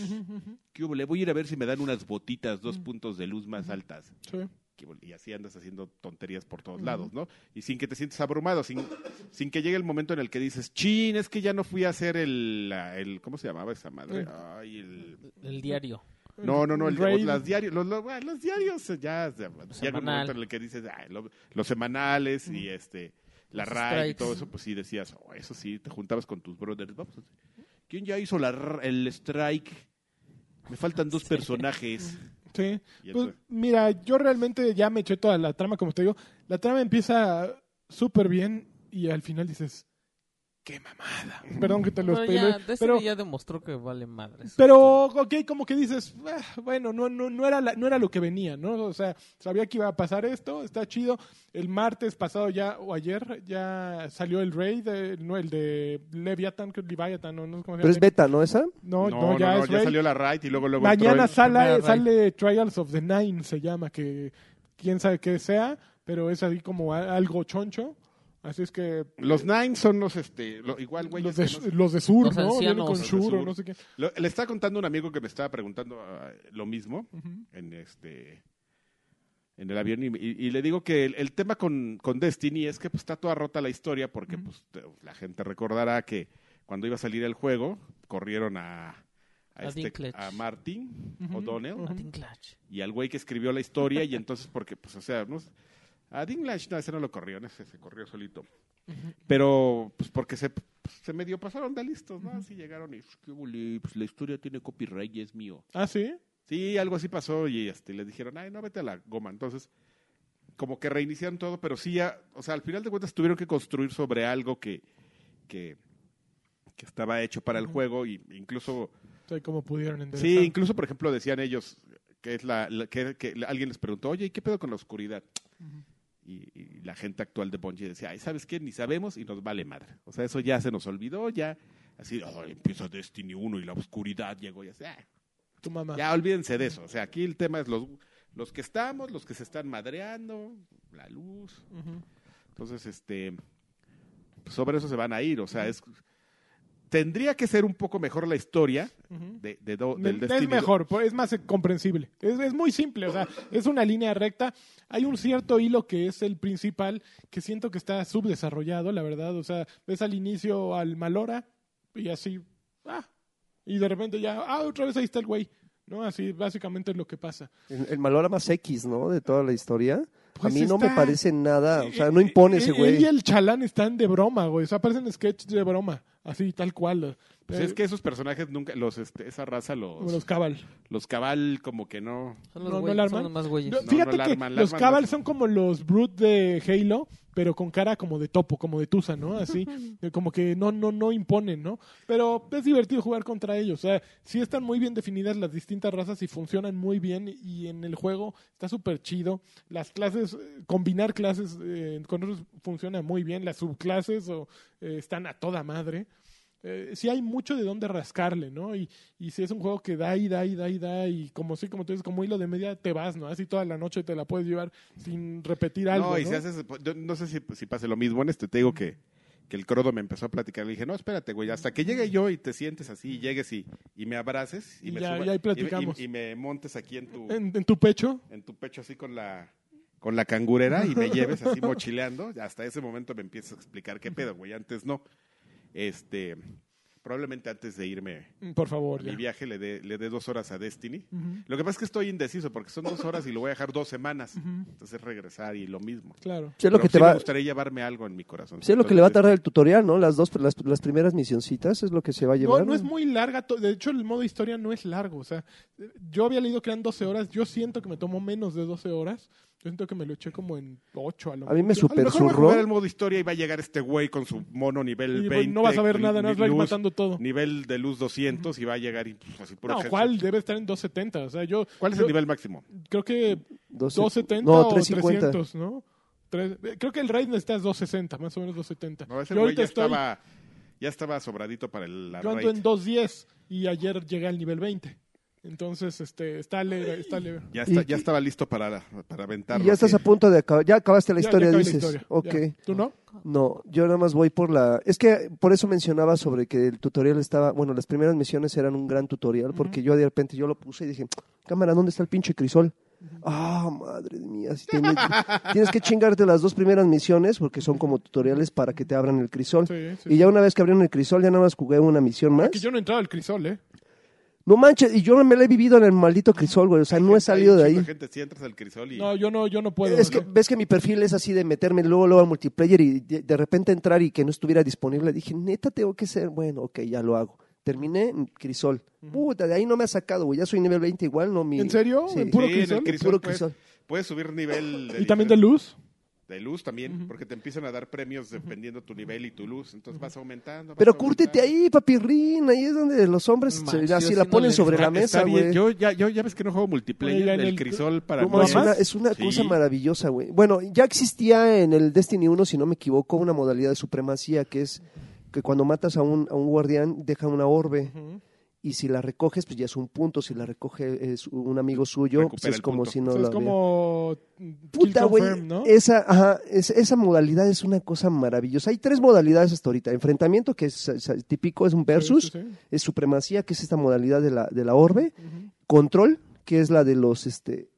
Speaker 3: ¿Qué hubo? Le voy a ir a ver si me dan unas botitas, dos puntos de luz más altas.
Speaker 2: Sí.
Speaker 3: ¿Qué hubo? Y así andas haciendo tonterías por todos lados, ¿no? Y sin que te sientas abrumado, sin, sin que llegue el momento en el que dices, chin, es que ya no fui a hacer el, la- el ¿cómo se llamaba esa madre?
Speaker 2: El-
Speaker 3: Ay, el...
Speaker 1: El diario.
Speaker 3: No, no, no, el-
Speaker 2: Raid.
Speaker 3: las diarios, los, los- bueno, los diarios eh, ya se- llega un
Speaker 1: Semanal.
Speaker 3: momento en el que dices, "Ay, lo- los semanales y este, la
Speaker 1: Los
Speaker 3: RAI y
Speaker 1: strikes.
Speaker 3: todo eso, pues sí decías, "Oh, eso sí, te juntabas con tus brothers. Vamos, ¿quién ya hizo la, r- el strike? Me faltan dos personajes.
Speaker 2: Sí.
Speaker 3: Y
Speaker 2: Pues,
Speaker 3: entonces-
Speaker 2: mira, yo realmente ya me eché toda la trama, como te digo. La trama empieza súper bien y al final dices, qué mamada. Perdón que te lo
Speaker 1: Pero ya,
Speaker 2: spoilé.
Speaker 1: Destiny
Speaker 2: Pero,
Speaker 1: ya demostró que vale madres.
Speaker 2: pero, ok, como que dices, "Ah, bueno, no, no, no, era la- no era lo que venía, ¿no? O sea, sabía que iba a pasar esto, está chido. El martes pasado ya, o ayer, ya salió el rey, de, no, el de Leviathan, creo que Leviathan, no, no sé cómo se
Speaker 4: Pero es
Speaker 2: llama.
Speaker 4: beta, ¿no esa?
Speaker 2: No, no, ya es
Speaker 3: ya
Speaker 2: Rey.
Speaker 3: salió la RAI y luego luego
Speaker 2: Mañana
Speaker 3: entró
Speaker 1: Primera
Speaker 2: sale,
Speaker 1: raid.
Speaker 2: sale Trials of the Nine, se llama, que quién sabe qué sea, pero es así como a- algo choncho. Así es que
Speaker 3: el- los Nine son los este, lo- igual güey,
Speaker 2: los
Speaker 3: es que
Speaker 2: de,
Speaker 3: no-
Speaker 2: los de Sur,
Speaker 1: Los
Speaker 2: ¿no? Vienen
Speaker 1: ancianos.
Speaker 2: con
Speaker 1: Los de
Speaker 2: Sur, o
Speaker 3: Sur.
Speaker 2: no sé qué.
Speaker 3: Lo- le estaba contando un amigo que me estaba preguntando ah, lo mismo
Speaker 2: Ujú.
Speaker 3: en este en el avión y, y- y le digo que el, el tema con, con Destiny es que pues, está toda rota la historia porque pues, te- la gente recordará que cuando iba a salir el juego corrieron a a, este,
Speaker 1: A Dinklage.
Speaker 3: a Martin
Speaker 2: Ujú,
Speaker 3: O'Donnell
Speaker 1: Martin Clutch.
Speaker 3: y al güey que escribió la historia y entonces porque pues o sea no, a Dinklage no ese no lo corrió no, ese se corrió solito pero pues porque se se medio pasaron de listos no así llegaron y "Pues, qué huele, pues, la historia tiene copyright y es mío
Speaker 2: Ah, sí.
Speaker 3: Sí, algo así pasó y este, les dijeron, ay, no, vete a la goma. Entonces, como que reiniciaron todo, pero sí ya, o sea, al final de cuentas tuvieron que construir sobre algo que, que, que estaba hecho para el juego y incluso,
Speaker 2: Soy como pudieron enderezar.
Speaker 3: sí, incluso por ejemplo decían ellos que es la, la- que, que alguien les preguntó, oye, ¿y qué pedo con la oscuridad? Y, y la gente actual de Bungie decía, ay, ¿sabes qué? Ni sabemos y nos vale madre. O sea, eso ya se nos olvidó, ya así, "Ay, empieza Destiny 1 y la oscuridad llegó y así, "Ah,
Speaker 2: tu mamá.
Speaker 3: ya olvídense de eso. O sea, aquí el tema es los, los que estamos, los que se están madreando, la luz.
Speaker 2: Ujú.
Speaker 3: Entonces, este, pues, sobre eso se van a ir. O sea, es tendría que ser un poco mejor la historia
Speaker 2: Ujú.
Speaker 3: de, de do-
Speaker 2: Me-
Speaker 3: del Destiny
Speaker 2: es mejor, po- es más eh, comprensible. Es, es muy simple, o sea, es una línea recta. Hay un cierto hilo que es el principal, que siento que está subdesarrollado, la verdad. O sea, ves al inicio al Malora y así, ah, y de repente ya, ah, otra vez ahí está el güey. ¿No? Así básicamente es lo que pasa.
Speaker 4: El, el Malora más X, ¿no? De toda la historia.
Speaker 2: Pues
Speaker 4: a mí no me
Speaker 2: está-
Speaker 4: parece nada. O sea, no
Speaker 2: Eh,
Speaker 4: impone
Speaker 2: eh,
Speaker 4: ese
Speaker 2: él
Speaker 4: güey.
Speaker 2: y el chalán están de broma, güey. O sea, parecen sketches de broma, así tal cual.
Speaker 3: Pues
Speaker 2: Eh,
Speaker 3: es que esos personajes nunca, los, este, esa raza,
Speaker 2: como
Speaker 3: los,
Speaker 2: los
Speaker 3: los,
Speaker 2: cabal.
Speaker 3: cabal, como que no.
Speaker 1: Son los,
Speaker 2: No, no
Speaker 1: güeyes-
Speaker 2: la
Speaker 1: son
Speaker 2: arman.
Speaker 1: los más güeyes.
Speaker 2: No,
Speaker 3: no
Speaker 2: fíjate
Speaker 3: la
Speaker 2: que
Speaker 3: arman, la
Speaker 2: los
Speaker 3: arman
Speaker 2: Cabal
Speaker 3: los-
Speaker 2: son como los Brute de Halo, pero con cara como de topo, como de tusa, ¿no? Así, eh, como que no, no, no imponen, ¿no? Pero es divertido jugar contra ellos. O sea, sí están muy bien definidas las distintas razas y funcionan muy bien. Y en el juego está súper chido. Las clases, eh, combinar clases eh, con otros funciona muy bien. Las subclases o, eh, están a toda madre. Eh, sí hay mucho de dónde rascarle, ¿no? Y, y si es un juego que da y da y da y da y como sí, como tú dices, como hilo de media te vas, ¿no? Así toda la noche te la puedes llevar sin repetir algo.
Speaker 3: no, y
Speaker 2: ¿no?
Speaker 3: se hace, yo no sé si, si pase lo mismo en este, te digo que, que el crodo me empezó a platicar, le dije, no, espérate, güey, hasta que llegue yo y te sientes así, y llegues y, y me abraces y,
Speaker 2: Y
Speaker 3: me
Speaker 2: ya- ya
Speaker 3: subas-
Speaker 2: ahí
Speaker 3: y me-
Speaker 2: platicamos.
Speaker 3: Y, y me montes aquí en tu,
Speaker 2: en, en tu pecho.
Speaker 3: en tu pecho así con la con la cangurera y me lleves así mochileando, hasta ese momento me empiezas a explicar qué pedo, güey, antes no. Este, probablemente antes de irme
Speaker 2: Mm, Por
Speaker 3: a
Speaker 2: favor,
Speaker 3: mi
Speaker 2: ya.
Speaker 3: viaje le dé le dé dos horas a Destiny.
Speaker 2: Ujú.
Speaker 3: Lo que pasa es que estoy indeciso porque son dos horas y lo voy a dejar dos semanas.
Speaker 2: Ujú.
Speaker 3: Entonces regresar y lo mismo.
Speaker 2: Claro.
Speaker 4: Sí, es lo
Speaker 3: Pero
Speaker 4: que te
Speaker 3: sí
Speaker 4: va.
Speaker 3: me gustaría llevarme algo en mi corazón.
Speaker 4: sí, es lo que le va a tardar el tutorial, ¿no? Las dos, las, las primeras misioncitas es lo que se va a
Speaker 2: No,
Speaker 4: llevar.
Speaker 2: no es muy larga. to- De hecho, el modo historia no es largo. O sea, eh, yo había leído que eran 12 horas. Yo siento que me tomó menos de 12 horas. Yo siento que me lo eché como en 8 a lo
Speaker 4: A mí me
Speaker 2: mucho.
Speaker 3: A lo
Speaker 4: super
Speaker 3: mejor voy a jugar
Speaker 4: zurró.
Speaker 3: el modo historia y va a llegar este güey con su mono nivel
Speaker 2: Y,
Speaker 3: 20.
Speaker 2: pues, no vas a ver nada, no
Speaker 3: ni-
Speaker 2: vas a ir
Speaker 3: luz-
Speaker 2: matando todo.
Speaker 3: Nivel de luz 200 y va a llegar y pff, así puro
Speaker 2: No,
Speaker 3: headshot.
Speaker 2: ¿cuál? Debe estar en 270. O sea, yo.
Speaker 3: ¿Cuál es
Speaker 2: yo
Speaker 3: el nivel máximo?
Speaker 2: Creo que
Speaker 4: 12
Speaker 2: 270
Speaker 4: no,
Speaker 2: o
Speaker 4: 350.
Speaker 2: 300, ¿no? Tres- eh, creo que el Raid está 260, más o menos 270.
Speaker 3: No, ese
Speaker 2: yo
Speaker 3: güey
Speaker 2: ahorita
Speaker 3: ya
Speaker 2: estoy,
Speaker 3: estaba, ya estaba sobradito para el la
Speaker 2: yo ando
Speaker 3: raid.
Speaker 2: en 210 y ayer llegué al nivel 20. Entonces, este, está leve, está leve.
Speaker 3: Ya, está-
Speaker 4: Y-
Speaker 3: ya estaba listo para, la- para aventarlo.
Speaker 4: Y ya estás
Speaker 3: sí.
Speaker 4: a punto de acabar. Ya acabaste la
Speaker 2: Ya- ya
Speaker 4: historia,
Speaker 2: acabé la
Speaker 4: dices.
Speaker 2: historia,
Speaker 4: ok.
Speaker 2: ya. ¿Tú no?
Speaker 4: No, yo nada más voy por la... Es que por eso mencionaba sobre que el tutorial estaba... Bueno, las primeras misiones eran un gran tutorial porque yo de repente yo lo puse y dije, cámara, ¿dónde está el pinche crisol? Ah, madre mía, si te met- tienes que chingarte las dos primeras misiones porque son como tutoriales para que te abran el crisol.
Speaker 2: Sí, sí,
Speaker 4: y ya una vez que abrieron el crisol, ya nada más jugué una misión más.
Speaker 2: Que yo no he entrado al crisol, ¿eh?
Speaker 4: No manches, y yo no me la he vivido en el maldito crisol, güey. O sea, no he salido de
Speaker 3: Hay un chingo
Speaker 4: ahí.
Speaker 3: gente, si entras al crisol y...
Speaker 2: No, yo no, yo no puedo.
Speaker 4: Es que
Speaker 2: ¿no?
Speaker 4: ves que mi perfil es así de meterme luego, luego al multiplayer y de, de repente entrar y que no estuviera disponible. Dije, neta, tengo que ser. Bueno, ok, ya lo hago. Terminé en Crisol. Puta, de ahí no me ha sacado, güey. Ya soy nivel 20 igual, no mi.
Speaker 2: ¿En serio?
Speaker 4: Sí.
Speaker 2: ¿En puro
Speaker 3: Sí, en el
Speaker 2: crisol?
Speaker 3: crisol,
Speaker 4: Puro
Speaker 3: pues,
Speaker 4: crisol.
Speaker 3: Puedes subir nivel
Speaker 2: ¿Y también de luz?
Speaker 3: De luz también, porque te empiezan a dar premios dependiendo tu nivel y tu luz. Entonces vas aumentando. vas
Speaker 4: Pero cúrtete
Speaker 3: aumentando.
Speaker 4: ahí, papirrín. Ahí es donde los hombres
Speaker 1: No
Speaker 4: se-
Speaker 1: manches,
Speaker 4: así
Speaker 1: yo
Speaker 4: la
Speaker 1: sí no
Speaker 4: ponen
Speaker 1: le-
Speaker 4: sobre la
Speaker 3: Está- está
Speaker 4: mesa,
Speaker 3: bien.
Speaker 4: güey.
Speaker 3: Yo ya, yo ya ves que no juego multiplayer
Speaker 2: Oye, ya en
Speaker 3: del
Speaker 2: el-
Speaker 3: crisol para...
Speaker 2: ¿Cómo
Speaker 4: No, es
Speaker 2: ¿Nada
Speaker 4: una,
Speaker 2: más?
Speaker 4: es una
Speaker 3: Sí.
Speaker 4: cosa maravillosa, güey. Bueno, ya existía en el Destiny 1, si no me equivoco, una modalidad de supremacía que es que cuando matas a un, a un guardián deja una orbe. Y si la recoges, pues ya es un punto. Si la recoge es un amigo suyo, pues
Speaker 3: Recupera
Speaker 4: es
Speaker 3: el
Speaker 4: como
Speaker 3: punto.
Speaker 4: si no
Speaker 2: O sea,
Speaker 4: la
Speaker 2: es como... mm, kill
Speaker 4: Puta, güey.
Speaker 2: confirm, ¿no?
Speaker 4: Esa, ajá, es- esa modalidad es una cosa maravillosa. Hay tres modalidades hasta ahorita. Enfrentamiento, que es, es- es típico, es un versus.
Speaker 2: Sí, sí, sí.
Speaker 4: Es supremacía, que es esta modalidad de la, de la orbe. Control, que es la de los... este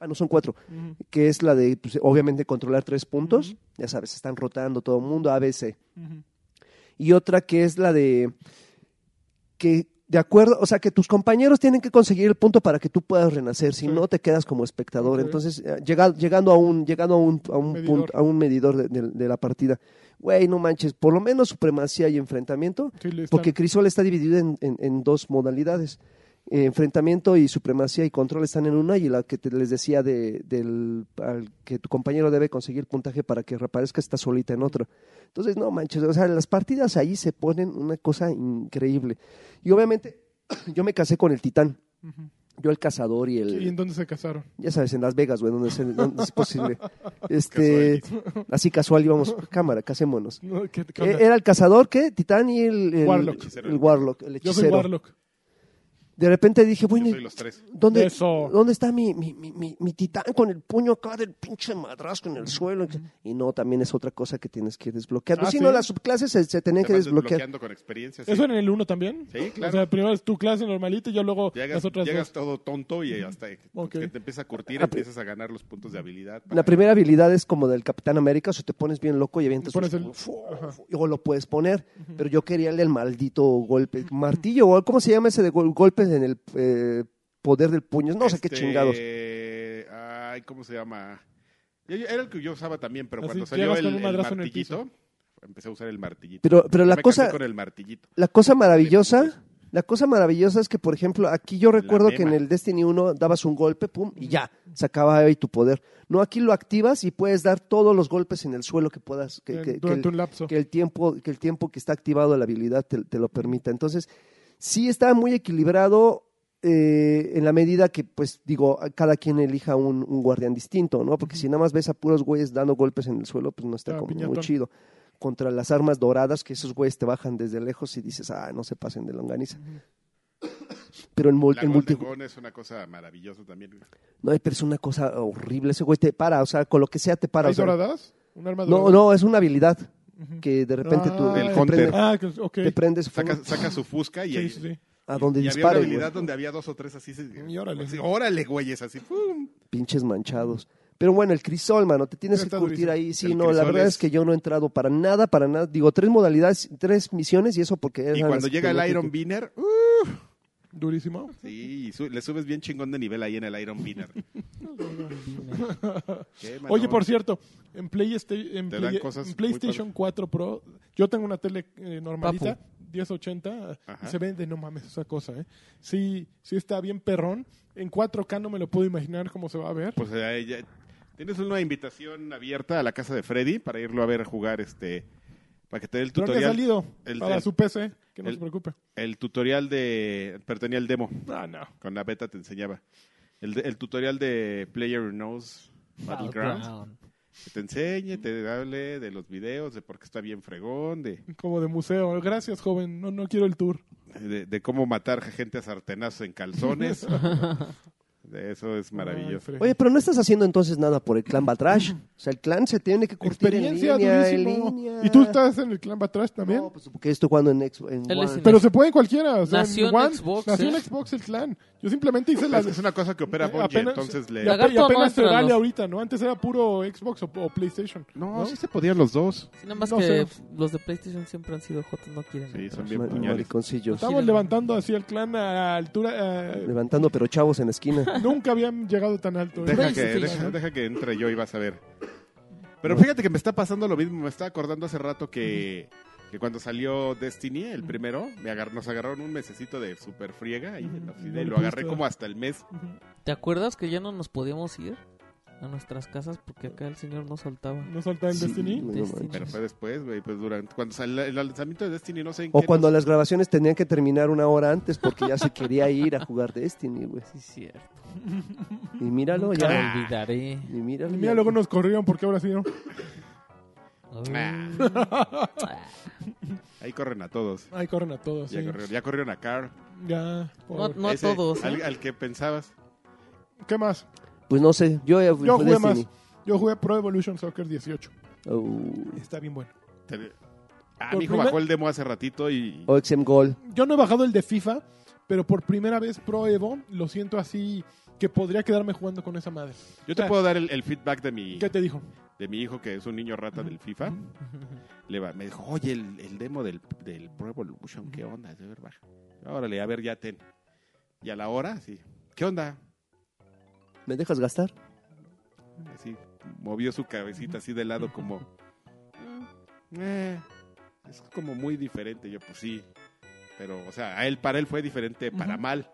Speaker 4: Ah, no, son cuatro.
Speaker 2: Ujú.
Speaker 4: Que es la de, pues, obviamente, controlar tres puntos. Ya sabes, están rotando todo el mundo, ABC
Speaker 2: Ujú.
Speaker 4: y otra que es la de que de acuerdo, o sea, que tus compañeros tienen que conseguir el punto para que tú puedas renacer, si
Speaker 2: Sí.
Speaker 4: no te quedas como espectador.
Speaker 2: Ok.
Speaker 4: Entonces, eh, llega- llegando a un llegando a un a un
Speaker 2: Medidor.
Speaker 4: punto, a un medidor de, de- de la partida. Güey, no manches, por lo menos supremacía y enfrentamiento,
Speaker 2: Sí, le están-
Speaker 4: porque Crisol está dividido en, en- en dos modalidades. eh, enfrentamiento y supremacía y control están en una y la que te- les decía de, del al que tu compañero debe conseguir puntaje para que reaparezca está solita en otra. Entonces, no manches, o sea, las partidas ahí se ponen una cosa increíble. Y obviamente yo me casé con el titán. Yo el cazador y el
Speaker 2: ¿Y en dónde se casaron?
Speaker 4: ya sabes, en Las Vegas, güey, donde, se- donde es posible. Este, así casual íbamos, cámara, casémonos.
Speaker 2: No, ¿qué- qué
Speaker 4: Eh,
Speaker 2: onda?
Speaker 4: Era el cazador, ¿qué? Titán y el... el-
Speaker 2: Warlock.
Speaker 4: El Warlock, el
Speaker 2: Yo soy
Speaker 4: hechicero.
Speaker 2: Warlock.
Speaker 4: De repente dije,
Speaker 3: Yo
Speaker 4: bueno,
Speaker 3: soy los tres.
Speaker 4: ¿dónde,
Speaker 2: Eso.
Speaker 4: ¿dónde está mi, mi, mi, mi- mi titán con el puño acá del pinche madrasco en el suelo? Y no, también es otra cosa que tienes que desbloquear.
Speaker 2: Ah,
Speaker 4: si
Speaker 2: ¿sí?
Speaker 4: no, las subclases se, se tenían
Speaker 3: Te
Speaker 4: que
Speaker 3: van
Speaker 4: desbloquear.
Speaker 3: desbloqueando con experiencia. sí.
Speaker 2: ¿Eso en el 1 también?
Speaker 3: Sí,
Speaker 2: O
Speaker 3: claro.
Speaker 2: sea, primero es tu clase normalita y yo luego
Speaker 3: Llegas,
Speaker 2: las otras dos.
Speaker 3: llegas todo tonto y hasta
Speaker 2: Ok.
Speaker 3: que te empieza a curtir,
Speaker 4: Ah, pero-
Speaker 3: empiezas a ganar los puntos de habilidad. para-
Speaker 4: La primera habilidad es como del Capitán América, o sea, te pones bien loco y avientas
Speaker 2: Pones
Speaker 4: un-
Speaker 2: el-
Speaker 4: fu- fu- y o lo puedes poner, pero yo quería el del maldito golpe, martillo, o ¿cómo se llama ese de gol- golpes en el eh, poder del puño? No sé qué
Speaker 3: Este,
Speaker 4: chingados.
Speaker 3: Ay, ¿cómo se llama? Yo- yo- Era el que yo usaba también, pero
Speaker 2: Así,
Speaker 3: cuando
Speaker 2: llegas
Speaker 3: salió
Speaker 2: Ah, con
Speaker 3: el,
Speaker 2: un
Speaker 3: el
Speaker 2: madrazo en el
Speaker 3: martillito, empecé a usar el martillito.
Speaker 4: Pero, pero
Speaker 3: Yo
Speaker 4: la
Speaker 3: me
Speaker 4: cosa,
Speaker 3: casé con el martillito.
Speaker 4: la cosa maravillosa, la cosa maravillosa es que, por ejemplo, aquí yo recuerdo que en
Speaker 3: mema.
Speaker 4: el Destiny 1 dabas un golpe, pum, y ya, sacaba ahí tu poder. No, aquí lo activas y puedes dar todos los golpes en el suelo que puedas, que-
Speaker 2: en-
Speaker 4: que- que
Speaker 2: eh, durante
Speaker 4: el-
Speaker 2: un lapso.
Speaker 4: que el tiempo que el tiempo que está activado la habilidad te, te lo permita. Entonces, sí está muy equilibrado eh, en la medida que, pues, digo, a- cada quien elija un, un guardián distinto, ¿no? Porque si nada más ves a puros güeyes dando golpes en el suelo, pues no está
Speaker 2: Ah,
Speaker 4: como muy
Speaker 2: piñatón.
Speaker 4: chido. Contra las armas doradas, que esos güeyes te bajan desde lejos y dices, ah, no se pasen de longaniza. Pero en, mul-
Speaker 3: La
Speaker 4: en
Speaker 3: Golden
Speaker 4: multi-
Speaker 3: Gun es una cosa maravillosa también.
Speaker 4: No, pero es una cosa horrible. Ese güey te para, o sea, con lo que sea te para.
Speaker 2: ¿Hay
Speaker 4: o sea,
Speaker 2: doradas? ¿Un arma
Speaker 4: eh. no,
Speaker 2: dorada?
Speaker 4: no, es una habilidad que de repente tú
Speaker 2: Ah,
Speaker 4: te
Speaker 3: el
Speaker 4: prende-
Speaker 3: Hunter.
Speaker 2: Ah, que- ok.
Speaker 4: te prendes fuego.
Speaker 3: Saca, saca su fusca y,
Speaker 2: Sí,
Speaker 3: ahí-
Speaker 2: sí, sí.
Speaker 4: a donde
Speaker 3: y había
Speaker 4: dispare,
Speaker 3: una
Speaker 4: güey.
Speaker 3: habilidad donde había dos o tres así. se-
Speaker 2: Y órale.
Speaker 3: así, órale, güey, es así. ¡pum!
Speaker 4: pinches manchados. Pero bueno, el crisol, mano, te tienes
Speaker 2: Pero
Speaker 4: que
Speaker 2: está
Speaker 4: curtir
Speaker 2: durísimo.
Speaker 4: ahí. Sí,
Speaker 3: El
Speaker 4: no, la
Speaker 3: crisol
Speaker 4: verdad es...
Speaker 3: es-
Speaker 4: que yo no he entrado para nada, para nada. Digo, tres modalidades, tres misiones y eso porque...
Speaker 3: Y
Speaker 4: eran
Speaker 3: cuando
Speaker 4: las que
Speaker 3: llega
Speaker 4: tenía
Speaker 3: el
Speaker 4: que-
Speaker 3: Iron Beaner, ¡uh!
Speaker 2: Durísimo.
Speaker 3: sí, y su- le subes bien chingón de nivel ahí en el Iron Beaner. Qué
Speaker 2: Oye,
Speaker 3: manón.
Speaker 2: por cierto, en, PlayStation en,
Speaker 3: Te dan
Speaker 2: Play-
Speaker 3: cosas
Speaker 2: en
Speaker 3: muy
Speaker 2: PlayStation 4 Pro, yo tengo una tele eh, normalita, 1080,
Speaker 3: Ajá.
Speaker 2: y se ve de no mames esa cosa, ¿eh? Sí, sí está bien perrón. En 4K no me lo puedo imaginar cómo se va a ver.
Speaker 3: Pues eh, ya- tienes una invitación abierta a la casa de Freddy para irlo a ver jugar este para que te dé el
Speaker 2: Creo que ha
Speaker 3: tutorial.
Speaker 2: salido
Speaker 3: el-
Speaker 2: para
Speaker 3: el-
Speaker 2: su PC, que no
Speaker 3: el-
Speaker 2: se preocupe.
Speaker 3: El tutorial de pero tenía el demo,
Speaker 2: Ah, no.
Speaker 3: con la beta te enseñaba. El, de- el tutorial de Player Knows Battlegrounds, que te enseñe, te hable de los videos, de por qué está bien fregón, de,
Speaker 2: Como de museo. Gracias, joven. No, no quiero el tour.
Speaker 3: de, de cómo matar gente a sartenazos en calzones. De Eso es maravilloso.
Speaker 2: Ay, Fred.
Speaker 4: Oye, pero no estás haciendo entonces nada por el clan Batrash. O sea, el clan se tiene que curtir en
Speaker 2: Experiencia
Speaker 4: línea, en
Speaker 2: durísimo.
Speaker 4: línea.
Speaker 2: Y tú estás en el clan Batrash también.
Speaker 4: No, pues porque estoy jugando en... Ex- en
Speaker 1: Él es
Speaker 4: One.
Speaker 1: in-
Speaker 2: Pero se puede en cualquiera. o sea,
Speaker 1: Nació en
Speaker 2: One,
Speaker 1: Xbox,
Speaker 2: Nació en
Speaker 1: ¿eh?
Speaker 2: Xbox el clan. Yo simplemente hice
Speaker 3: Es
Speaker 2: las,
Speaker 3: que es una cosa que opera Bungie,
Speaker 2: Eh, Apenas-
Speaker 3: entonces le
Speaker 2: y ape- y
Speaker 1: Lagarto
Speaker 2: apenas se
Speaker 1: Monstruo,
Speaker 2: vale
Speaker 1: ¿no?
Speaker 2: ahorita, ¿no? Antes era puro Xbox o, o PlayStation.
Speaker 3: No, sí se podían los dos.
Speaker 1: Sí, nada más
Speaker 2: No
Speaker 1: que
Speaker 2: sé.
Speaker 1: f- los de PlayStation siempre han sido jotos, no quieren.
Speaker 3: Sí, son
Speaker 4: Ma-
Speaker 3: bien puñales.
Speaker 4: mariconcillos.
Speaker 2: Estamos levantando así el clan a altura. eh,
Speaker 4: Levantando pero chavos en la esquina.
Speaker 2: nunca habían llegado tan alto. ¿eh?
Speaker 3: Deja que,
Speaker 1: Brace
Speaker 3: deja,
Speaker 1: Station.
Speaker 3: deja que entre yo y vas a ver. Pero fíjate que me está pasando lo mismo. Me estaba acordando hace rato que, que cuando salió Destiny, el primero, me agar- nos agarraron un mesecito de super friega ahí en la oficina y lo agarré como hasta el mes.
Speaker 1: ¿Te acuerdas que ya no nos podíamos ir a nuestras casas porque acá el señor no soltaba?
Speaker 2: No salta el
Speaker 4: Sí,
Speaker 2: Destiny.
Speaker 4: güey, no
Speaker 1: Destiny.
Speaker 4: manches.
Speaker 3: Pero fue después, güey. Pues durante. Cuando salió el lanzamiento de Destiny, no sé en
Speaker 4: O
Speaker 3: qué
Speaker 4: cuando
Speaker 3: nos-
Speaker 4: las grabaciones tenían que terminar una hora antes porque ya se quería ir a jugar Destiny, güey.
Speaker 1: Sí, cierto.
Speaker 4: Y míralo
Speaker 1: Nunca
Speaker 4: ya.
Speaker 1: lo olvidaré.
Speaker 4: Y míralo.
Speaker 2: Mira,
Speaker 4: ya.
Speaker 2: luego nos corrieron porque ahora sí, ¿no?
Speaker 1: Ay.
Speaker 3: Ahí corren a todos.
Speaker 2: Ahí corren a todos.
Speaker 3: Ya,
Speaker 2: sí.
Speaker 3: corrieron, ya corrieron a Carl.
Speaker 2: Ya,
Speaker 1: No,
Speaker 2: pobre.
Speaker 1: no a
Speaker 3: Ese,
Speaker 1: todos. ¿eh?
Speaker 3: Al, al que pensabas.
Speaker 2: ¿Qué más?
Speaker 4: Pues no sé, yo, ya fui
Speaker 2: Yo jugué
Speaker 4: Destiny.
Speaker 2: más. Yo jugué Pro Evolution Soccer 18.
Speaker 4: Oh,
Speaker 2: Está bien bueno.
Speaker 3: Te- Ah,
Speaker 2: Por
Speaker 3: mi hijo
Speaker 2: primer-
Speaker 3: bajó el demo hace ratito y.
Speaker 4: o XM Gold.
Speaker 2: Yo no he bajado el de FIFA, pero por primera vez Pro Evo lo siento así que podría quedarme jugando con esa madre.
Speaker 3: Yo te
Speaker 2: Ya.
Speaker 3: puedo dar el, el feedback de mi.
Speaker 2: ¿Qué te dijo?
Speaker 3: de mi hijo que es un niño rata del FIFA, le va- me dijo, oye, el, el demo del, del Pro Evolution, ¿qué onda? De ver, baja. Órale, a ver, ya ten. Y a la hora, sí. ¿Qué onda?
Speaker 4: ¿Me dejas gastar?
Speaker 3: Así, movió su cabecita así de lado como...
Speaker 2: Mm.
Speaker 3: "Eh, es como muy diferente. Yo, pues sí. Pero, o sea, a él, para él fue diferente para mal.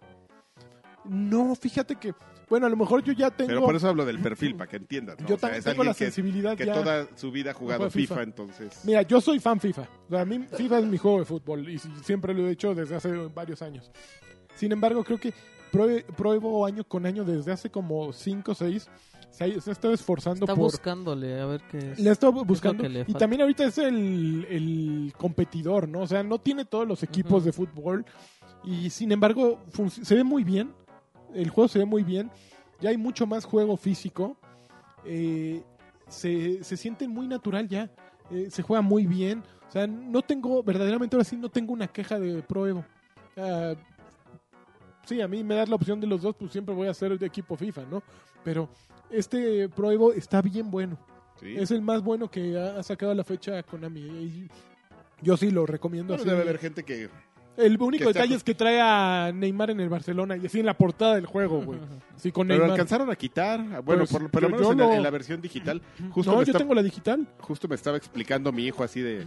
Speaker 2: No, fíjate que, bueno, a lo mejor yo ya tengo...
Speaker 3: Pero por eso hablo del perfil, para que entiendan. ¿no?
Speaker 2: Yo
Speaker 3: O sea,
Speaker 2: también
Speaker 3: es
Speaker 2: tengo
Speaker 3: alguien
Speaker 2: la sensibilidad
Speaker 3: Que, que
Speaker 2: ya.
Speaker 3: toda su vida ha jugado
Speaker 2: Juega
Speaker 3: FIFA,
Speaker 2: FIFA.
Speaker 3: entonces.
Speaker 2: Mira, yo soy fan FIFA. O sea, a mí FIFA es mi juego de fútbol y si- siempre lo he hecho desde hace varios años. Sin embargo, creo que prue- pruebo año con año desde hace como 5 o 6. Se, ha- se ha estado esforzando
Speaker 1: Está
Speaker 2: por...
Speaker 1: buscándole, a ver qué es.
Speaker 2: Le he estado buscando.
Speaker 1: que le
Speaker 2: Y
Speaker 1: falta.
Speaker 2: también ahorita es el, el competidor, ¿no? O sea, no tiene todos los equipos
Speaker 1: Ujú.
Speaker 2: de fútbol. Y sin embargo, func- se ve muy bien. El juego se ve muy bien. Ya hay mucho más juego físico. Eh, se, se siente muy natural ya. Eh, se juega muy bien. O sea, no tengo, verdaderamente ahora sí, no tengo una queja de Pro Evo. Ah, sí, a mí me das la opción de los dos, pues siempre voy a ser de equipo FIFA, ¿no? Pero este Pro Evo está bien bueno.
Speaker 3: ¿sí?
Speaker 2: Es el más bueno que ha ha sacado a la fecha Konami. Y yo sí lo recomiendo.
Speaker 3: Bueno,
Speaker 2: así.
Speaker 3: debe haber gente que.
Speaker 2: El único
Speaker 3: que está
Speaker 2: detalle
Speaker 3: con-
Speaker 2: es que trae a Neymar en el Barcelona y así en la portada del juego, güey. Sí, con
Speaker 3: Pero
Speaker 2: Neymar.
Speaker 3: alcanzaron a quitar. ah, Bueno,
Speaker 2: Pues,
Speaker 3: por, por lo
Speaker 2: yo-
Speaker 3: menos
Speaker 2: yo
Speaker 3: en, la-
Speaker 2: no-
Speaker 3: en la versión digital. Justo,
Speaker 2: no,
Speaker 3: me
Speaker 2: yo
Speaker 3: está-
Speaker 2: tengo la digital.
Speaker 3: justo me estaba explicando mi hijo así de.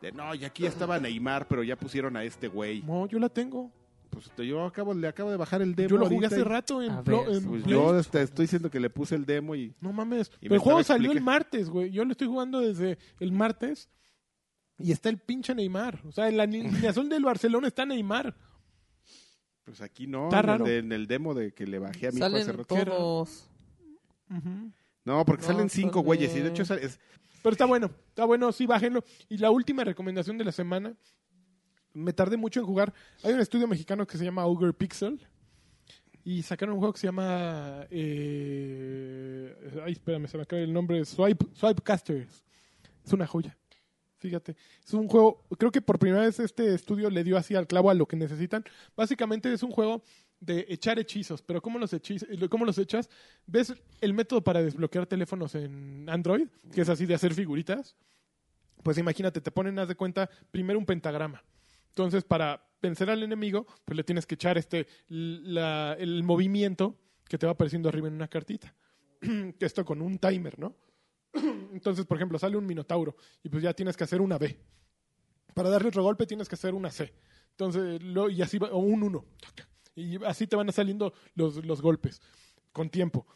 Speaker 3: de, no, y aquí ya estaba Neymar, pero ya pusieron a este güey.
Speaker 2: No, yo la tengo.
Speaker 3: Pues te- yo acabo, le acabo de bajar el demo.
Speaker 2: yo lo jugué
Speaker 3: ahorita
Speaker 2: hace
Speaker 3: y-
Speaker 2: rato en,
Speaker 1: A
Speaker 2: Pro-
Speaker 1: ver,
Speaker 2: en
Speaker 3: Pues
Speaker 2: Play.
Speaker 3: yo te estoy diciendo que le puse el demo y.
Speaker 2: No mames.
Speaker 3: Y
Speaker 2: Pero
Speaker 3: me
Speaker 2: el juego
Speaker 3: estaba
Speaker 2: salió el
Speaker 3: explica-
Speaker 2: martes, güey. Yo lo estoy jugando desde el martes. Y está el pinche Neymar. O sea, en la alineación del Barcelona está Neymar.
Speaker 3: Pues aquí no.
Speaker 2: Está
Speaker 3: en el
Speaker 2: raro.
Speaker 3: de- en el demo de que le bajé a mi hijo hace
Speaker 1: Salen
Speaker 3: rato.
Speaker 1: todos.
Speaker 3: No, porque
Speaker 1: No,
Speaker 3: salen cinco
Speaker 1: sale-
Speaker 3: güeyes. Y de hecho, sal-
Speaker 2: Pues
Speaker 3: es,
Speaker 2: Pero está bueno, está bueno, sí, bájenlo. Y la última recomendación de la semana, me tardé mucho en jugar. Hay un estudio mexicano que se llama Ogre Pixel y sacaron un juego que se llama... eh, Ay, espérame, se me acaba el nombre. Swipe, Swipe Casters. Es una joya. Fíjate, es un juego, creo que por primera vez este estudio le dio así al clavo a lo que necesitan. Básicamente es un juego de echar hechizos, pero ¿cómo los, hechiz- cómo los echas? ¿Ves el método para desbloquear teléfonos en Android? Que es así de hacer figuritas. Pues imagínate, te ponen, haz de cuenta, primero un pentagrama. Entonces, para vencer al enemigo, pues le tienes que echar este l- la- el movimiento que te va apareciendo arriba en una cartita. Esto con un timer, ¿no? Entonces, por ejemplo, sale un minotauro y pues ya tienes que hacer una B. Para darle otro golpe tienes que hacer una C. Entonces, lo- y así va, o un 1. Y así te van saliendo los, los golpes con tiempo.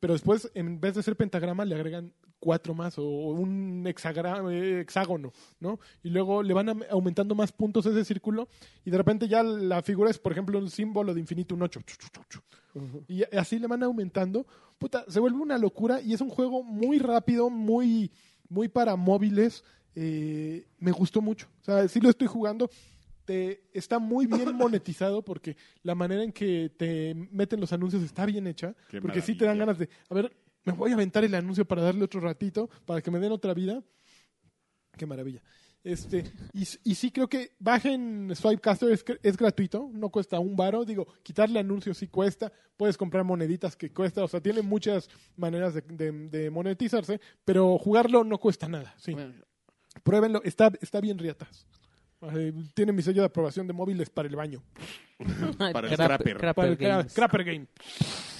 Speaker 2: Pero después, en vez de ser pentagrama, le agregan cuatro más o un hexagra- eh, hexágono, ¿no? Y luego le van am- aumentando más puntos a ese círculo y de repente ya la figura es, por ejemplo, un símbolo de infinito, un 8. Y así le van aumentando. Puta, se vuelve una locura y es un juego muy rápido, muy, muy para móviles. Eh, me gustó mucho. O sea, sí lo estoy jugando. Te- está muy bien monetizado porque la manera en que te meten los anuncios está bien hecha.
Speaker 3: Qué
Speaker 2: porque sí te dan
Speaker 3: maravilla.
Speaker 2: ganas de, a ver, me voy a aventar el anuncio para darle otro ratito, para que me den otra vida. Qué maravilla. Este, y, s- y sí creo que bajen Swipecaster, es, gr- es gratuito, no cuesta un varo. Digo, quitarle anuncios sí cuesta, puedes comprar moneditas que cuesta, o sea, tiene muchas maneras de, de- de monetizarse, pero jugarlo no cuesta nada, sí. Pruébenlo, está, está bien riatas. Eh, tiene mi sello de aprobación de móviles para el baño.
Speaker 3: Para el
Speaker 1: Crap-
Speaker 3: Scrapper.
Speaker 1: Crapper
Speaker 2: Para el cra-
Speaker 1: Games.
Speaker 2: Crapper Game.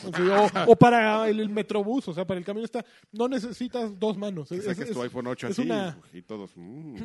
Speaker 2: O, sea, o- o para el, el metrobús, o sea, para el camión está. No necesitas dos manos.
Speaker 3: que
Speaker 2: Es-
Speaker 3: saques
Speaker 2: es-
Speaker 3: tu iPhone 8
Speaker 2: es
Speaker 3: así. pues,
Speaker 2: una-
Speaker 3: Y todos. mm.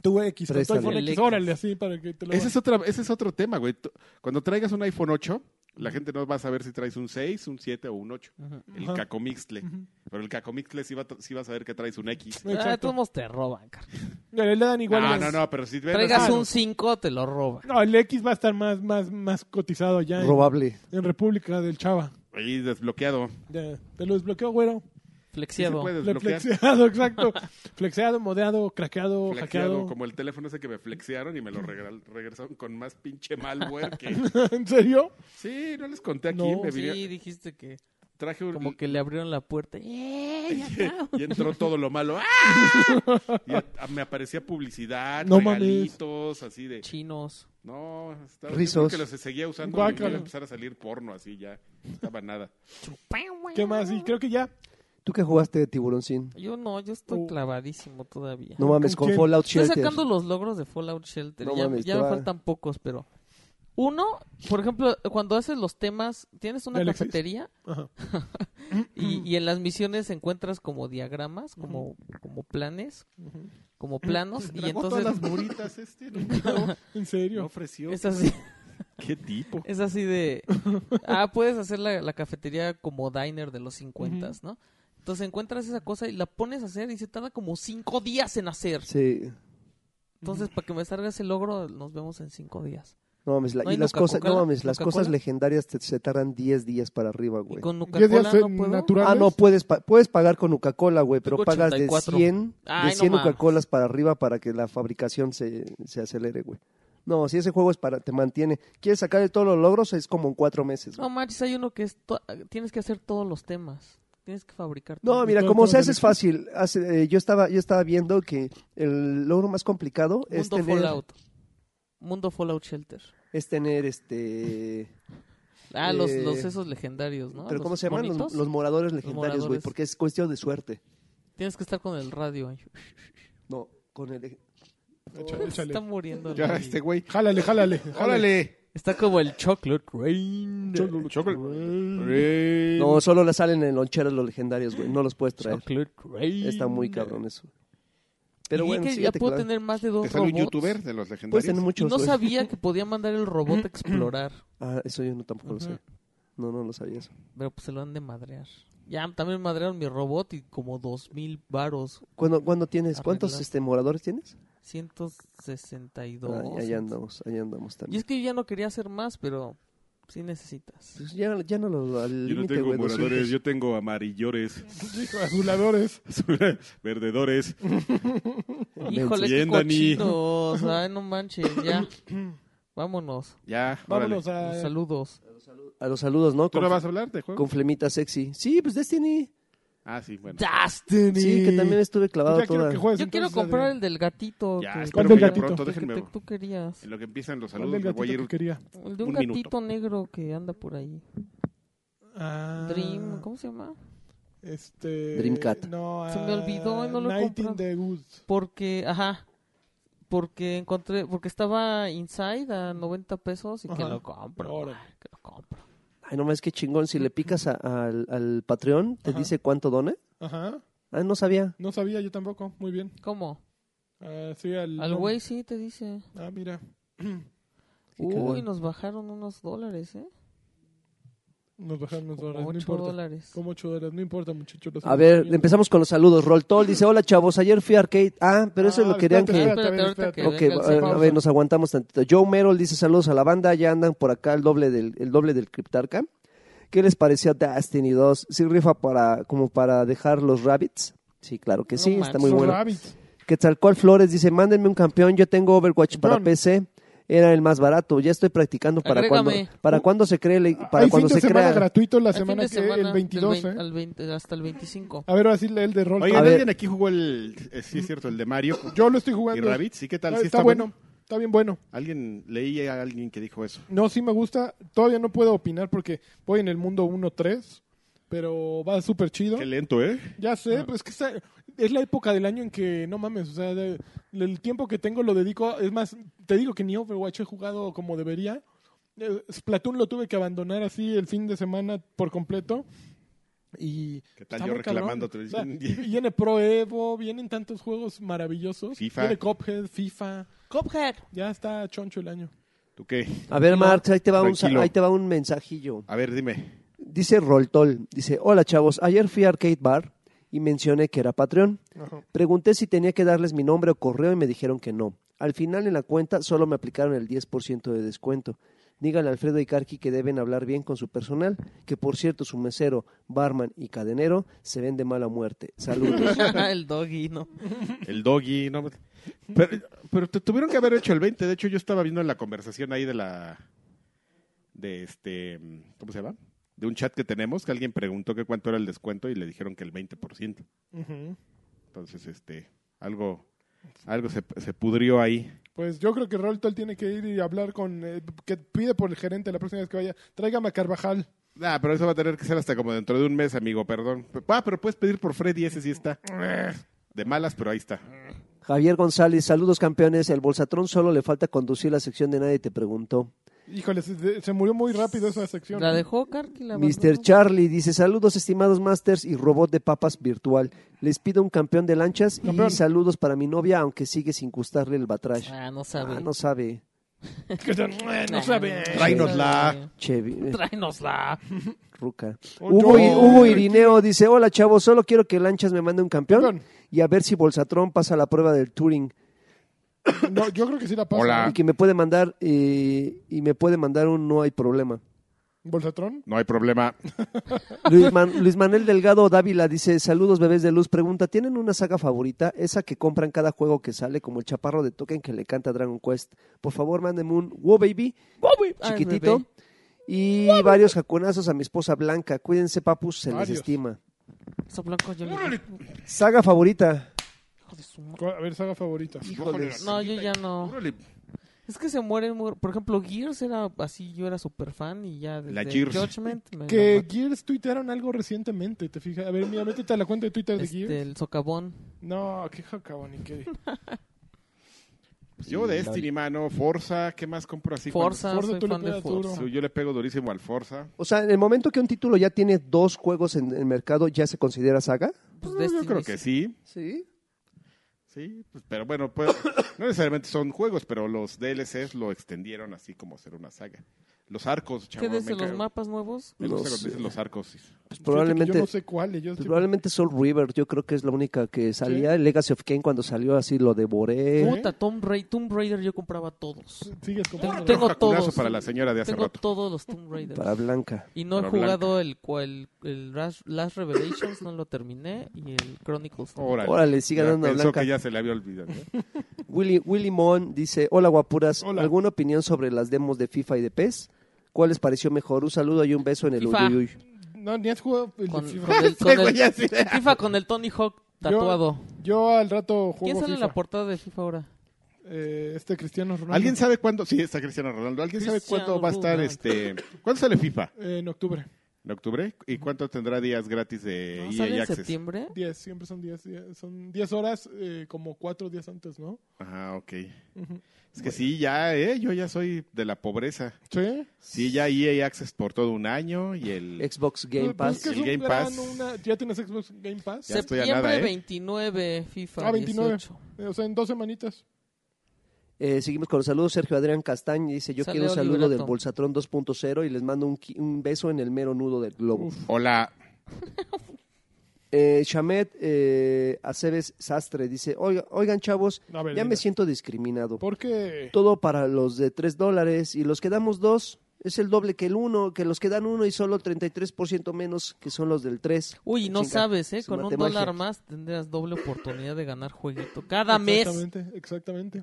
Speaker 2: Tu X, con tu
Speaker 4: Préstale.
Speaker 2: iPhone
Speaker 1: El
Speaker 2: X,
Speaker 1: X.
Speaker 2: órale, así para que te lo.
Speaker 3: Ese es, otra, ese es otro tema, güey. Tú- Cuando traigas un iPhone 8, la gente no va a saber si traes un 6, un 7 o un 8.
Speaker 1: Ajá.
Speaker 3: El
Speaker 2: Ajá.
Speaker 3: cacomixtle. Pero el cacomixtle sí va, a tra- sí va a saber que traes un X.
Speaker 1: Ah,
Speaker 2: Exacto.
Speaker 1: todos modos te roban, car-
Speaker 2: Le le dan igual.
Speaker 3: no,
Speaker 2: las-
Speaker 3: no, no, pero si ven
Speaker 1: Traigas
Speaker 3: así-
Speaker 1: un 5, te lo roban.
Speaker 2: No, el X va a estar más, más, más cotizado ya en,
Speaker 4: Robable.
Speaker 2: en República del Chava.
Speaker 3: ahí desbloqueado.
Speaker 2: Ya, te lo desbloqueo, güero.
Speaker 3: Sí se
Speaker 1: Flexiado.
Speaker 3: puede
Speaker 2: Le
Speaker 3: desbloquear.
Speaker 2: Flexeado, exacto. Flexeado, modeado, craqueado,
Speaker 3: Flexiado,
Speaker 2: hackeado.
Speaker 3: como el teléfono ese que me flexearon y me lo regal- regresaron con más pinche malware que...
Speaker 2: ¿En serio?
Speaker 3: Sí, no les conté aquí.
Speaker 2: No,
Speaker 3: me vinieron-
Speaker 1: sí, dijiste que
Speaker 3: Traje un...
Speaker 1: como que le abrieron la puerta. ¡Eh, ¡Ey, acá!
Speaker 3: Y entró todo lo malo. ¡Ah! Y a- me aparecía publicidad,
Speaker 2: No mames.
Speaker 3: regalitos, así de...
Speaker 1: Chinos.
Speaker 3: No, estaba,
Speaker 4: Rizos.
Speaker 3: Rizos. que los seguía usando
Speaker 2: Guácala.
Speaker 3: y iba a empezar a salir porno así ya. No estaba nada.
Speaker 2: ¿Qué más? Y creo que ya.
Speaker 4: ¿Tú qué jugaste de tiburoncín?
Speaker 1: Yo no, yo estoy
Speaker 2: Oh.
Speaker 1: clavadísimo todavía.
Speaker 4: No mames, con
Speaker 2: quién?
Speaker 4: Fallout
Speaker 1: estoy
Speaker 4: Shelter.
Speaker 1: sacando los logros de Fallout Shelter.
Speaker 4: No
Speaker 1: ya
Speaker 4: mames,
Speaker 1: ya
Speaker 4: te
Speaker 1: me
Speaker 4: va.
Speaker 1: faltan pocos, pero... Uno, por ejemplo, cuando haces los temas, tienes una
Speaker 2: ¿De Alexis?
Speaker 1: cafetería
Speaker 2: Ajá.
Speaker 1: y, y en las misiones encuentras como diagramas, como, como planes, como planos, y
Speaker 3: Tragó todas
Speaker 1: entonces...
Speaker 3: las muritas este, nunca
Speaker 2: ¿En serio?
Speaker 3: ofreció.
Speaker 1: Es así.
Speaker 3: ¿Qué tipo?
Speaker 1: Es así de. Ah, puedes hacer la, la cafetería como diner de los 50, ¿no? Entonces encuentras esa cosa y la pones a hacer y se tarda como cinco días en hacer.
Speaker 4: Sí.
Speaker 1: Entonces, para que me salgas el logro, nos vemos en cinco días.
Speaker 4: No mames, la-
Speaker 1: ¿No
Speaker 4: y
Speaker 1: hay
Speaker 4: las cosas, no
Speaker 1: Coca-Cola?
Speaker 4: mames, las
Speaker 1: ¿Coca-Cola?
Speaker 4: cosas legendarias te- se tardan 10 días para arriba,
Speaker 1: Y
Speaker 4: güey.
Speaker 1: con
Speaker 2: ¿Diez días
Speaker 1: Nuca-Cola no
Speaker 2: eh,
Speaker 1: puedo.
Speaker 2: naturales?
Speaker 4: Ah, no, puedes, pa- puedes pagar con Coca-Cola, güey, pero
Speaker 1: Tengo
Speaker 4: pagas de
Speaker 1: 84.
Speaker 4: 100,
Speaker 1: Ay,
Speaker 4: de
Speaker 1: no
Speaker 4: 100
Speaker 1: mames.
Speaker 4: Coca-Colas para arriba para que la fabricación se, se acelere, güey. No, si ese juego es para, te mantiene. ¿Quieres sacar de todos los logros? Es como en cuatro meses, güey.
Speaker 1: No manches, hay uno que es. to- Tienes que hacer todos los temas. Tienes que fabricar.
Speaker 4: No,
Speaker 1: todo.
Speaker 4: mira,
Speaker 2: todo,
Speaker 4: como
Speaker 2: todo
Speaker 4: se hace
Speaker 2: derecho.
Speaker 4: es fácil. Hace- eh, yo estaba yo estaba viendo que el logro más complicado es
Speaker 1: Mundo
Speaker 4: tener,
Speaker 1: Fallout. Mundo Fallout Shelter.
Speaker 4: es tener este...
Speaker 1: Ah, los,
Speaker 4: Eh,
Speaker 1: los esos legendarios, ¿no?
Speaker 4: ¿Pero
Speaker 1: Ah, Los
Speaker 4: cómo se llaman? Los,
Speaker 1: monitos.
Speaker 4: los moradores legendarios, güey,
Speaker 1: moradores.
Speaker 4: porque es cuestión de suerte.
Speaker 1: Tienes que estar con el radio. ahí.
Speaker 4: No, con el...
Speaker 2: Échale,
Speaker 1: Se
Speaker 2: échale.
Speaker 1: está muriendo. el
Speaker 6: Ya,
Speaker 1: güey.
Speaker 6: este güey.
Speaker 2: Jálale, jálale. jálale.
Speaker 6: ¡Órale!
Speaker 1: Está como el Chocolate Rain.
Speaker 3: Eh,
Speaker 6: Chocolate.
Speaker 4: No, solo le salen en loncheras los legendarios, güey. No los puedes traer.
Speaker 1: Chocolate Rain.
Speaker 4: Está muy cabrón eso.
Speaker 1: Pero
Speaker 4: Pero bueno,
Speaker 1: que ya
Speaker 4: síguete,
Speaker 1: puedo
Speaker 4: claro.
Speaker 1: tener más de dos
Speaker 6: Te sale un
Speaker 1: robots.
Speaker 6: youtuber ¿eh? de los
Speaker 4: Puedes
Speaker 6: legendarios.
Speaker 4: tener
Speaker 1: Y
Speaker 4: muchos.
Speaker 1: no
Speaker 4: güey.
Speaker 1: sabía que podía mandar el robot a explorar.
Speaker 4: Ah, eso yo no tampoco lo
Speaker 1: Ujú.
Speaker 4: sé. No, no lo sabía eso.
Speaker 1: Pero pues se lo han de madrear. Ya, también madrearon mi robot y como dos mil varos.
Speaker 4: ¿Cuándo, cuándo tienes? ¿Cuántos
Speaker 1: Arreglar.
Speaker 4: este, moradores tienes?
Speaker 1: 162.
Speaker 4: Ah, ahí andamos, ahí andamos
Speaker 1: Y
Speaker 4: también.
Speaker 1: es que yo ya no quería hacer más, pero sí necesitas.
Speaker 4: Pues ya, ya no lo al
Speaker 3: Yo no
Speaker 4: límite,
Speaker 3: tengo
Speaker 4: güey,
Speaker 3: moradores,
Speaker 4: 200.
Speaker 3: yo tengo amarillores,
Speaker 2: Hijo, aduladores.
Speaker 3: verdedores.
Speaker 1: Híjole, qué
Speaker 3: Bien, Dani.
Speaker 1: cochinos. Ay, no manches, ya. Vámonos.
Speaker 6: Ya, órale.
Speaker 2: Vámonos a...
Speaker 1: Saludos.
Speaker 4: A los saludos, ¿no?
Speaker 6: ¿Tú
Speaker 4: Con,
Speaker 6: no vas a hablar de juego?
Speaker 4: con flemita sexy. Sí, pues Destiny.
Speaker 6: Ah, sí, bueno.
Speaker 1: Destiny.
Speaker 4: Sí, que también estuve
Speaker 2: Ya
Speaker 4: clavado
Speaker 3: Pues
Speaker 2: quiero
Speaker 4: toda.
Speaker 2: que juegues.
Speaker 1: Yo quiero
Speaker 2: entonces, la de-
Speaker 1: comprar el del gatito.
Speaker 6: Ya,
Speaker 1: que-
Speaker 6: espero
Speaker 2: ¿Cuál
Speaker 6: que
Speaker 2: del gatito?
Speaker 6: pronto,
Speaker 1: que te-
Speaker 6: déjenme.
Speaker 1: tú querías.
Speaker 6: En lo que empiezan los
Speaker 2: ¿Cuál
Speaker 6: saludos,
Speaker 2: del
Speaker 6: me
Speaker 2: gatito
Speaker 6: voy a
Speaker 2: que
Speaker 6: ir.
Speaker 2: quería?
Speaker 1: El de un,
Speaker 6: Un
Speaker 1: gatito
Speaker 6: minuto.
Speaker 1: negro que anda por ahí.
Speaker 2: Ah,
Speaker 1: Dream, ¿cómo se llama?
Speaker 2: Este...
Speaker 4: Dreamcat.
Speaker 2: No,
Speaker 1: Se me
Speaker 2: ah,
Speaker 1: olvidó y no lo he
Speaker 2: Night in
Speaker 1: comprado.
Speaker 2: the Woods.
Speaker 1: Porque, ajá. Porque encontré, porque estaba Inside a 90 pesos y que
Speaker 2: Ajá.
Speaker 1: lo compro.
Speaker 2: Órale.
Speaker 1: ay, que lo compro.
Speaker 4: Ay, no más que chingón. Si le picas a- al, al Patreon, te
Speaker 2: Ajá.
Speaker 4: dice cuánto dona.
Speaker 2: Ajá.
Speaker 4: Ah, no sabía.
Speaker 2: No sabía yo tampoco. Muy bien.
Speaker 1: ¿Cómo?
Speaker 2: Ah, sí, al...
Speaker 1: Al güey sí te dice.
Speaker 2: Ah, mira.
Speaker 4: Qué
Speaker 1: Uy,
Speaker 4: cagado.
Speaker 1: nos bajaron unos dólares, ¿eh?
Speaker 2: Nos bajaron los dólares. No
Speaker 1: 8
Speaker 2: importa.
Speaker 1: dólares.
Speaker 2: Como 8 dólares. No importa, muchachos. los
Speaker 1: Pues
Speaker 4: A ver,
Speaker 2: amamos.
Speaker 4: empezamos con los saludos. Roltol dice, hola chavos, ayer fui a arcade. Ah, pero eso
Speaker 2: Ah,
Speaker 4: lo querían
Speaker 2: espérate,
Speaker 4: que...
Speaker 1: espérate, ahorita que
Speaker 4: Ok,
Speaker 1: venga el
Speaker 4: a-
Speaker 1: señor.
Speaker 4: a ver, nos aguantamos tantito. Joe Merrill dice saludos a la banda, ya andan por acá el doble del, el doble del Cryptarca. ¿Qué les pareció Destiny 2? ¿Sí rifa para, como para dejar los rabbits? Sí, claro que
Speaker 1: No
Speaker 4: sí, está
Speaker 1: manches.
Speaker 4: muy
Speaker 2: Los
Speaker 4: bueno.
Speaker 2: rabbits.
Speaker 4: Quetzalcoatl Flores dice, mándenme un campeón, yo tengo Overwatch para
Speaker 2: Campeón.
Speaker 4: PC. Era el más barato, ya estoy practicando para cuando,
Speaker 1: Agrégame.
Speaker 4: para cuando se cree, le- para
Speaker 2: Hay
Speaker 4: cuando
Speaker 2: fin de
Speaker 4: se
Speaker 2: semana
Speaker 4: crea.
Speaker 2: gratuito la
Speaker 1: Al fin
Speaker 2: semana
Speaker 1: de
Speaker 2: que
Speaker 1: semana,
Speaker 2: el
Speaker 1: del
Speaker 2: 22,
Speaker 1: 20
Speaker 2: ¿eh?
Speaker 1: al 20 hasta el 25.
Speaker 2: A ver, ahora sí el de rol.
Speaker 4: A
Speaker 6: Oigan,
Speaker 4: ver.
Speaker 6: ¿alguien aquí jugó el... eh, sí, es cierto, el de Mario
Speaker 2: Yo lo estoy
Speaker 6: y
Speaker 2: jugando.
Speaker 6: Rabbit? Sí, ¿qué tal?
Speaker 2: Ah,
Speaker 6: ¿Sí
Speaker 2: está bueno. Está bien bueno.
Speaker 6: Alguien, leí a alguien que dijo eso.
Speaker 2: No, sí me gusta. Todavía no puedo opinar porque voy en el mundo 1-3, pero va súper chido.
Speaker 3: Qué lento, ¿eh?
Speaker 2: Ya sé, pues es que está- es la época del año en que, no mames, o sea, de- el tiempo que tengo lo dedico, es más, te digo que ni Overwatch he jugado como debería. Eh, Splatoon lo tuve que abandonar así el fin de semana por completo. Y
Speaker 3: ¿Qué tal
Speaker 2: está
Speaker 3: yo
Speaker 2: muy cabrón.
Speaker 3: reclamando?
Speaker 2: O sea, viene Pro Evo, vienen tantos juegos maravillosos.
Speaker 3: FIFA.
Speaker 2: Viene Cuphead, FIFA.
Speaker 1: Cophead.
Speaker 2: Ya está choncho el año.
Speaker 3: ¿Tú qué?
Speaker 4: A ver, Marx, ahí te va un, sa-
Speaker 3: Tranquilo.
Speaker 4: ahí te va un mensajillo.
Speaker 3: A ver, dime.
Speaker 4: Dice Roltol, dice, hola chavos, ayer fui a Arcade Bar y mencioné que era Patreon. Pregunté si tenía que darles mi nombre o correo y me dijeron que no. Al final en la cuenta solo me aplicaron el 10% de descuento. Díganle a Alfredo y Karki que deben hablar bien con su personal, que por cierto su mesero, barman y cadenero se ven de mala muerte. Saludos.
Speaker 1: el doggy, ¿no?
Speaker 3: El doggy, no.
Speaker 6: Pero, pero te tuvieron que haber hecho el 20. De hecho, yo estaba viendo la conversación ahí de la. De este. ¿Cómo se llama? De un chat que tenemos que alguien preguntó que cuánto era el descuento y le dijeron que el 20%.
Speaker 2: Ujú.
Speaker 6: Entonces, este. Algo. Algo se, se pudrió ahí.
Speaker 2: Pues yo creo que Roltol tiene que ir y hablar con. eh, que pide por el gerente la próxima vez que vaya. Tráigame a Carvajal.
Speaker 6: Ah, pero eso va a tener que ser hasta como dentro de un mes, amigo, perdón. Ah, pero puedes pedir por Freddy, ese sí está. De malas, pero ahí está.
Speaker 4: Javier González, saludos campeones. El Bolsatrón solo le falta conducir la sección de Nadie te preguntó.
Speaker 2: Híjole, se, se murió muy rápido esa sección.
Speaker 1: La dejó Karki, la
Speaker 4: Mr.
Speaker 1: abandonó.
Speaker 4: Charlie dice, saludos estimados masters y robot de papas virtual. Les pido un campeón de lanchas y
Speaker 2: Campeón.
Speaker 4: saludos para mi novia, aunque sigue sin gustarle el batrash.
Speaker 1: Ah, no sabe.
Speaker 4: Ah, no sabe.
Speaker 2: Que son, no saben.
Speaker 3: Tráenosla.
Speaker 4: Chevy, eh,
Speaker 1: Tráenosla.
Speaker 4: ruca.
Speaker 2: Un
Speaker 4: Hugo, I-
Speaker 2: Joy.
Speaker 4: Hugo Irineo dice, hola chavos, solo quiero que Lanchas me mande un campeón
Speaker 2: Campeón.
Speaker 4: y a ver si Bolsatrón pasa la prueba del Turing
Speaker 2: No, yo creo que sí la pasa.
Speaker 3: Hola.
Speaker 4: y que me puede mandar eh, y me puede mandar un no hay problema.
Speaker 2: Bolsatrón.
Speaker 3: No hay problema.
Speaker 4: Luis, Man- Luis Manuel Delgado Dávila dice, saludos bebés de luz, pregunta, ¿tienen una saga favorita? Esa que compran cada juego que sale, como el chaparro de token que le canta Dragon Quest. Por favor, mándenme un wow baby,
Speaker 1: Ay,
Speaker 4: chiquitito,
Speaker 1: Ah, bebé.
Speaker 4: y varios jacunazos a mi esposa Blanca. Cuídense, papus, se les
Speaker 2: Varios.
Speaker 4: estima.
Speaker 1: Esa blanca yo le-
Speaker 4: Saga favorita.
Speaker 1: Hijo de su madre.
Speaker 2: ¿Cuál- A ver, saga favorita.
Speaker 4: Híjoles.
Speaker 1: No, yo ya no. Es que se mueren. muy- Por ejemplo, Gears era así. Yo era super fan y ya. Desde
Speaker 3: La Gears.
Speaker 1: Judgment. me lo
Speaker 2: Que
Speaker 1: maté.
Speaker 2: Gears tuitearon algo recientemente, ¿te fijas? A ver, mira, métete a la cuenta de Twitter de
Speaker 1: Este,
Speaker 2: Gears.
Speaker 1: el socavón.
Speaker 2: No, qué jacabón y qué...
Speaker 3: pues Yo Destiny, mano. Forza. ¿Qué más compro así?
Speaker 1: Forza.
Speaker 2: Forza,
Speaker 1: soy
Speaker 2: tú le
Speaker 1: fan de
Speaker 2: pegas
Speaker 1: Forza.
Speaker 2: duro.
Speaker 3: Cuando- Yo le pego durísimo al Forza.
Speaker 4: O sea, en el momento que un título ya tiene dos juegos en el mercado, ¿ya se considera saga?
Speaker 1: Pues
Speaker 3: No,
Speaker 1: Destiny,
Speaker 3: yo creo que sí.
Speaker 4: Sí.
Speaker 3: Sí, pues, pero bueno, pues, no necesariamente son juegos, pero los DLCs lo extendieron así como hacer una saga. Los arcos,
Speaker 1: ¿Qué
Speaker 3: chavos.
Speaker 1: desde los mapas eh, nuevos?
Speaker 3: Me gusta
Speaker 4: No
Speaker 3: cuando
Speaker 4: sé.
Speaker 3: dicen los arcos. sí.
Speaker 4: Pues
Speaker 2: Yo
Speaker 4: probablemente,
Speaker 2: no sé cuál. Yo
Speaker 4: pues
Speaker 2: estoy-
Speaker 4: probablemente Soul River, yo creo que es la única que salía. Legacy of Kane cuando salió así lo devoré.
Speaker 2: ¿Eh?
Speaker 1: Puta, Tomb, Ra- Tomb Raider yo compraba todos.
Speaker 2: Sigues comprando.
Speaker 1: Tengo
Speaker 3: Un jaculazo
Speaker 1: todos.
Speaker 3: para la señora de hace
Speaker 1: Tengo
Speaker 3: rato.
Speaker 1: todos los Tomb Raiders.
Speaker 4: Para Blanca.
Speaker 1: Y no he
Speaker 3: Pero
Speaker 1: jugado el, cua- el, el Ras- Last Revelations, no lo terminé. Y el Chronicles. tampoco.
Speaker 3: Órale.
Speaker 4: Órale, siga
Speaker 3: Ya
Speaker 4: dando a
Speaker 3: pensó
Speaker 4: Blanca.
Speaker 3: que ya se le había olvidado. ¿eh?
Speaker 4: Willy, Willy Mon dice, hola guapuras,
Speaker 2: Hola.
Speaker 4: ¿alguna opinión sobre las demos de FIFA y de PES? ¿Cuál les pareció mejor? Un saludo y un beso en el
Speaker 1: FIFA.
Speaker 4: uy, uy, uy.
Speaker 2: No, ni has jugado el de
Speaker 1: Con,
Speaker 2: FIFA.
Speaker 1: con el,
Speaker 3: Ese
Speaker 1: con el-
Speaker 3: güey ya sí.
Speaker 1: FIFA con el Tony Hawk tatuado.
Speaker 2: Yo al rato juego
Speaker 1: ¿Quién sale en
Speaker 2: FIFA.
Speaker 1: la portada de FIFA ahora?
Speaker 2: Eh, este Cristiano Ronaldo.
Speaker 3: ¿Alguien sabe cuándo? Sí, está Cristiano Ronaldo. ¿Alguien sabe
Speaker 1: Cristiano
Speaker 3: cuándo va a estar
Speaker 1: Ronaldo.
Speaker 3: este? ¿Cuándo sale FIFA?
Speaker 2: Eh, en octubre.
Speaker 3: ¿En octubre? ¿Y cuánto tendrá días gratis de
Speaker 1: ¿No
Speaker 3: EA
Speaker 1: ¿Sale en
Speaker 3: Access?
Speaker 1: septiembre?
Speaker 2: 10, siempre son 10. Son 10 horas, eh, como 4 días antes, ¿no?
Speaker 3: Ajá, Ah, ok.
Speaker 2: Ujú.
Speaker 3: Es que sí, ya, ¿eh? Yo ya soy de la pobreza.
Speaker 2: Sí.
Speaker 3: Sí, ya EA Access por todo un año y el...
Speaker 4: Xbox Game
Speaker 2: Pues, pues, es
Speaker 4: Pass.
Speaker 2: que es
Speaker 3: El
Speaker 2: un
Speaker 3: Game
Speaker 2: gran,
Speaker 3: Pass.
Speaker 2: una- ¿Ya tienes Xbox Game Pass?
Speaker 3: Ya estoy a
Speaker 1: septiembre
Speaker 3: nada, ¿eh?
Speaker 1: 29, FIFA
Speaker 2: Ah, 29.
Speaker 1: 18.
Speaker 2: Eh, O sea, en dos semanitas.
Speaker 4: Eh, seguimos con los saludos. Sergio Adrián Castaña dice, yo
Speaker 1: Sale
Speaker 4: quiero un saludo
Speaker 1: Oliverato.
Speaker 4: del Bolsatrón 2.0 y les mando un, qui- un beso en el mero nudo del globo.
Speaker 3: Hola.
Speaker 4: Eh, Chamet eh, Aceves Sastre dice, "Oiga- oigan chavos,
Speaker 2: A ver,
Speaker 4: ya
Speaker 2: dime.
Speaker 4: me siento discriminado.
Speaker 2: Porque
Speaker 4: Todo para los de 3 dólares y los que damos 2 es el doble que el 1, que los que dan 1 y solo 33% menos que son los del 3.
Speaker 1: Uy, y no
Speaker 4: Chinga,
Speaker 1: sabes, ¿eh?
Speaker 4: su
Speaker 1: Con un
Speaker 4: matemagia.
Speaker 1: dólar más tendrás doble oportunidad de ganar jueguito. Cada mes.
Speaker 2: Exactamente, exactamente.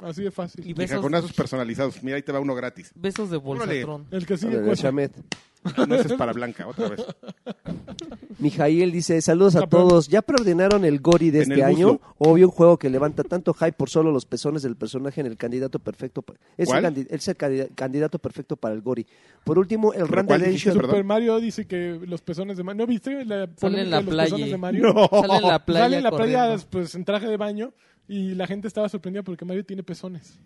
Speaker 2: Así de
Speaker 1: Y
Speaker 2: fácil.
Speaker 1: besos,
Speaker 3: Jaconazos personalizados. Mira, ahí te va uno gratis.
Speaker 1: besos de
Speaker 3: Órale.
Speaker 1: Bolsatrón.
Speaker 2: El que
Speaker 4: A
Speaker 2: sigue
Speaker 4: ver,
Speaker 2: cuesta.
Speaker 4: Chamet.
Speaker 3: No, ese es para Blanca, otra vez.
Speaker 4: Mijail dice, saludos a
Speaker 2: Campeón.
Speaker 4: todos. ¿Ya preordenaron el Gori de
Speaker 3: En
Speaker 4: este
Speaker 3: el
Speaker 4: año?
Speaker 3: muslo.
Speaker 4: Obvio, un juego que levanta tanto hype por solo los pezones del personaje en el candidato perfecto. pa- Es, el,
Speaker 3: ¿Cuál?
Speaker 4: candi- es el candida- candidato perfecto para el Gori. Por último, el
Speaker 3: ¿Pero
Speaker 4: Rand
Speaker 3: cuál dijiste,
Speaker 4: Redemption.
Speaker 3: perdón?
Speaker 2: Super Mario dice que los pezones de Mario. ¿No viste la polémica
Speaker 1: en la
Speaker 2: de los
Speaker 1: playa.
Speaker 2: pezones de Mario?
Speaker 1: Sale en la playa.
Speaker 2: Sale en la playa
Speaker 1: corriendo.
Speaker 2: pues, en traje de baño y la gente estaba sorprendida porque Mario tiene pezones.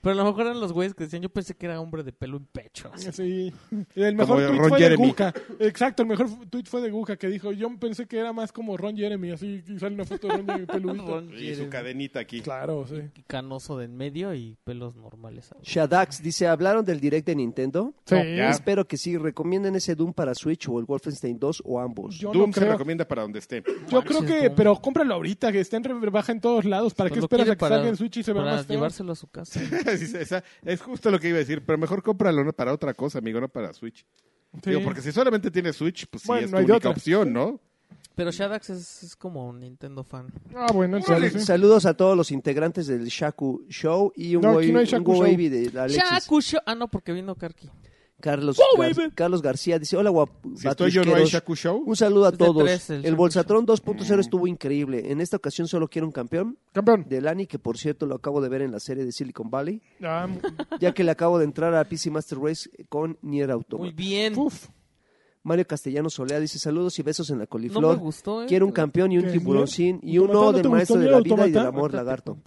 Speaker 1: Pero a lo mejor eran los güeyes que decían, yo pensé que era hombre de pelo en pecho. así.
Speaker 2: Sí. El mejor
Speaker 3: Ron
Speaker 2: tweet fue de
Speaker 3: Jeremy.
Speaker 2: Guca. Exacto, el mejor tweet fue de Guca que dijo, yo pensé que era más como Ron Jeremy, así y sale una foto de Ron Jeremy peludito.
Speaker 1: Ron
Speaker 3: Y su
Speaker 1: Jeremy.
Speaker 3: cadenita aquí.
Speaker 2: Claro, sí.
Speaker 1: canoso de en medio y pelos normales.
Speaker 4: Shadax dice, ¿hablaron del direct de Nintendo?
Speaker 2: Sí.
Speaker 3: ya.
Speaker 4: Espero que sí. Recomienden ese Doom para Switch o el Wolfenstein 2 o ambos.
Speaker 2: Yo
Speaker 3: Doom
Speaker 2: no
Speaker 3: se
Speaker 2: creo.
Speaker 3: recomienda para donde esté.
Speaker 2: Yo creo
Speaker 1: Manches,
Speaker 2: que,
Speaker 1: Doom.
Speaker 2: pero cómpralo ahorita, que está en rebaja en todos lados. ¿Para qué
Speaker 1: Pues lo
Speaker 2: esperas
Speaker 1: quiere
Speaker 2: a que salga en Switch y se vea
Speaker 1: para
Speaker 2: más feo?
Speaker 1: llevárselo a su casa.
Speaker 3: Sí, esa- es justo lo que iba a decir, pero mejor cómpralo ¿no? para otra cosa, amigo, no para Switch.
Speaker 2: Sí.
Speaker 3: Digo, porque si solamente tienes Switch, pues
Speaker 2: Bueno,
Speaker 3: sí, es
Speaker 2: no
Speaker 3: tu
Speaker 2: hay
Speaker 3: única
Speaker 2: otra.
Speaker 3: opción, ¿no?
Speaker 1: Pero Shadax es, es como un Nintendo fan.
Speaker 2: Ah, bueno, entonces. sí.
Speaker 4: Saludos a todos los integrantes del Shaku Show y un
Speaker 2: No, aquí
Speaker 4: güey-
Speaker 2: no hay
Speaker 4: un
Speaker 2: Shaku
Speaker 4: güey
Speaker 2: Show.
Speaker 4: de Alexis.
Speaker 1: Shakusho- Ah, no, porque vino Karki.
Speaker 4: Carlos,
Speaker 2: Oh,
Speaker 1: Wow,
Speaker 4: Gar-
Speaker 1: baby.
Speaker 4: Carlos García dice, hola guap
Speaker 3: Si estoy yo, no hay
Speaker 4: batrusqueros.
Speaker 3: Shaku Show.
Speaker 4: Un saludo a
Speaker 1: Es de
Speaker 4: todos.
Speaker 1: tres, el
Speaker 4: el
Speaker 1: Shaku
Speaker 4: Bolsatrón 2.0 estuvo increíble. En esta ocasión solo quiero un campeón
Speaker 2: Campeón.
Speaker 4: de Lani, que por cierto lo acabo de ver en la serie de Silicon Valley,
Speaker 2: Ah,
Speaker 4: ya que le acabo de entrar a PC Master Race con Nier
Speaker 1: Muy
Speaker 4: Automata.
Speaker 1: bien.
Speaker 2: uf.
Speaker 4: Mario Castellano Solea dice, saludos y besos en la
Speaker 1: no me
Speaker 4: coliflor.
Speaker 1: gustó, ¿eh?
Speaker 4: quiero un campeón y un
Speaker 2: ¿Qué,
Speaker 4: tiburón
Speaker 2: Nier?
Speaker 4: sin y
Speaker 2: ¿Automata
Speaker 4: uno
Speaker 2: no
Speaker 4: del
Speaker 2: te gustó
Speaker 4: maestro de
Speaker 2: Nier
Speaker 4: la vida y del
Speaker 2: Automata?
Speaker 4: amor lagarto.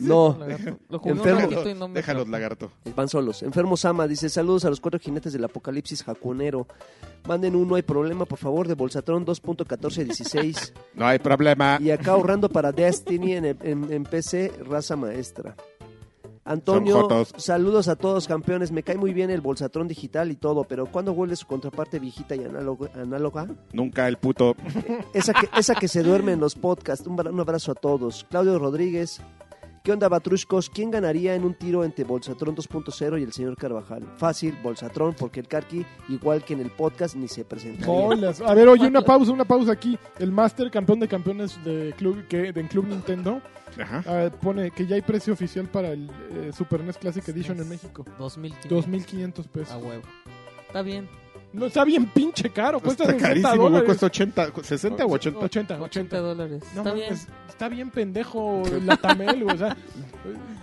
Speaker 1: No.
Speaker 4: No,
Speaker 1: Lo jugué un
Speaker 4: Enfermo.
Speaker 1: ratito y no me
Speaker 3: Déjalos,
Speaker 1: atrapó.
Speaker 3: lagarto.
Speaker 4: Van solos. Enfermo Sama dice: Saludos a los cuatro jinetes del apocalipsis jacunero. Manden un no hay problema, por favor, de Bolsatron 2.1416.
Speaker 3: No hay problema.
Speaker 4: y acá ahorrando para Destiny en, en- en PC, raza maestra. Antonio,
Speaker 6: Son jotos.
Speaker 4: saludos a todos campeones. Me cae muy bien el bolsatrón digital y todo, pero ¿cuándo vuelve su contraparte viejita y análogo- análoga?
Speaker 6: Nunca el puto.
Speaker 4: Esa que, esa que se duerme en los podcasts. Un, bra- un abrazo a todos. Claudio Rodríguez. ¿Qué onda, Batruscos? ¿Quién ganaría en un tiro entre Bolsatrón 2.0 y el señor Carvajal? Fácil, Bolsatrón, porque el Carqui, igual que en el podcast, ni se presentaría.
Speaker 2: Bolas. A ver, oye, una pausa, una pausa aquí. El Master, campeón de campeones de club, que, de en Club Nintendo,
Speaker 6: Ajá.
Speaker 2: ah, pone que ya hay precio oficial para el eh, Super NES Classic Edition en México.
Speaker 1: 2.500
Speaker 2: 2.500
Speaker 1: a
Speaker 2: pesos.
Speaker 1: huevo. Está bien.
Speaker 2: No, está bien pinche caro. Cuesta
Speaker 6: Está
Speaker 2: 60
Speaker 6: carísimo, güey.
Speaker 2: dólares.
Speaker 6: Cuesta 80, 60 o 80.
Speaker 2: 80,
Speaker 1: 80 dólares.
Speaker 2: No
Speaker 1: Está bien.
Speaker 2: mames, está bien pendejo la Tamel, güey. O sea,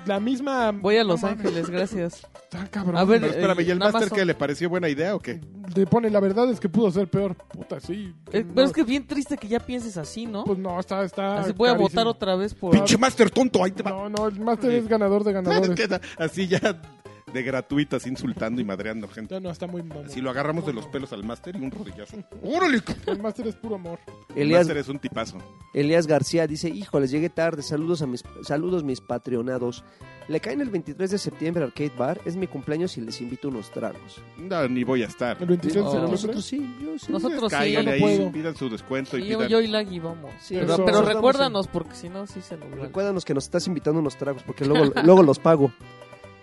Speaker 2: la misma...
Speaker 1: Voy a Los
Speaker 2: no mames,
Speaker 1: Ángeles, gracias.
Speaker 2: Está cabrón.
Speaker 1: A ver,
Speaker 6: Pero espérame, ¿y el
Speaker 1: Nada más
Speaker 6: máster
Speaker 1: son-
Speaker 6: qué? ¿Le pareció buena idea o qué?
Speaker 2: Te pone, la verdad es que pudo ser peor. Puta, sí.
Speaker 1: Eh,
Speaker 2: No,
Speaker 1: Pero es que es bien triste que ya pienses así, ¿no?
Speaker 2: Pues no, está... está
Speaker 1: Así voy a
Speaker 2: carísimo.
Speaker 1: votar otra vez por...
Speaker 6: ¡Pinche máster tonto! Ahí te va.
Speaker 2: No, no, el Master es ganador de ganadores.
Speaker 6: Queda Así ya de gratuitas, insultando y madreando gente.
Speaker 2: Ya no, está muy mamón.
Speaker 6: Si lo agarramos de los pelos al máster y un rodillazo. ¡Órale!
Speaker 2: El Master es puro amor.
Speaker 6: El
Speaker 4: Elías,
Speaker 6: máster es un tipazo.
Speaker 4: Elías García dice, híjoles, llegué tarde, saludos a mis saludos mis patreonados. Le caen el 23 de septiembre a Arcade Bar, es mi cumpleaños y les invito unos tragos.
Speaker 6: No, ni voy a estar.
Speaker 2: El 23
Speaker 1: Oh.
Speaker 2: de
Speaker 4: Pero
Speaker 1: ¿Siempre?
Speaker 2: septiembre.
Speaker 4: nosotros sí, yo sí.
Speaker 1: Nosotros sí,
Speaker 6: Caigan
Speaker 2: no
Speaker 6: ahí,
Speaker 2: puedo.
Speaker 6: pidan su descuento y
Speaker 1: Sí, yo,
Speaker 6: pidan...
Speaker 1: yo y Lagui vamos.
Speaker 4: Sí,
Speaker 1: pero
Speaker 2: eso-
Speaker 1: pero
Speaker 2: eso
Speaker 1: recuérdanos, porque si no, sí se nos va.
Speaker 4: Recuérdanos que nos estás invitando unos tragos porque luego, luego los pago.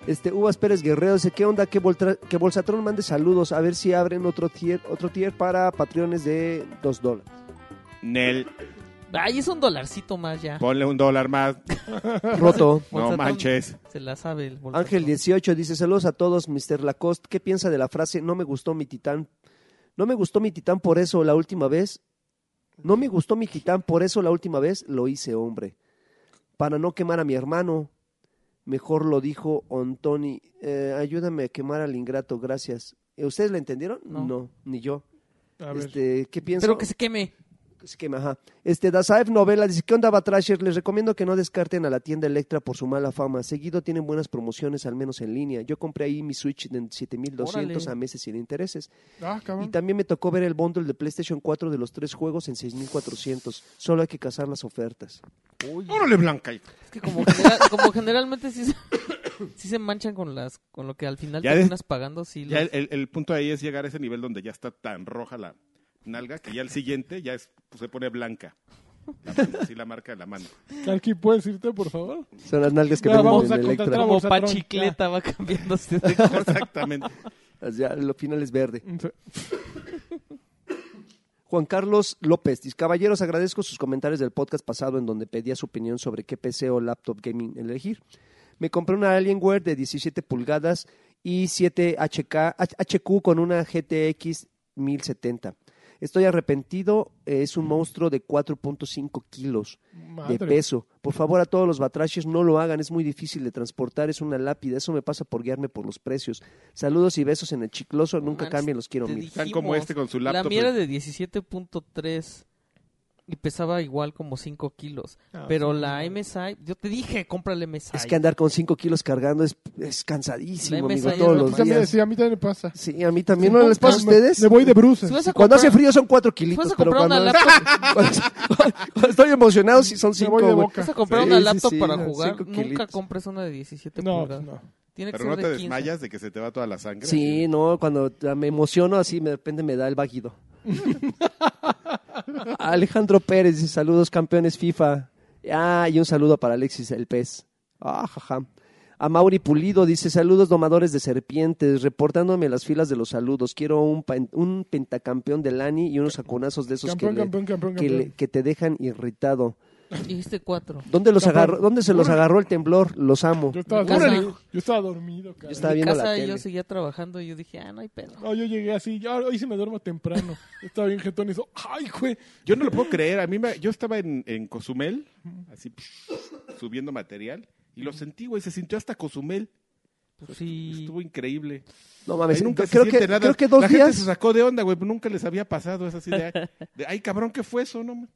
Speaker 4: Este, Uvas Pérez Guerrero dice, ¿qué onda? Que, Voltra- que Bolsatrón mande saludos a ver si abren otro tier, otro tier para patrones de 2 dólares.
Speaker 6: Nel,
Speaker 1: Ay, es un dolarcito más ya.
Speaker 6: ponle un dólar más.
Speaker 4: Roto.
Speaker 6: No
Speaker 1: Bolsatón.
Speaker 6: manches.
Speaker 1: Se la sabe el bolsatón.
Speaker 4: Ángel 18 dice, saludos a todos, Mr. Lacoste. ¿Qué piensa de la frase, no me gustó mi titán? No me gustó mi titán por eso la última vez. No me gustó mi titán por eso la última vez lo hice hombre. Para no quemar a mi hermano. Mejor lo dijo Ontoni. Eh, ayúdame a quemar al ingrato, gracias. Eh, ¿Ustedes la entendieron?
Speaker 1: No.
Speaker 4: ni yo.
Speaker 2: A ver.
Speaker 4: Este, ¿Qué piensa?
Speaker 1: Pero que se queme.
Speaker 4: Es que, ajá. Este, Dasaev Novela dice, ¿qué onda, Batrasher? Les recomiendo que no descarten a la tienda Electra por su mala fama. Seguido tienen buenas promociones, al menos en línea. Yo compré ahí mi Switch de 7200
Speaker 1: Órale.
Speaker 4: a meses sin intereses.
Speaker 2: Ah,
Speaker 4: Y
Speaker 2: cabrón.
Speaker 4: también me tocó ver el bundle de PlayStation 4 de los tres juegos en 6400. Solo hay que cazar las ofertas.
Speaker 6: ¡Órale, Blanca!
Speaker 1: Es que como, genera- como generalmente sí se, sí se manchan con las con lo que al final
Speaker 6: Ya
Speaker 1: terminas pagando, sí.
Speaker 6: Ya
Speaker 1: los-
Speaker 6: el, el- el punto ahí es llegar a ese nivel donde ya está tan roja la nalga que ya el siguiente ya es, pues, se pone blanca. La mano, así la marca de la mano.
Speaker 2: Carqui, ¿puedes irte, por favor?
Speaker 4: Son las nalgas que
Speaker 2: Ya,
Speaker 4: venden
Speaker 2: vamos
Speaker 4: en
Speaker 2: a
Speaker 4: Electra.
Speaker 2: contratar
Speaker 1: Como
Speaker 2: Bolsatron,
Speaker 1: pachicleta va cambiándose de color.
Speaker 6: Exactamente.
Speaker 4: Ya, lo final es verde.
Speaker 2: Sí.
Speaker 4: Juan Carlos López, dice, caballeros, agradezco sus comentarios del podcast pasado en donde pedía su opinión sobre qué PC o laptop gaming elegir. Me compré una Alienware de 17 pulgadas y 7 HK, HQ con una GTX 1070. Estoy arrepentido, eh, es un monstruo de 4.5 kilos
Speaker 2: Madre.
Speaker 4: de peso. Por favor, a todos los batrashes, no lo hagan, es muy difícil de transportar, es una lápida. Eso me pasa por guiarme por los precios. Saludos y besos en el chicloso, nunca
Speaker 1: Manches,
Speaker 4: cambien, los quiero
Speaker 1: te
Speaker 4: mil.
Speaker 6: Están
Speaker 1: dijimos.
Speaker 6: como este con su
Speaker 1: La
Speaker 6: laptop.
Speaker 1: mía era de 17.3 y pesaba igual como 5 kilos.
Speaker 2: Ah,
Speaker 1: Pero
Speaker 2: sí.
Speaker 1: la MSI, yo te dije, compra la MSI.
Speaker 4: Es que andar con 5 kilos cargando es, es
Speaker 1: La
Speaker 4: cansadísimo,
Speaker 1: MSI
Speaker 4: amigo,
Speaker 1: es
Speaker 4: todos
Speaker 1: la
Speaker 4: los
Speaker 2: Pues a mí-
Speaker 4: días.
Speaker 2: Sí, a mí también me pasa.
Speaker 4: Sí, a mí también. ¿No les pasa a
Speaker 2: Me- Me
Speaker 4: ustedes?
Speaker 2: voy de bruces.
Speaker 1: Si vas a
Speaker 4: Cuando hace
Speaker 1: comprar-
Speaker 4: frío son 4
Speaker 1: si vas
Speaker 4: kilitos,
Speaker 1: a
Speaker 4: pero
Speaker 1: comprar
Speaker 4: cuando,
Speaker 1: una laptop,
Speaker 4: cuando estoy emocionado sí son
Speaker 2: voy
Speaker 4: 5.
Speaker 2: de
Speaker 4: güey.
Speaker 2: boca.
Speaker 1: vas a comprar
Speaker 4: Sí,
Speaker 1: una
Speaker 4: sí,
Speaker 1: laptop
Speaker 4: sí,
Speaker 1: para
Speaker 4: no,
Speaker 1: jugar,
Speaker 4: cinco
Speaker 1: nunca
Speaker 4: kilitos.
Speaker 1: compres una de 17
Speaker 2: No, pues
Speaker 1: pulgadas.
Speaker 2: no.
Speaker 1: Tiene que
Speaker 6: Pero
Speaker 1: ser
Speaker 6: no
Speaker 1: de
Speaker 6: te
Speaker 1: 15.
Speaker 6: desmayas de que se te va toda la sangre.
Speaker 4: Sí, no, cuando me emociono así de repente me da el vaguido. Alejandro Pérez dice, saludos campeones FIFA. Ah, y un saludo para Alexis el pez. Ah, jaja. A Mauri Pulido dice, saludos domadores de serpientes, reportándome a las filas de los saludos. Quiero un, pen- un pentacampeón de Lani y unos saconazos de esos
Speaker 2: Campeón,
Speaker 4: que, le-
Speaker 2: campeón, campeón,
Speaker 4: que, le-
Speaker 2: campeón.
Speaker 4: que te dejan irritado.
Speaker 1: Dijiste 4.
Speaker 4: ¿Dónde, los
Speaker 2: Campeón.
Speaker 4: agarró, ¿Dónde se los agarró el temblor? Los amo.
Speaker 2: Yo estaba,
Speaker 1: Órale.
Speaker 2: dormido, yo estaba dormido,
Speaker 4: Yo
Speaker 2: cara.
Speaker 4: estaba
Speaker 1: En
Speaker 4: viendo la
Speaker 1: casa
Speaker 4: tele.
Speaker 1: yo seguía trabajando y yo dije, ah, no hay pedo.
Speaker 2: No, yo llegué así. ya, hoy sí me duermo temprano. estaba bien jetón y eso. ¡Ay, güey!
Speaker 6: Yo no lo puedo creer. A mí me- yo estaba en, en Cozumel, así psh, subiendo material, y lo sentí, güey. Se sintió hasta Cozumel.
Speaker 1: Pues sí.
Speaker 6: Estuvo increíble.
Speaker 4: No mames,
Speaker 6: Ahí nunca se
Speaker 4: creo,
Speaker 6: siente
Speaker 4: que,
Speaker 6: nada.
Speaker 4: creo que dos
Speaker 6: la gente se
Speaker 4: días,
Speaker 6: sacó de onda, güey. pues Nunca les había pasado. Es así de, de, ay, cabrón, ¿qué fue eso? No,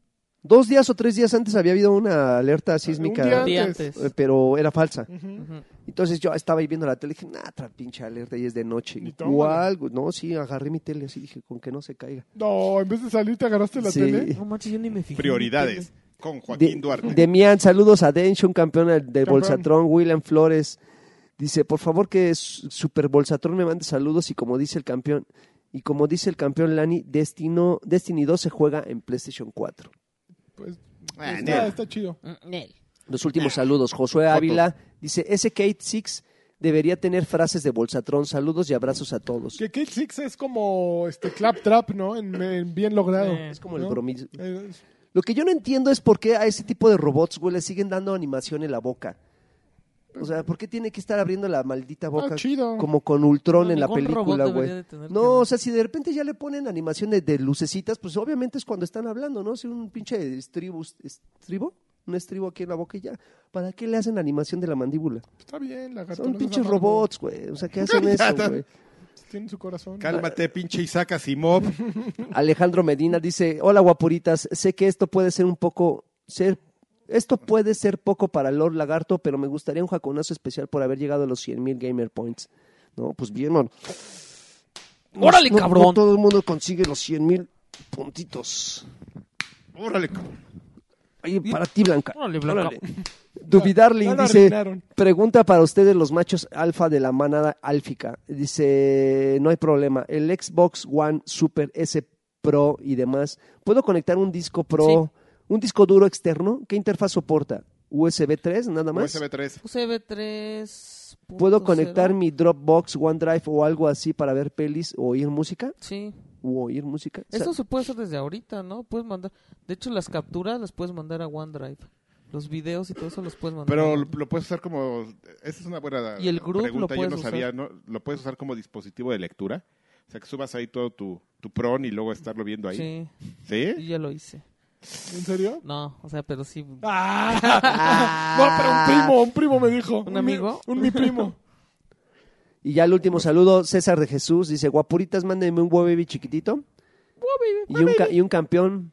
Speaker 4: dos días o tres días antes había habido una alerta
Speaker 2: Un día
Speaker 4: sísmica,
Speaker 1: Un día
Speaker 2: antes.
Speaker 1: antes.
Speaker 4: eh, pero era falsa.
Speaker 2: Ujú.
Speaker 1: Ujú.
Speaker 4: Entonces yo estaba ahí viendo la tele y dije, nah, tra pinche alerta y es de noche.
Speaker 2: Ni tómala.
Speaker 4: ¿Cuál? güey? No, sí, agarré mi tele así, dije, con que no se caiga.
Speaker 2: No, en vez de salir, te agarraste la
Speaker 4: Sí.
Speaker 2: tele.
Speaker 1: No manches, yo ni me fijé.
Speaker 6: Prioridades. Con Joaquín
Speaker 4: De,
Speaker 6: Duarte.
Speaker 4: Demian, saludos a Denshun, campeón de
Speaker 2: Campeón.
Speaker 4: Bolsatrón, William Flores. Dice, por favor que S- Super Bolsatron me mande saludos y como dice el campeón, y como dice el campeón Lani, Destino, Destiny 2 se juega en PlayStation 4.
Speaker 2: Pues,
Speaker 6: Ah,
Speaker 1: Este,
Speaker 2: está,
Speaker 6: nel.
Speaker 2: está chido.
Speaker 4: Los últimos saludos. Josué Ávila dice, ese Kate Six debería tener frases de Bolsatron. Saludos y abrazos a todos.
Speaker 2: Que Kill Six es como este Claptrap, ¿no? En, en bien logrado.
Speaker 1: Eh,
Speaker 4: Es como el
Speaker 2: ¿no?
Speaker 4: bromis.
Speaker 2: Eh,
Speaker 4: Lo que yo no entiendo es por qué a ese tipo de robots, güey, le siguen dando animación en la boca. O sea, ¿por qué tiene que estar abriendo la
Speaker 1: Ah,
Speaker 4: maldita boca
Speaker 2: chido.
Speaker 4: como con Ultron
Speaker 1: No,
Speaker 4: en la
Speaker 1: ningún robot
Speaker 4: película,
Speaker 1: debería
Speaker 4: güey?
Speaker 1: de tener que-
Speaker 4: No, o sea, si de repente ya le ponen animación de, de lucecitas, pues obviamente es cuando están hablando, ¿no? Si un pinche estribo, estribo, un estribo aquí en la boca y ya. ¿Para qué le hacen animación de la mandíbula?
Speaker 2: está bien, la
Speaker 4: Son pinches robots, güey. O sea, ¿qué hacen eso,
Speaker 6: Ya está.
Speaker 4: güey?
Speaker 2: Tienen su corazón.
Speaker 6: Cálmate, pinche Isaac Asimov.
Speaker 4: Alejandro Medina dice, hola guapuritas, sé que esto puede ser un poco, ser, esto puede ser poco para Lord Lagarto, pero me gustaría un jaconazo especial por haber llegado a los 100.000 gamer points. No, pues bien, man. No-
Speaker 1: ¡Órale,
Speaker 4: no- no
Speaker 1: cabrón!
Speaker 4: todo el mundo consigue los 100.000 puntitos.
Speaker 6: Órale, cabrón.
Speaker 4: Ahí, para ti, Blanca.
Speaker 1: Órale, Blanca.
Speaker 4: Duvidarling
Speaker 2: Ya lo
Speaker 4: dice,
Speaker 2: arruinaron.
Speaker 4: pregunta para ustedes los machos alfa de la manada álfica. Dice, no hay problema, el Xbox One Super S Pro y demás, ¿puedo conectar un disco Pro, un disco duro externo? ¿Qué interfaz soporta? USB 3, nada más.
Speaker 6: USB 3.
Speaker 1: USB 3.
Speaker 4: ¿Puedo conectar mi Dropbox, OneDrive o algo así para ver pelis o oír música?
Speaker 1: Sí.
Speaker 4: ¿O oír música? O sea,
Speaker 1: Esto se puede hacer desde ahorita, ¿no? Puedes mandar. De hecho, las capturas las puedes mandar a OneDrive. Los videos y todo eso los puedes mandar. a
Speaker 6: Pero lo,
Speaker 1: OneDrive.
Speaker 6: lo puedes usar como. Esa es una buena
Speaker 1: Y el Group lo
Speaker 6: pregunta. Yo
Speaker 1: puedes
Speaker 6: no
Speaker 1: usar.
Speaker 6: sabía. ¿no? Lo puedes usar como dispositivo de lectura. O sea, que subas ahí todo tu, tu pron y luego estarlo viendo ahí.
Speaker 1: Sí,
Speaker 6: ¿Sí?
Speaker 1: yo ya lo hice.
Speaker 2: ¿En serio?
Speaker 1: No, o sea, pero sí.
Speaker 2: Ah, no, pero un primo, un primo me dijo.
Speaker 1: ¿Un amigo?
Speaker 2: Mi, un mi primo.
Speaker 4: Y ya el último saludo, César de Jesús, dice, guapuritas, mándenme un Wobaby chiquitito. Y un, ca- y un campeón.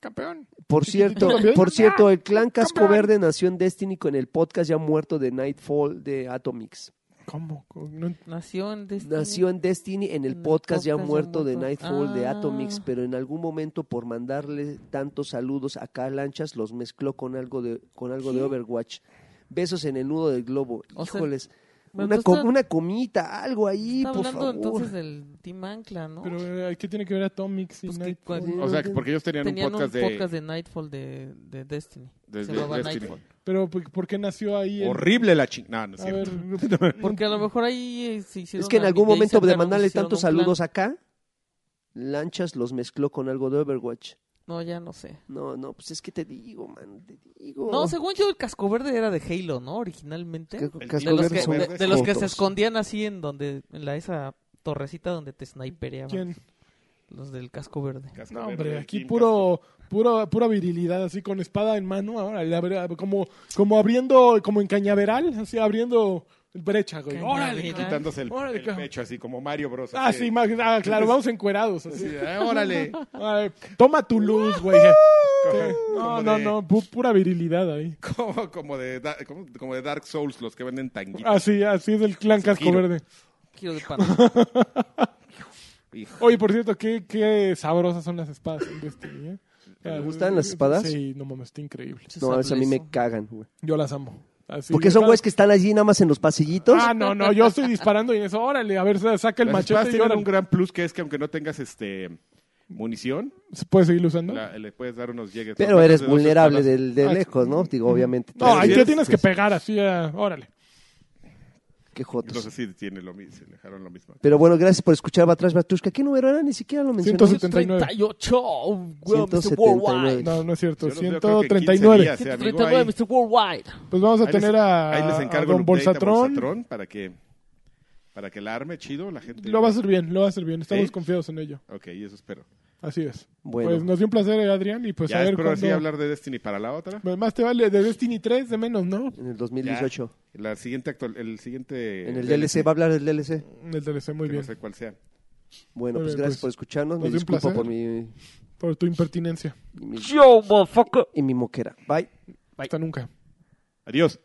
Speaker 2: Campeón.
Speaker 4: Por cierto,
Speaker 2: también.
Speaker 4: por cierto, el
Speaker 1: Ah,
Speaker 4: clan Casco Verde nació en Destiny con el podcast ya muerto de Nightfall de Atomix.
Speaker 2: ¿Cómo? No ent-
Speaker 1: Nació en Destiny.
Speaker 4: Nació en Destiny en el
Speaker 1: En el
Speaker 4: podcast ya
Speaker 1: podcast ya
Speaker 4: muerto de
Speaker 1: muerto.
Speaker 4: Nightfall de
Speaker 1: Ah.
Speaker 4: Atomix, pero en algún momento por mandarle tantos saludos a Calanchas los mezcló con algo de con algo de Overwatch. Besos en el nudo del globo.
Speaker 1: O sea,
Speaker 4: Híjoles.
Speaker 1: pero
Speaker 4: una,
Speaker 1: tú
Speaker 4: co-
Speaker 1: estás-
Speaker 4: una comita, algo ahí,
Speaker 1: Está
Speaker 4: por
Speaker 1: hablando
Speaker 4: favor.
Speaker 1: entonces del Team Ancla, ¿no?
Speaker 2: Pero, eh, ¿qué tiene que ver Atomics y
Speaker 1: Pues que
Speaker 2: Nightfall?
Speaker 1: cual-
Speaker 6: O sea, que porque ellos tenían,
Speaker 1: Tenían
Speaker 6: un podcast, de-
Speaker 1: de, Nightfall de, de Destiny.
Speaker 6: de.
Speaker 1: Se
Speaker 6: de-
Speaker 1: llamaba
Speaker 6: Destiny.
Speaker 1: Nightfall.
Speaker 2: Pero, ¿por por qué nació ahí? el-
Speaker 6: Horrible la chingada. No, no es
Speaker 2: A
Speaker 6: cierto.
Speaker 2: ver,
Speaker 1: Porque a lo mejor ahí eh, se hicieron.
Speaker 4: Es que en algún
Speaker 1: amigues y
Speaker 4: momento de
Speaker 1: sacaron-
Speaker 4: mandarle
Speaker 1: hicieron
Speaker 4: tantos
Speaker 1: un plan.
Speaker 4: saludos acá, Lanchas los mezcló con algo de Overwatch.
Speaker 1: No, ya no sé.
Speaker 4: No, no, pues es que te digo, man, te digo.
Speaker 1: No, según yo, el casco verde era de Halo, ¿no? Originalmente.
Speaker 4: Ca-
Speaker 6: El
Speaker 4: casco
Speaker 1: de los
Speaker 4: verde
Speaker 1: que,
Speaker 4: son
Speaker 1: de-
Speaker 6: verdes
Speaker 1: de los que se
Speaker 4: jotos.
Speaker 1: escondían así en donde en la esa torrecita donde te snipereaban
Speaker 2: ¿Quién?
Speaker 1: los del casco verde
Speaker 6: Casco
Speaker 2: No,
Speaker 6: verde,
Speaker 2: hombre, aquí
Speaker 6: Team
Speaker 2: puro, puro, pura virilidad, así con espada en mano, ahora, le abre- como, como abriendo, como en cañaveral, así abriendo brecha, güey. ¡Órale!
Speaker 1: Cañaveral.
Speaker 2: cabrón!
Speaker 6: quitándose el,
Speaker 2: Órale,
Speaker 6: el
Speaker 2: cabrón.
Speaker 6: pecho así como Mario Bros.
Speaker 2: Ah, sí, más- ah, claro, vamos encuerados. así.
Speaker 6: Así, eh, órale.
Speaker 2: Ay, toma tu luz, güey. Sí. No,
Speaker 6: Como
Speaker 2: no,
Speaker 6: de-
Speaker 2: no, pu- pura virilidad ahí.
Speaker 6: Como, como, de, da- como, como de Dark Souls, los que venden tanguitas.
Speaker 2: Así, así es el clan Casco
Speaker 6: giro.
Speaker 2: Verde.
Speaker 1: Quiero de pan.
Speaker 2: Oye, por cierto, qué, qué sabrosas son las espadas en Destiny, ¿eh?
Speaker 4: ¿Te gustan las espadas?
Speaker 2: Sí, no mames, está increíble.
Speaker 4: No, a veces a mí me cagan, güey.
Speaker 2: Yo las amo. Así,
Speaker 4: Porque son
Speaker 2: cada-
Speaker 4: güeyes que están allí nada más en los pasillitos.
Speaker 2: Ah, no, no, yo estoy disparando y en eso, órale, a ver, sa- saca el
Speaker 6: Las espadas
Speaker 2: machete y
Speaker 6: tienen
Speaker 2: ahora
Speaker 6: un gran plus que es que aunque no tengas este munición,
Speaker 2: ¿Se puede seguir usando?
Speaker 6: la- le puedes dar unos llegues.
Speaker 4: pero
Speaker 6: Los
Speaker 4: eres
Speaker 6: de dos
Speaker 4: vulnerable
Speaker 6: espadas.
Speaker 4: de, de
Speaker 2: Ah,
Speaker 4: lejos, ¿no? Digo, obviamente.
Speaker 2: No, ahí
Speaker 6: sí
Speaker 2: te
Speaker 6: es-
Speaker 2: tienes que pegar así, ah, órale.
Speaker 4: Qué
Speaker 6: No sé
Speaker 4: jotos.
Speaker 6: si tiene lo mismo, se dejaron lo mismo.
Speaker 4: Pero bueno, gracias por escuchar Batrash Batushka. ¿Qué número era? Ni siquiera lo mencionamos.
Speaker 2: 179.
Speaker 1: 38 güey, Mr.
Speaker 4: 179.
Speaker 1: Worldwide
Speaker 2: No, no es cierto,
Speaker 6: Yo los veo, creo que 15
Speaker 2: 139.
Speaker 6: días, eh, amigo,
Speaker 1: 139
Speaker 6: ahí-
Speaker 1: Mr. Worldwide
Speaker 2: Pues vamos a
Speaker 6: ahí les-
Speaker 2: tener a,
Speaker 6: ahí les
Speaker 2: a
Speaker 6: encargo
Speaker 2: Don
Speaker 6: un update a
Speaker 2: Bolsatrón.
Speaker 6: Ah, Bolsatrón para que para que la arme chido la gente.
Speaker 2: Lo va a hacer bien, lo va a hacer bien. Estamos
Speaker 6: ¿Sí?
Speaker 2: confiados en ello.
Speaker 6: Ok, eso espero.
Speaker 2: Así es.
Speaker 4: Bueno.
Speaker 2: Pues nos dio un placer, eh, Adrián, y pues
Speaker 6: ya
Speaker 2: a ver
Speaker 6: espero así
Speaker 2: cuándo-
Speaker 6: hablar de Destiny para la otra.
Speaker 2: Pues Más te vale de Destiny 3 de menos, ¿no?
Speaker 4: En el 2018.
Speaker 6: Ya, la siguiente actual, el siguiente
Speaker 4: En el
Speaker 2: Eh,
Speaker 4: DLC. Va a hablar del DLC.
Speaker 2: El DLC, muy
Speaker 6: que
Speaker 2: bien.
Speaker 6: no sé cuál sea.
Speaker 4: Bueno,
Speaker 2: Muy
Speaker 4: pues
Speaker 2: bien, pues.
Speaker 4: gracias por escucharnos. Me
Speaker 2: Nos dio un
Speaker 4: disculpo
Speaker 2: placer.
Speaker 4: por mi,
Speaker 2: Por tu impertinencia.
Speaker 4: y mi-
Speaker 1: Yo, motherfucker
Speaker 4: y mi moquera. Bye.
Speaker 2: Hasta nunca.
Speaker 6: Adiós.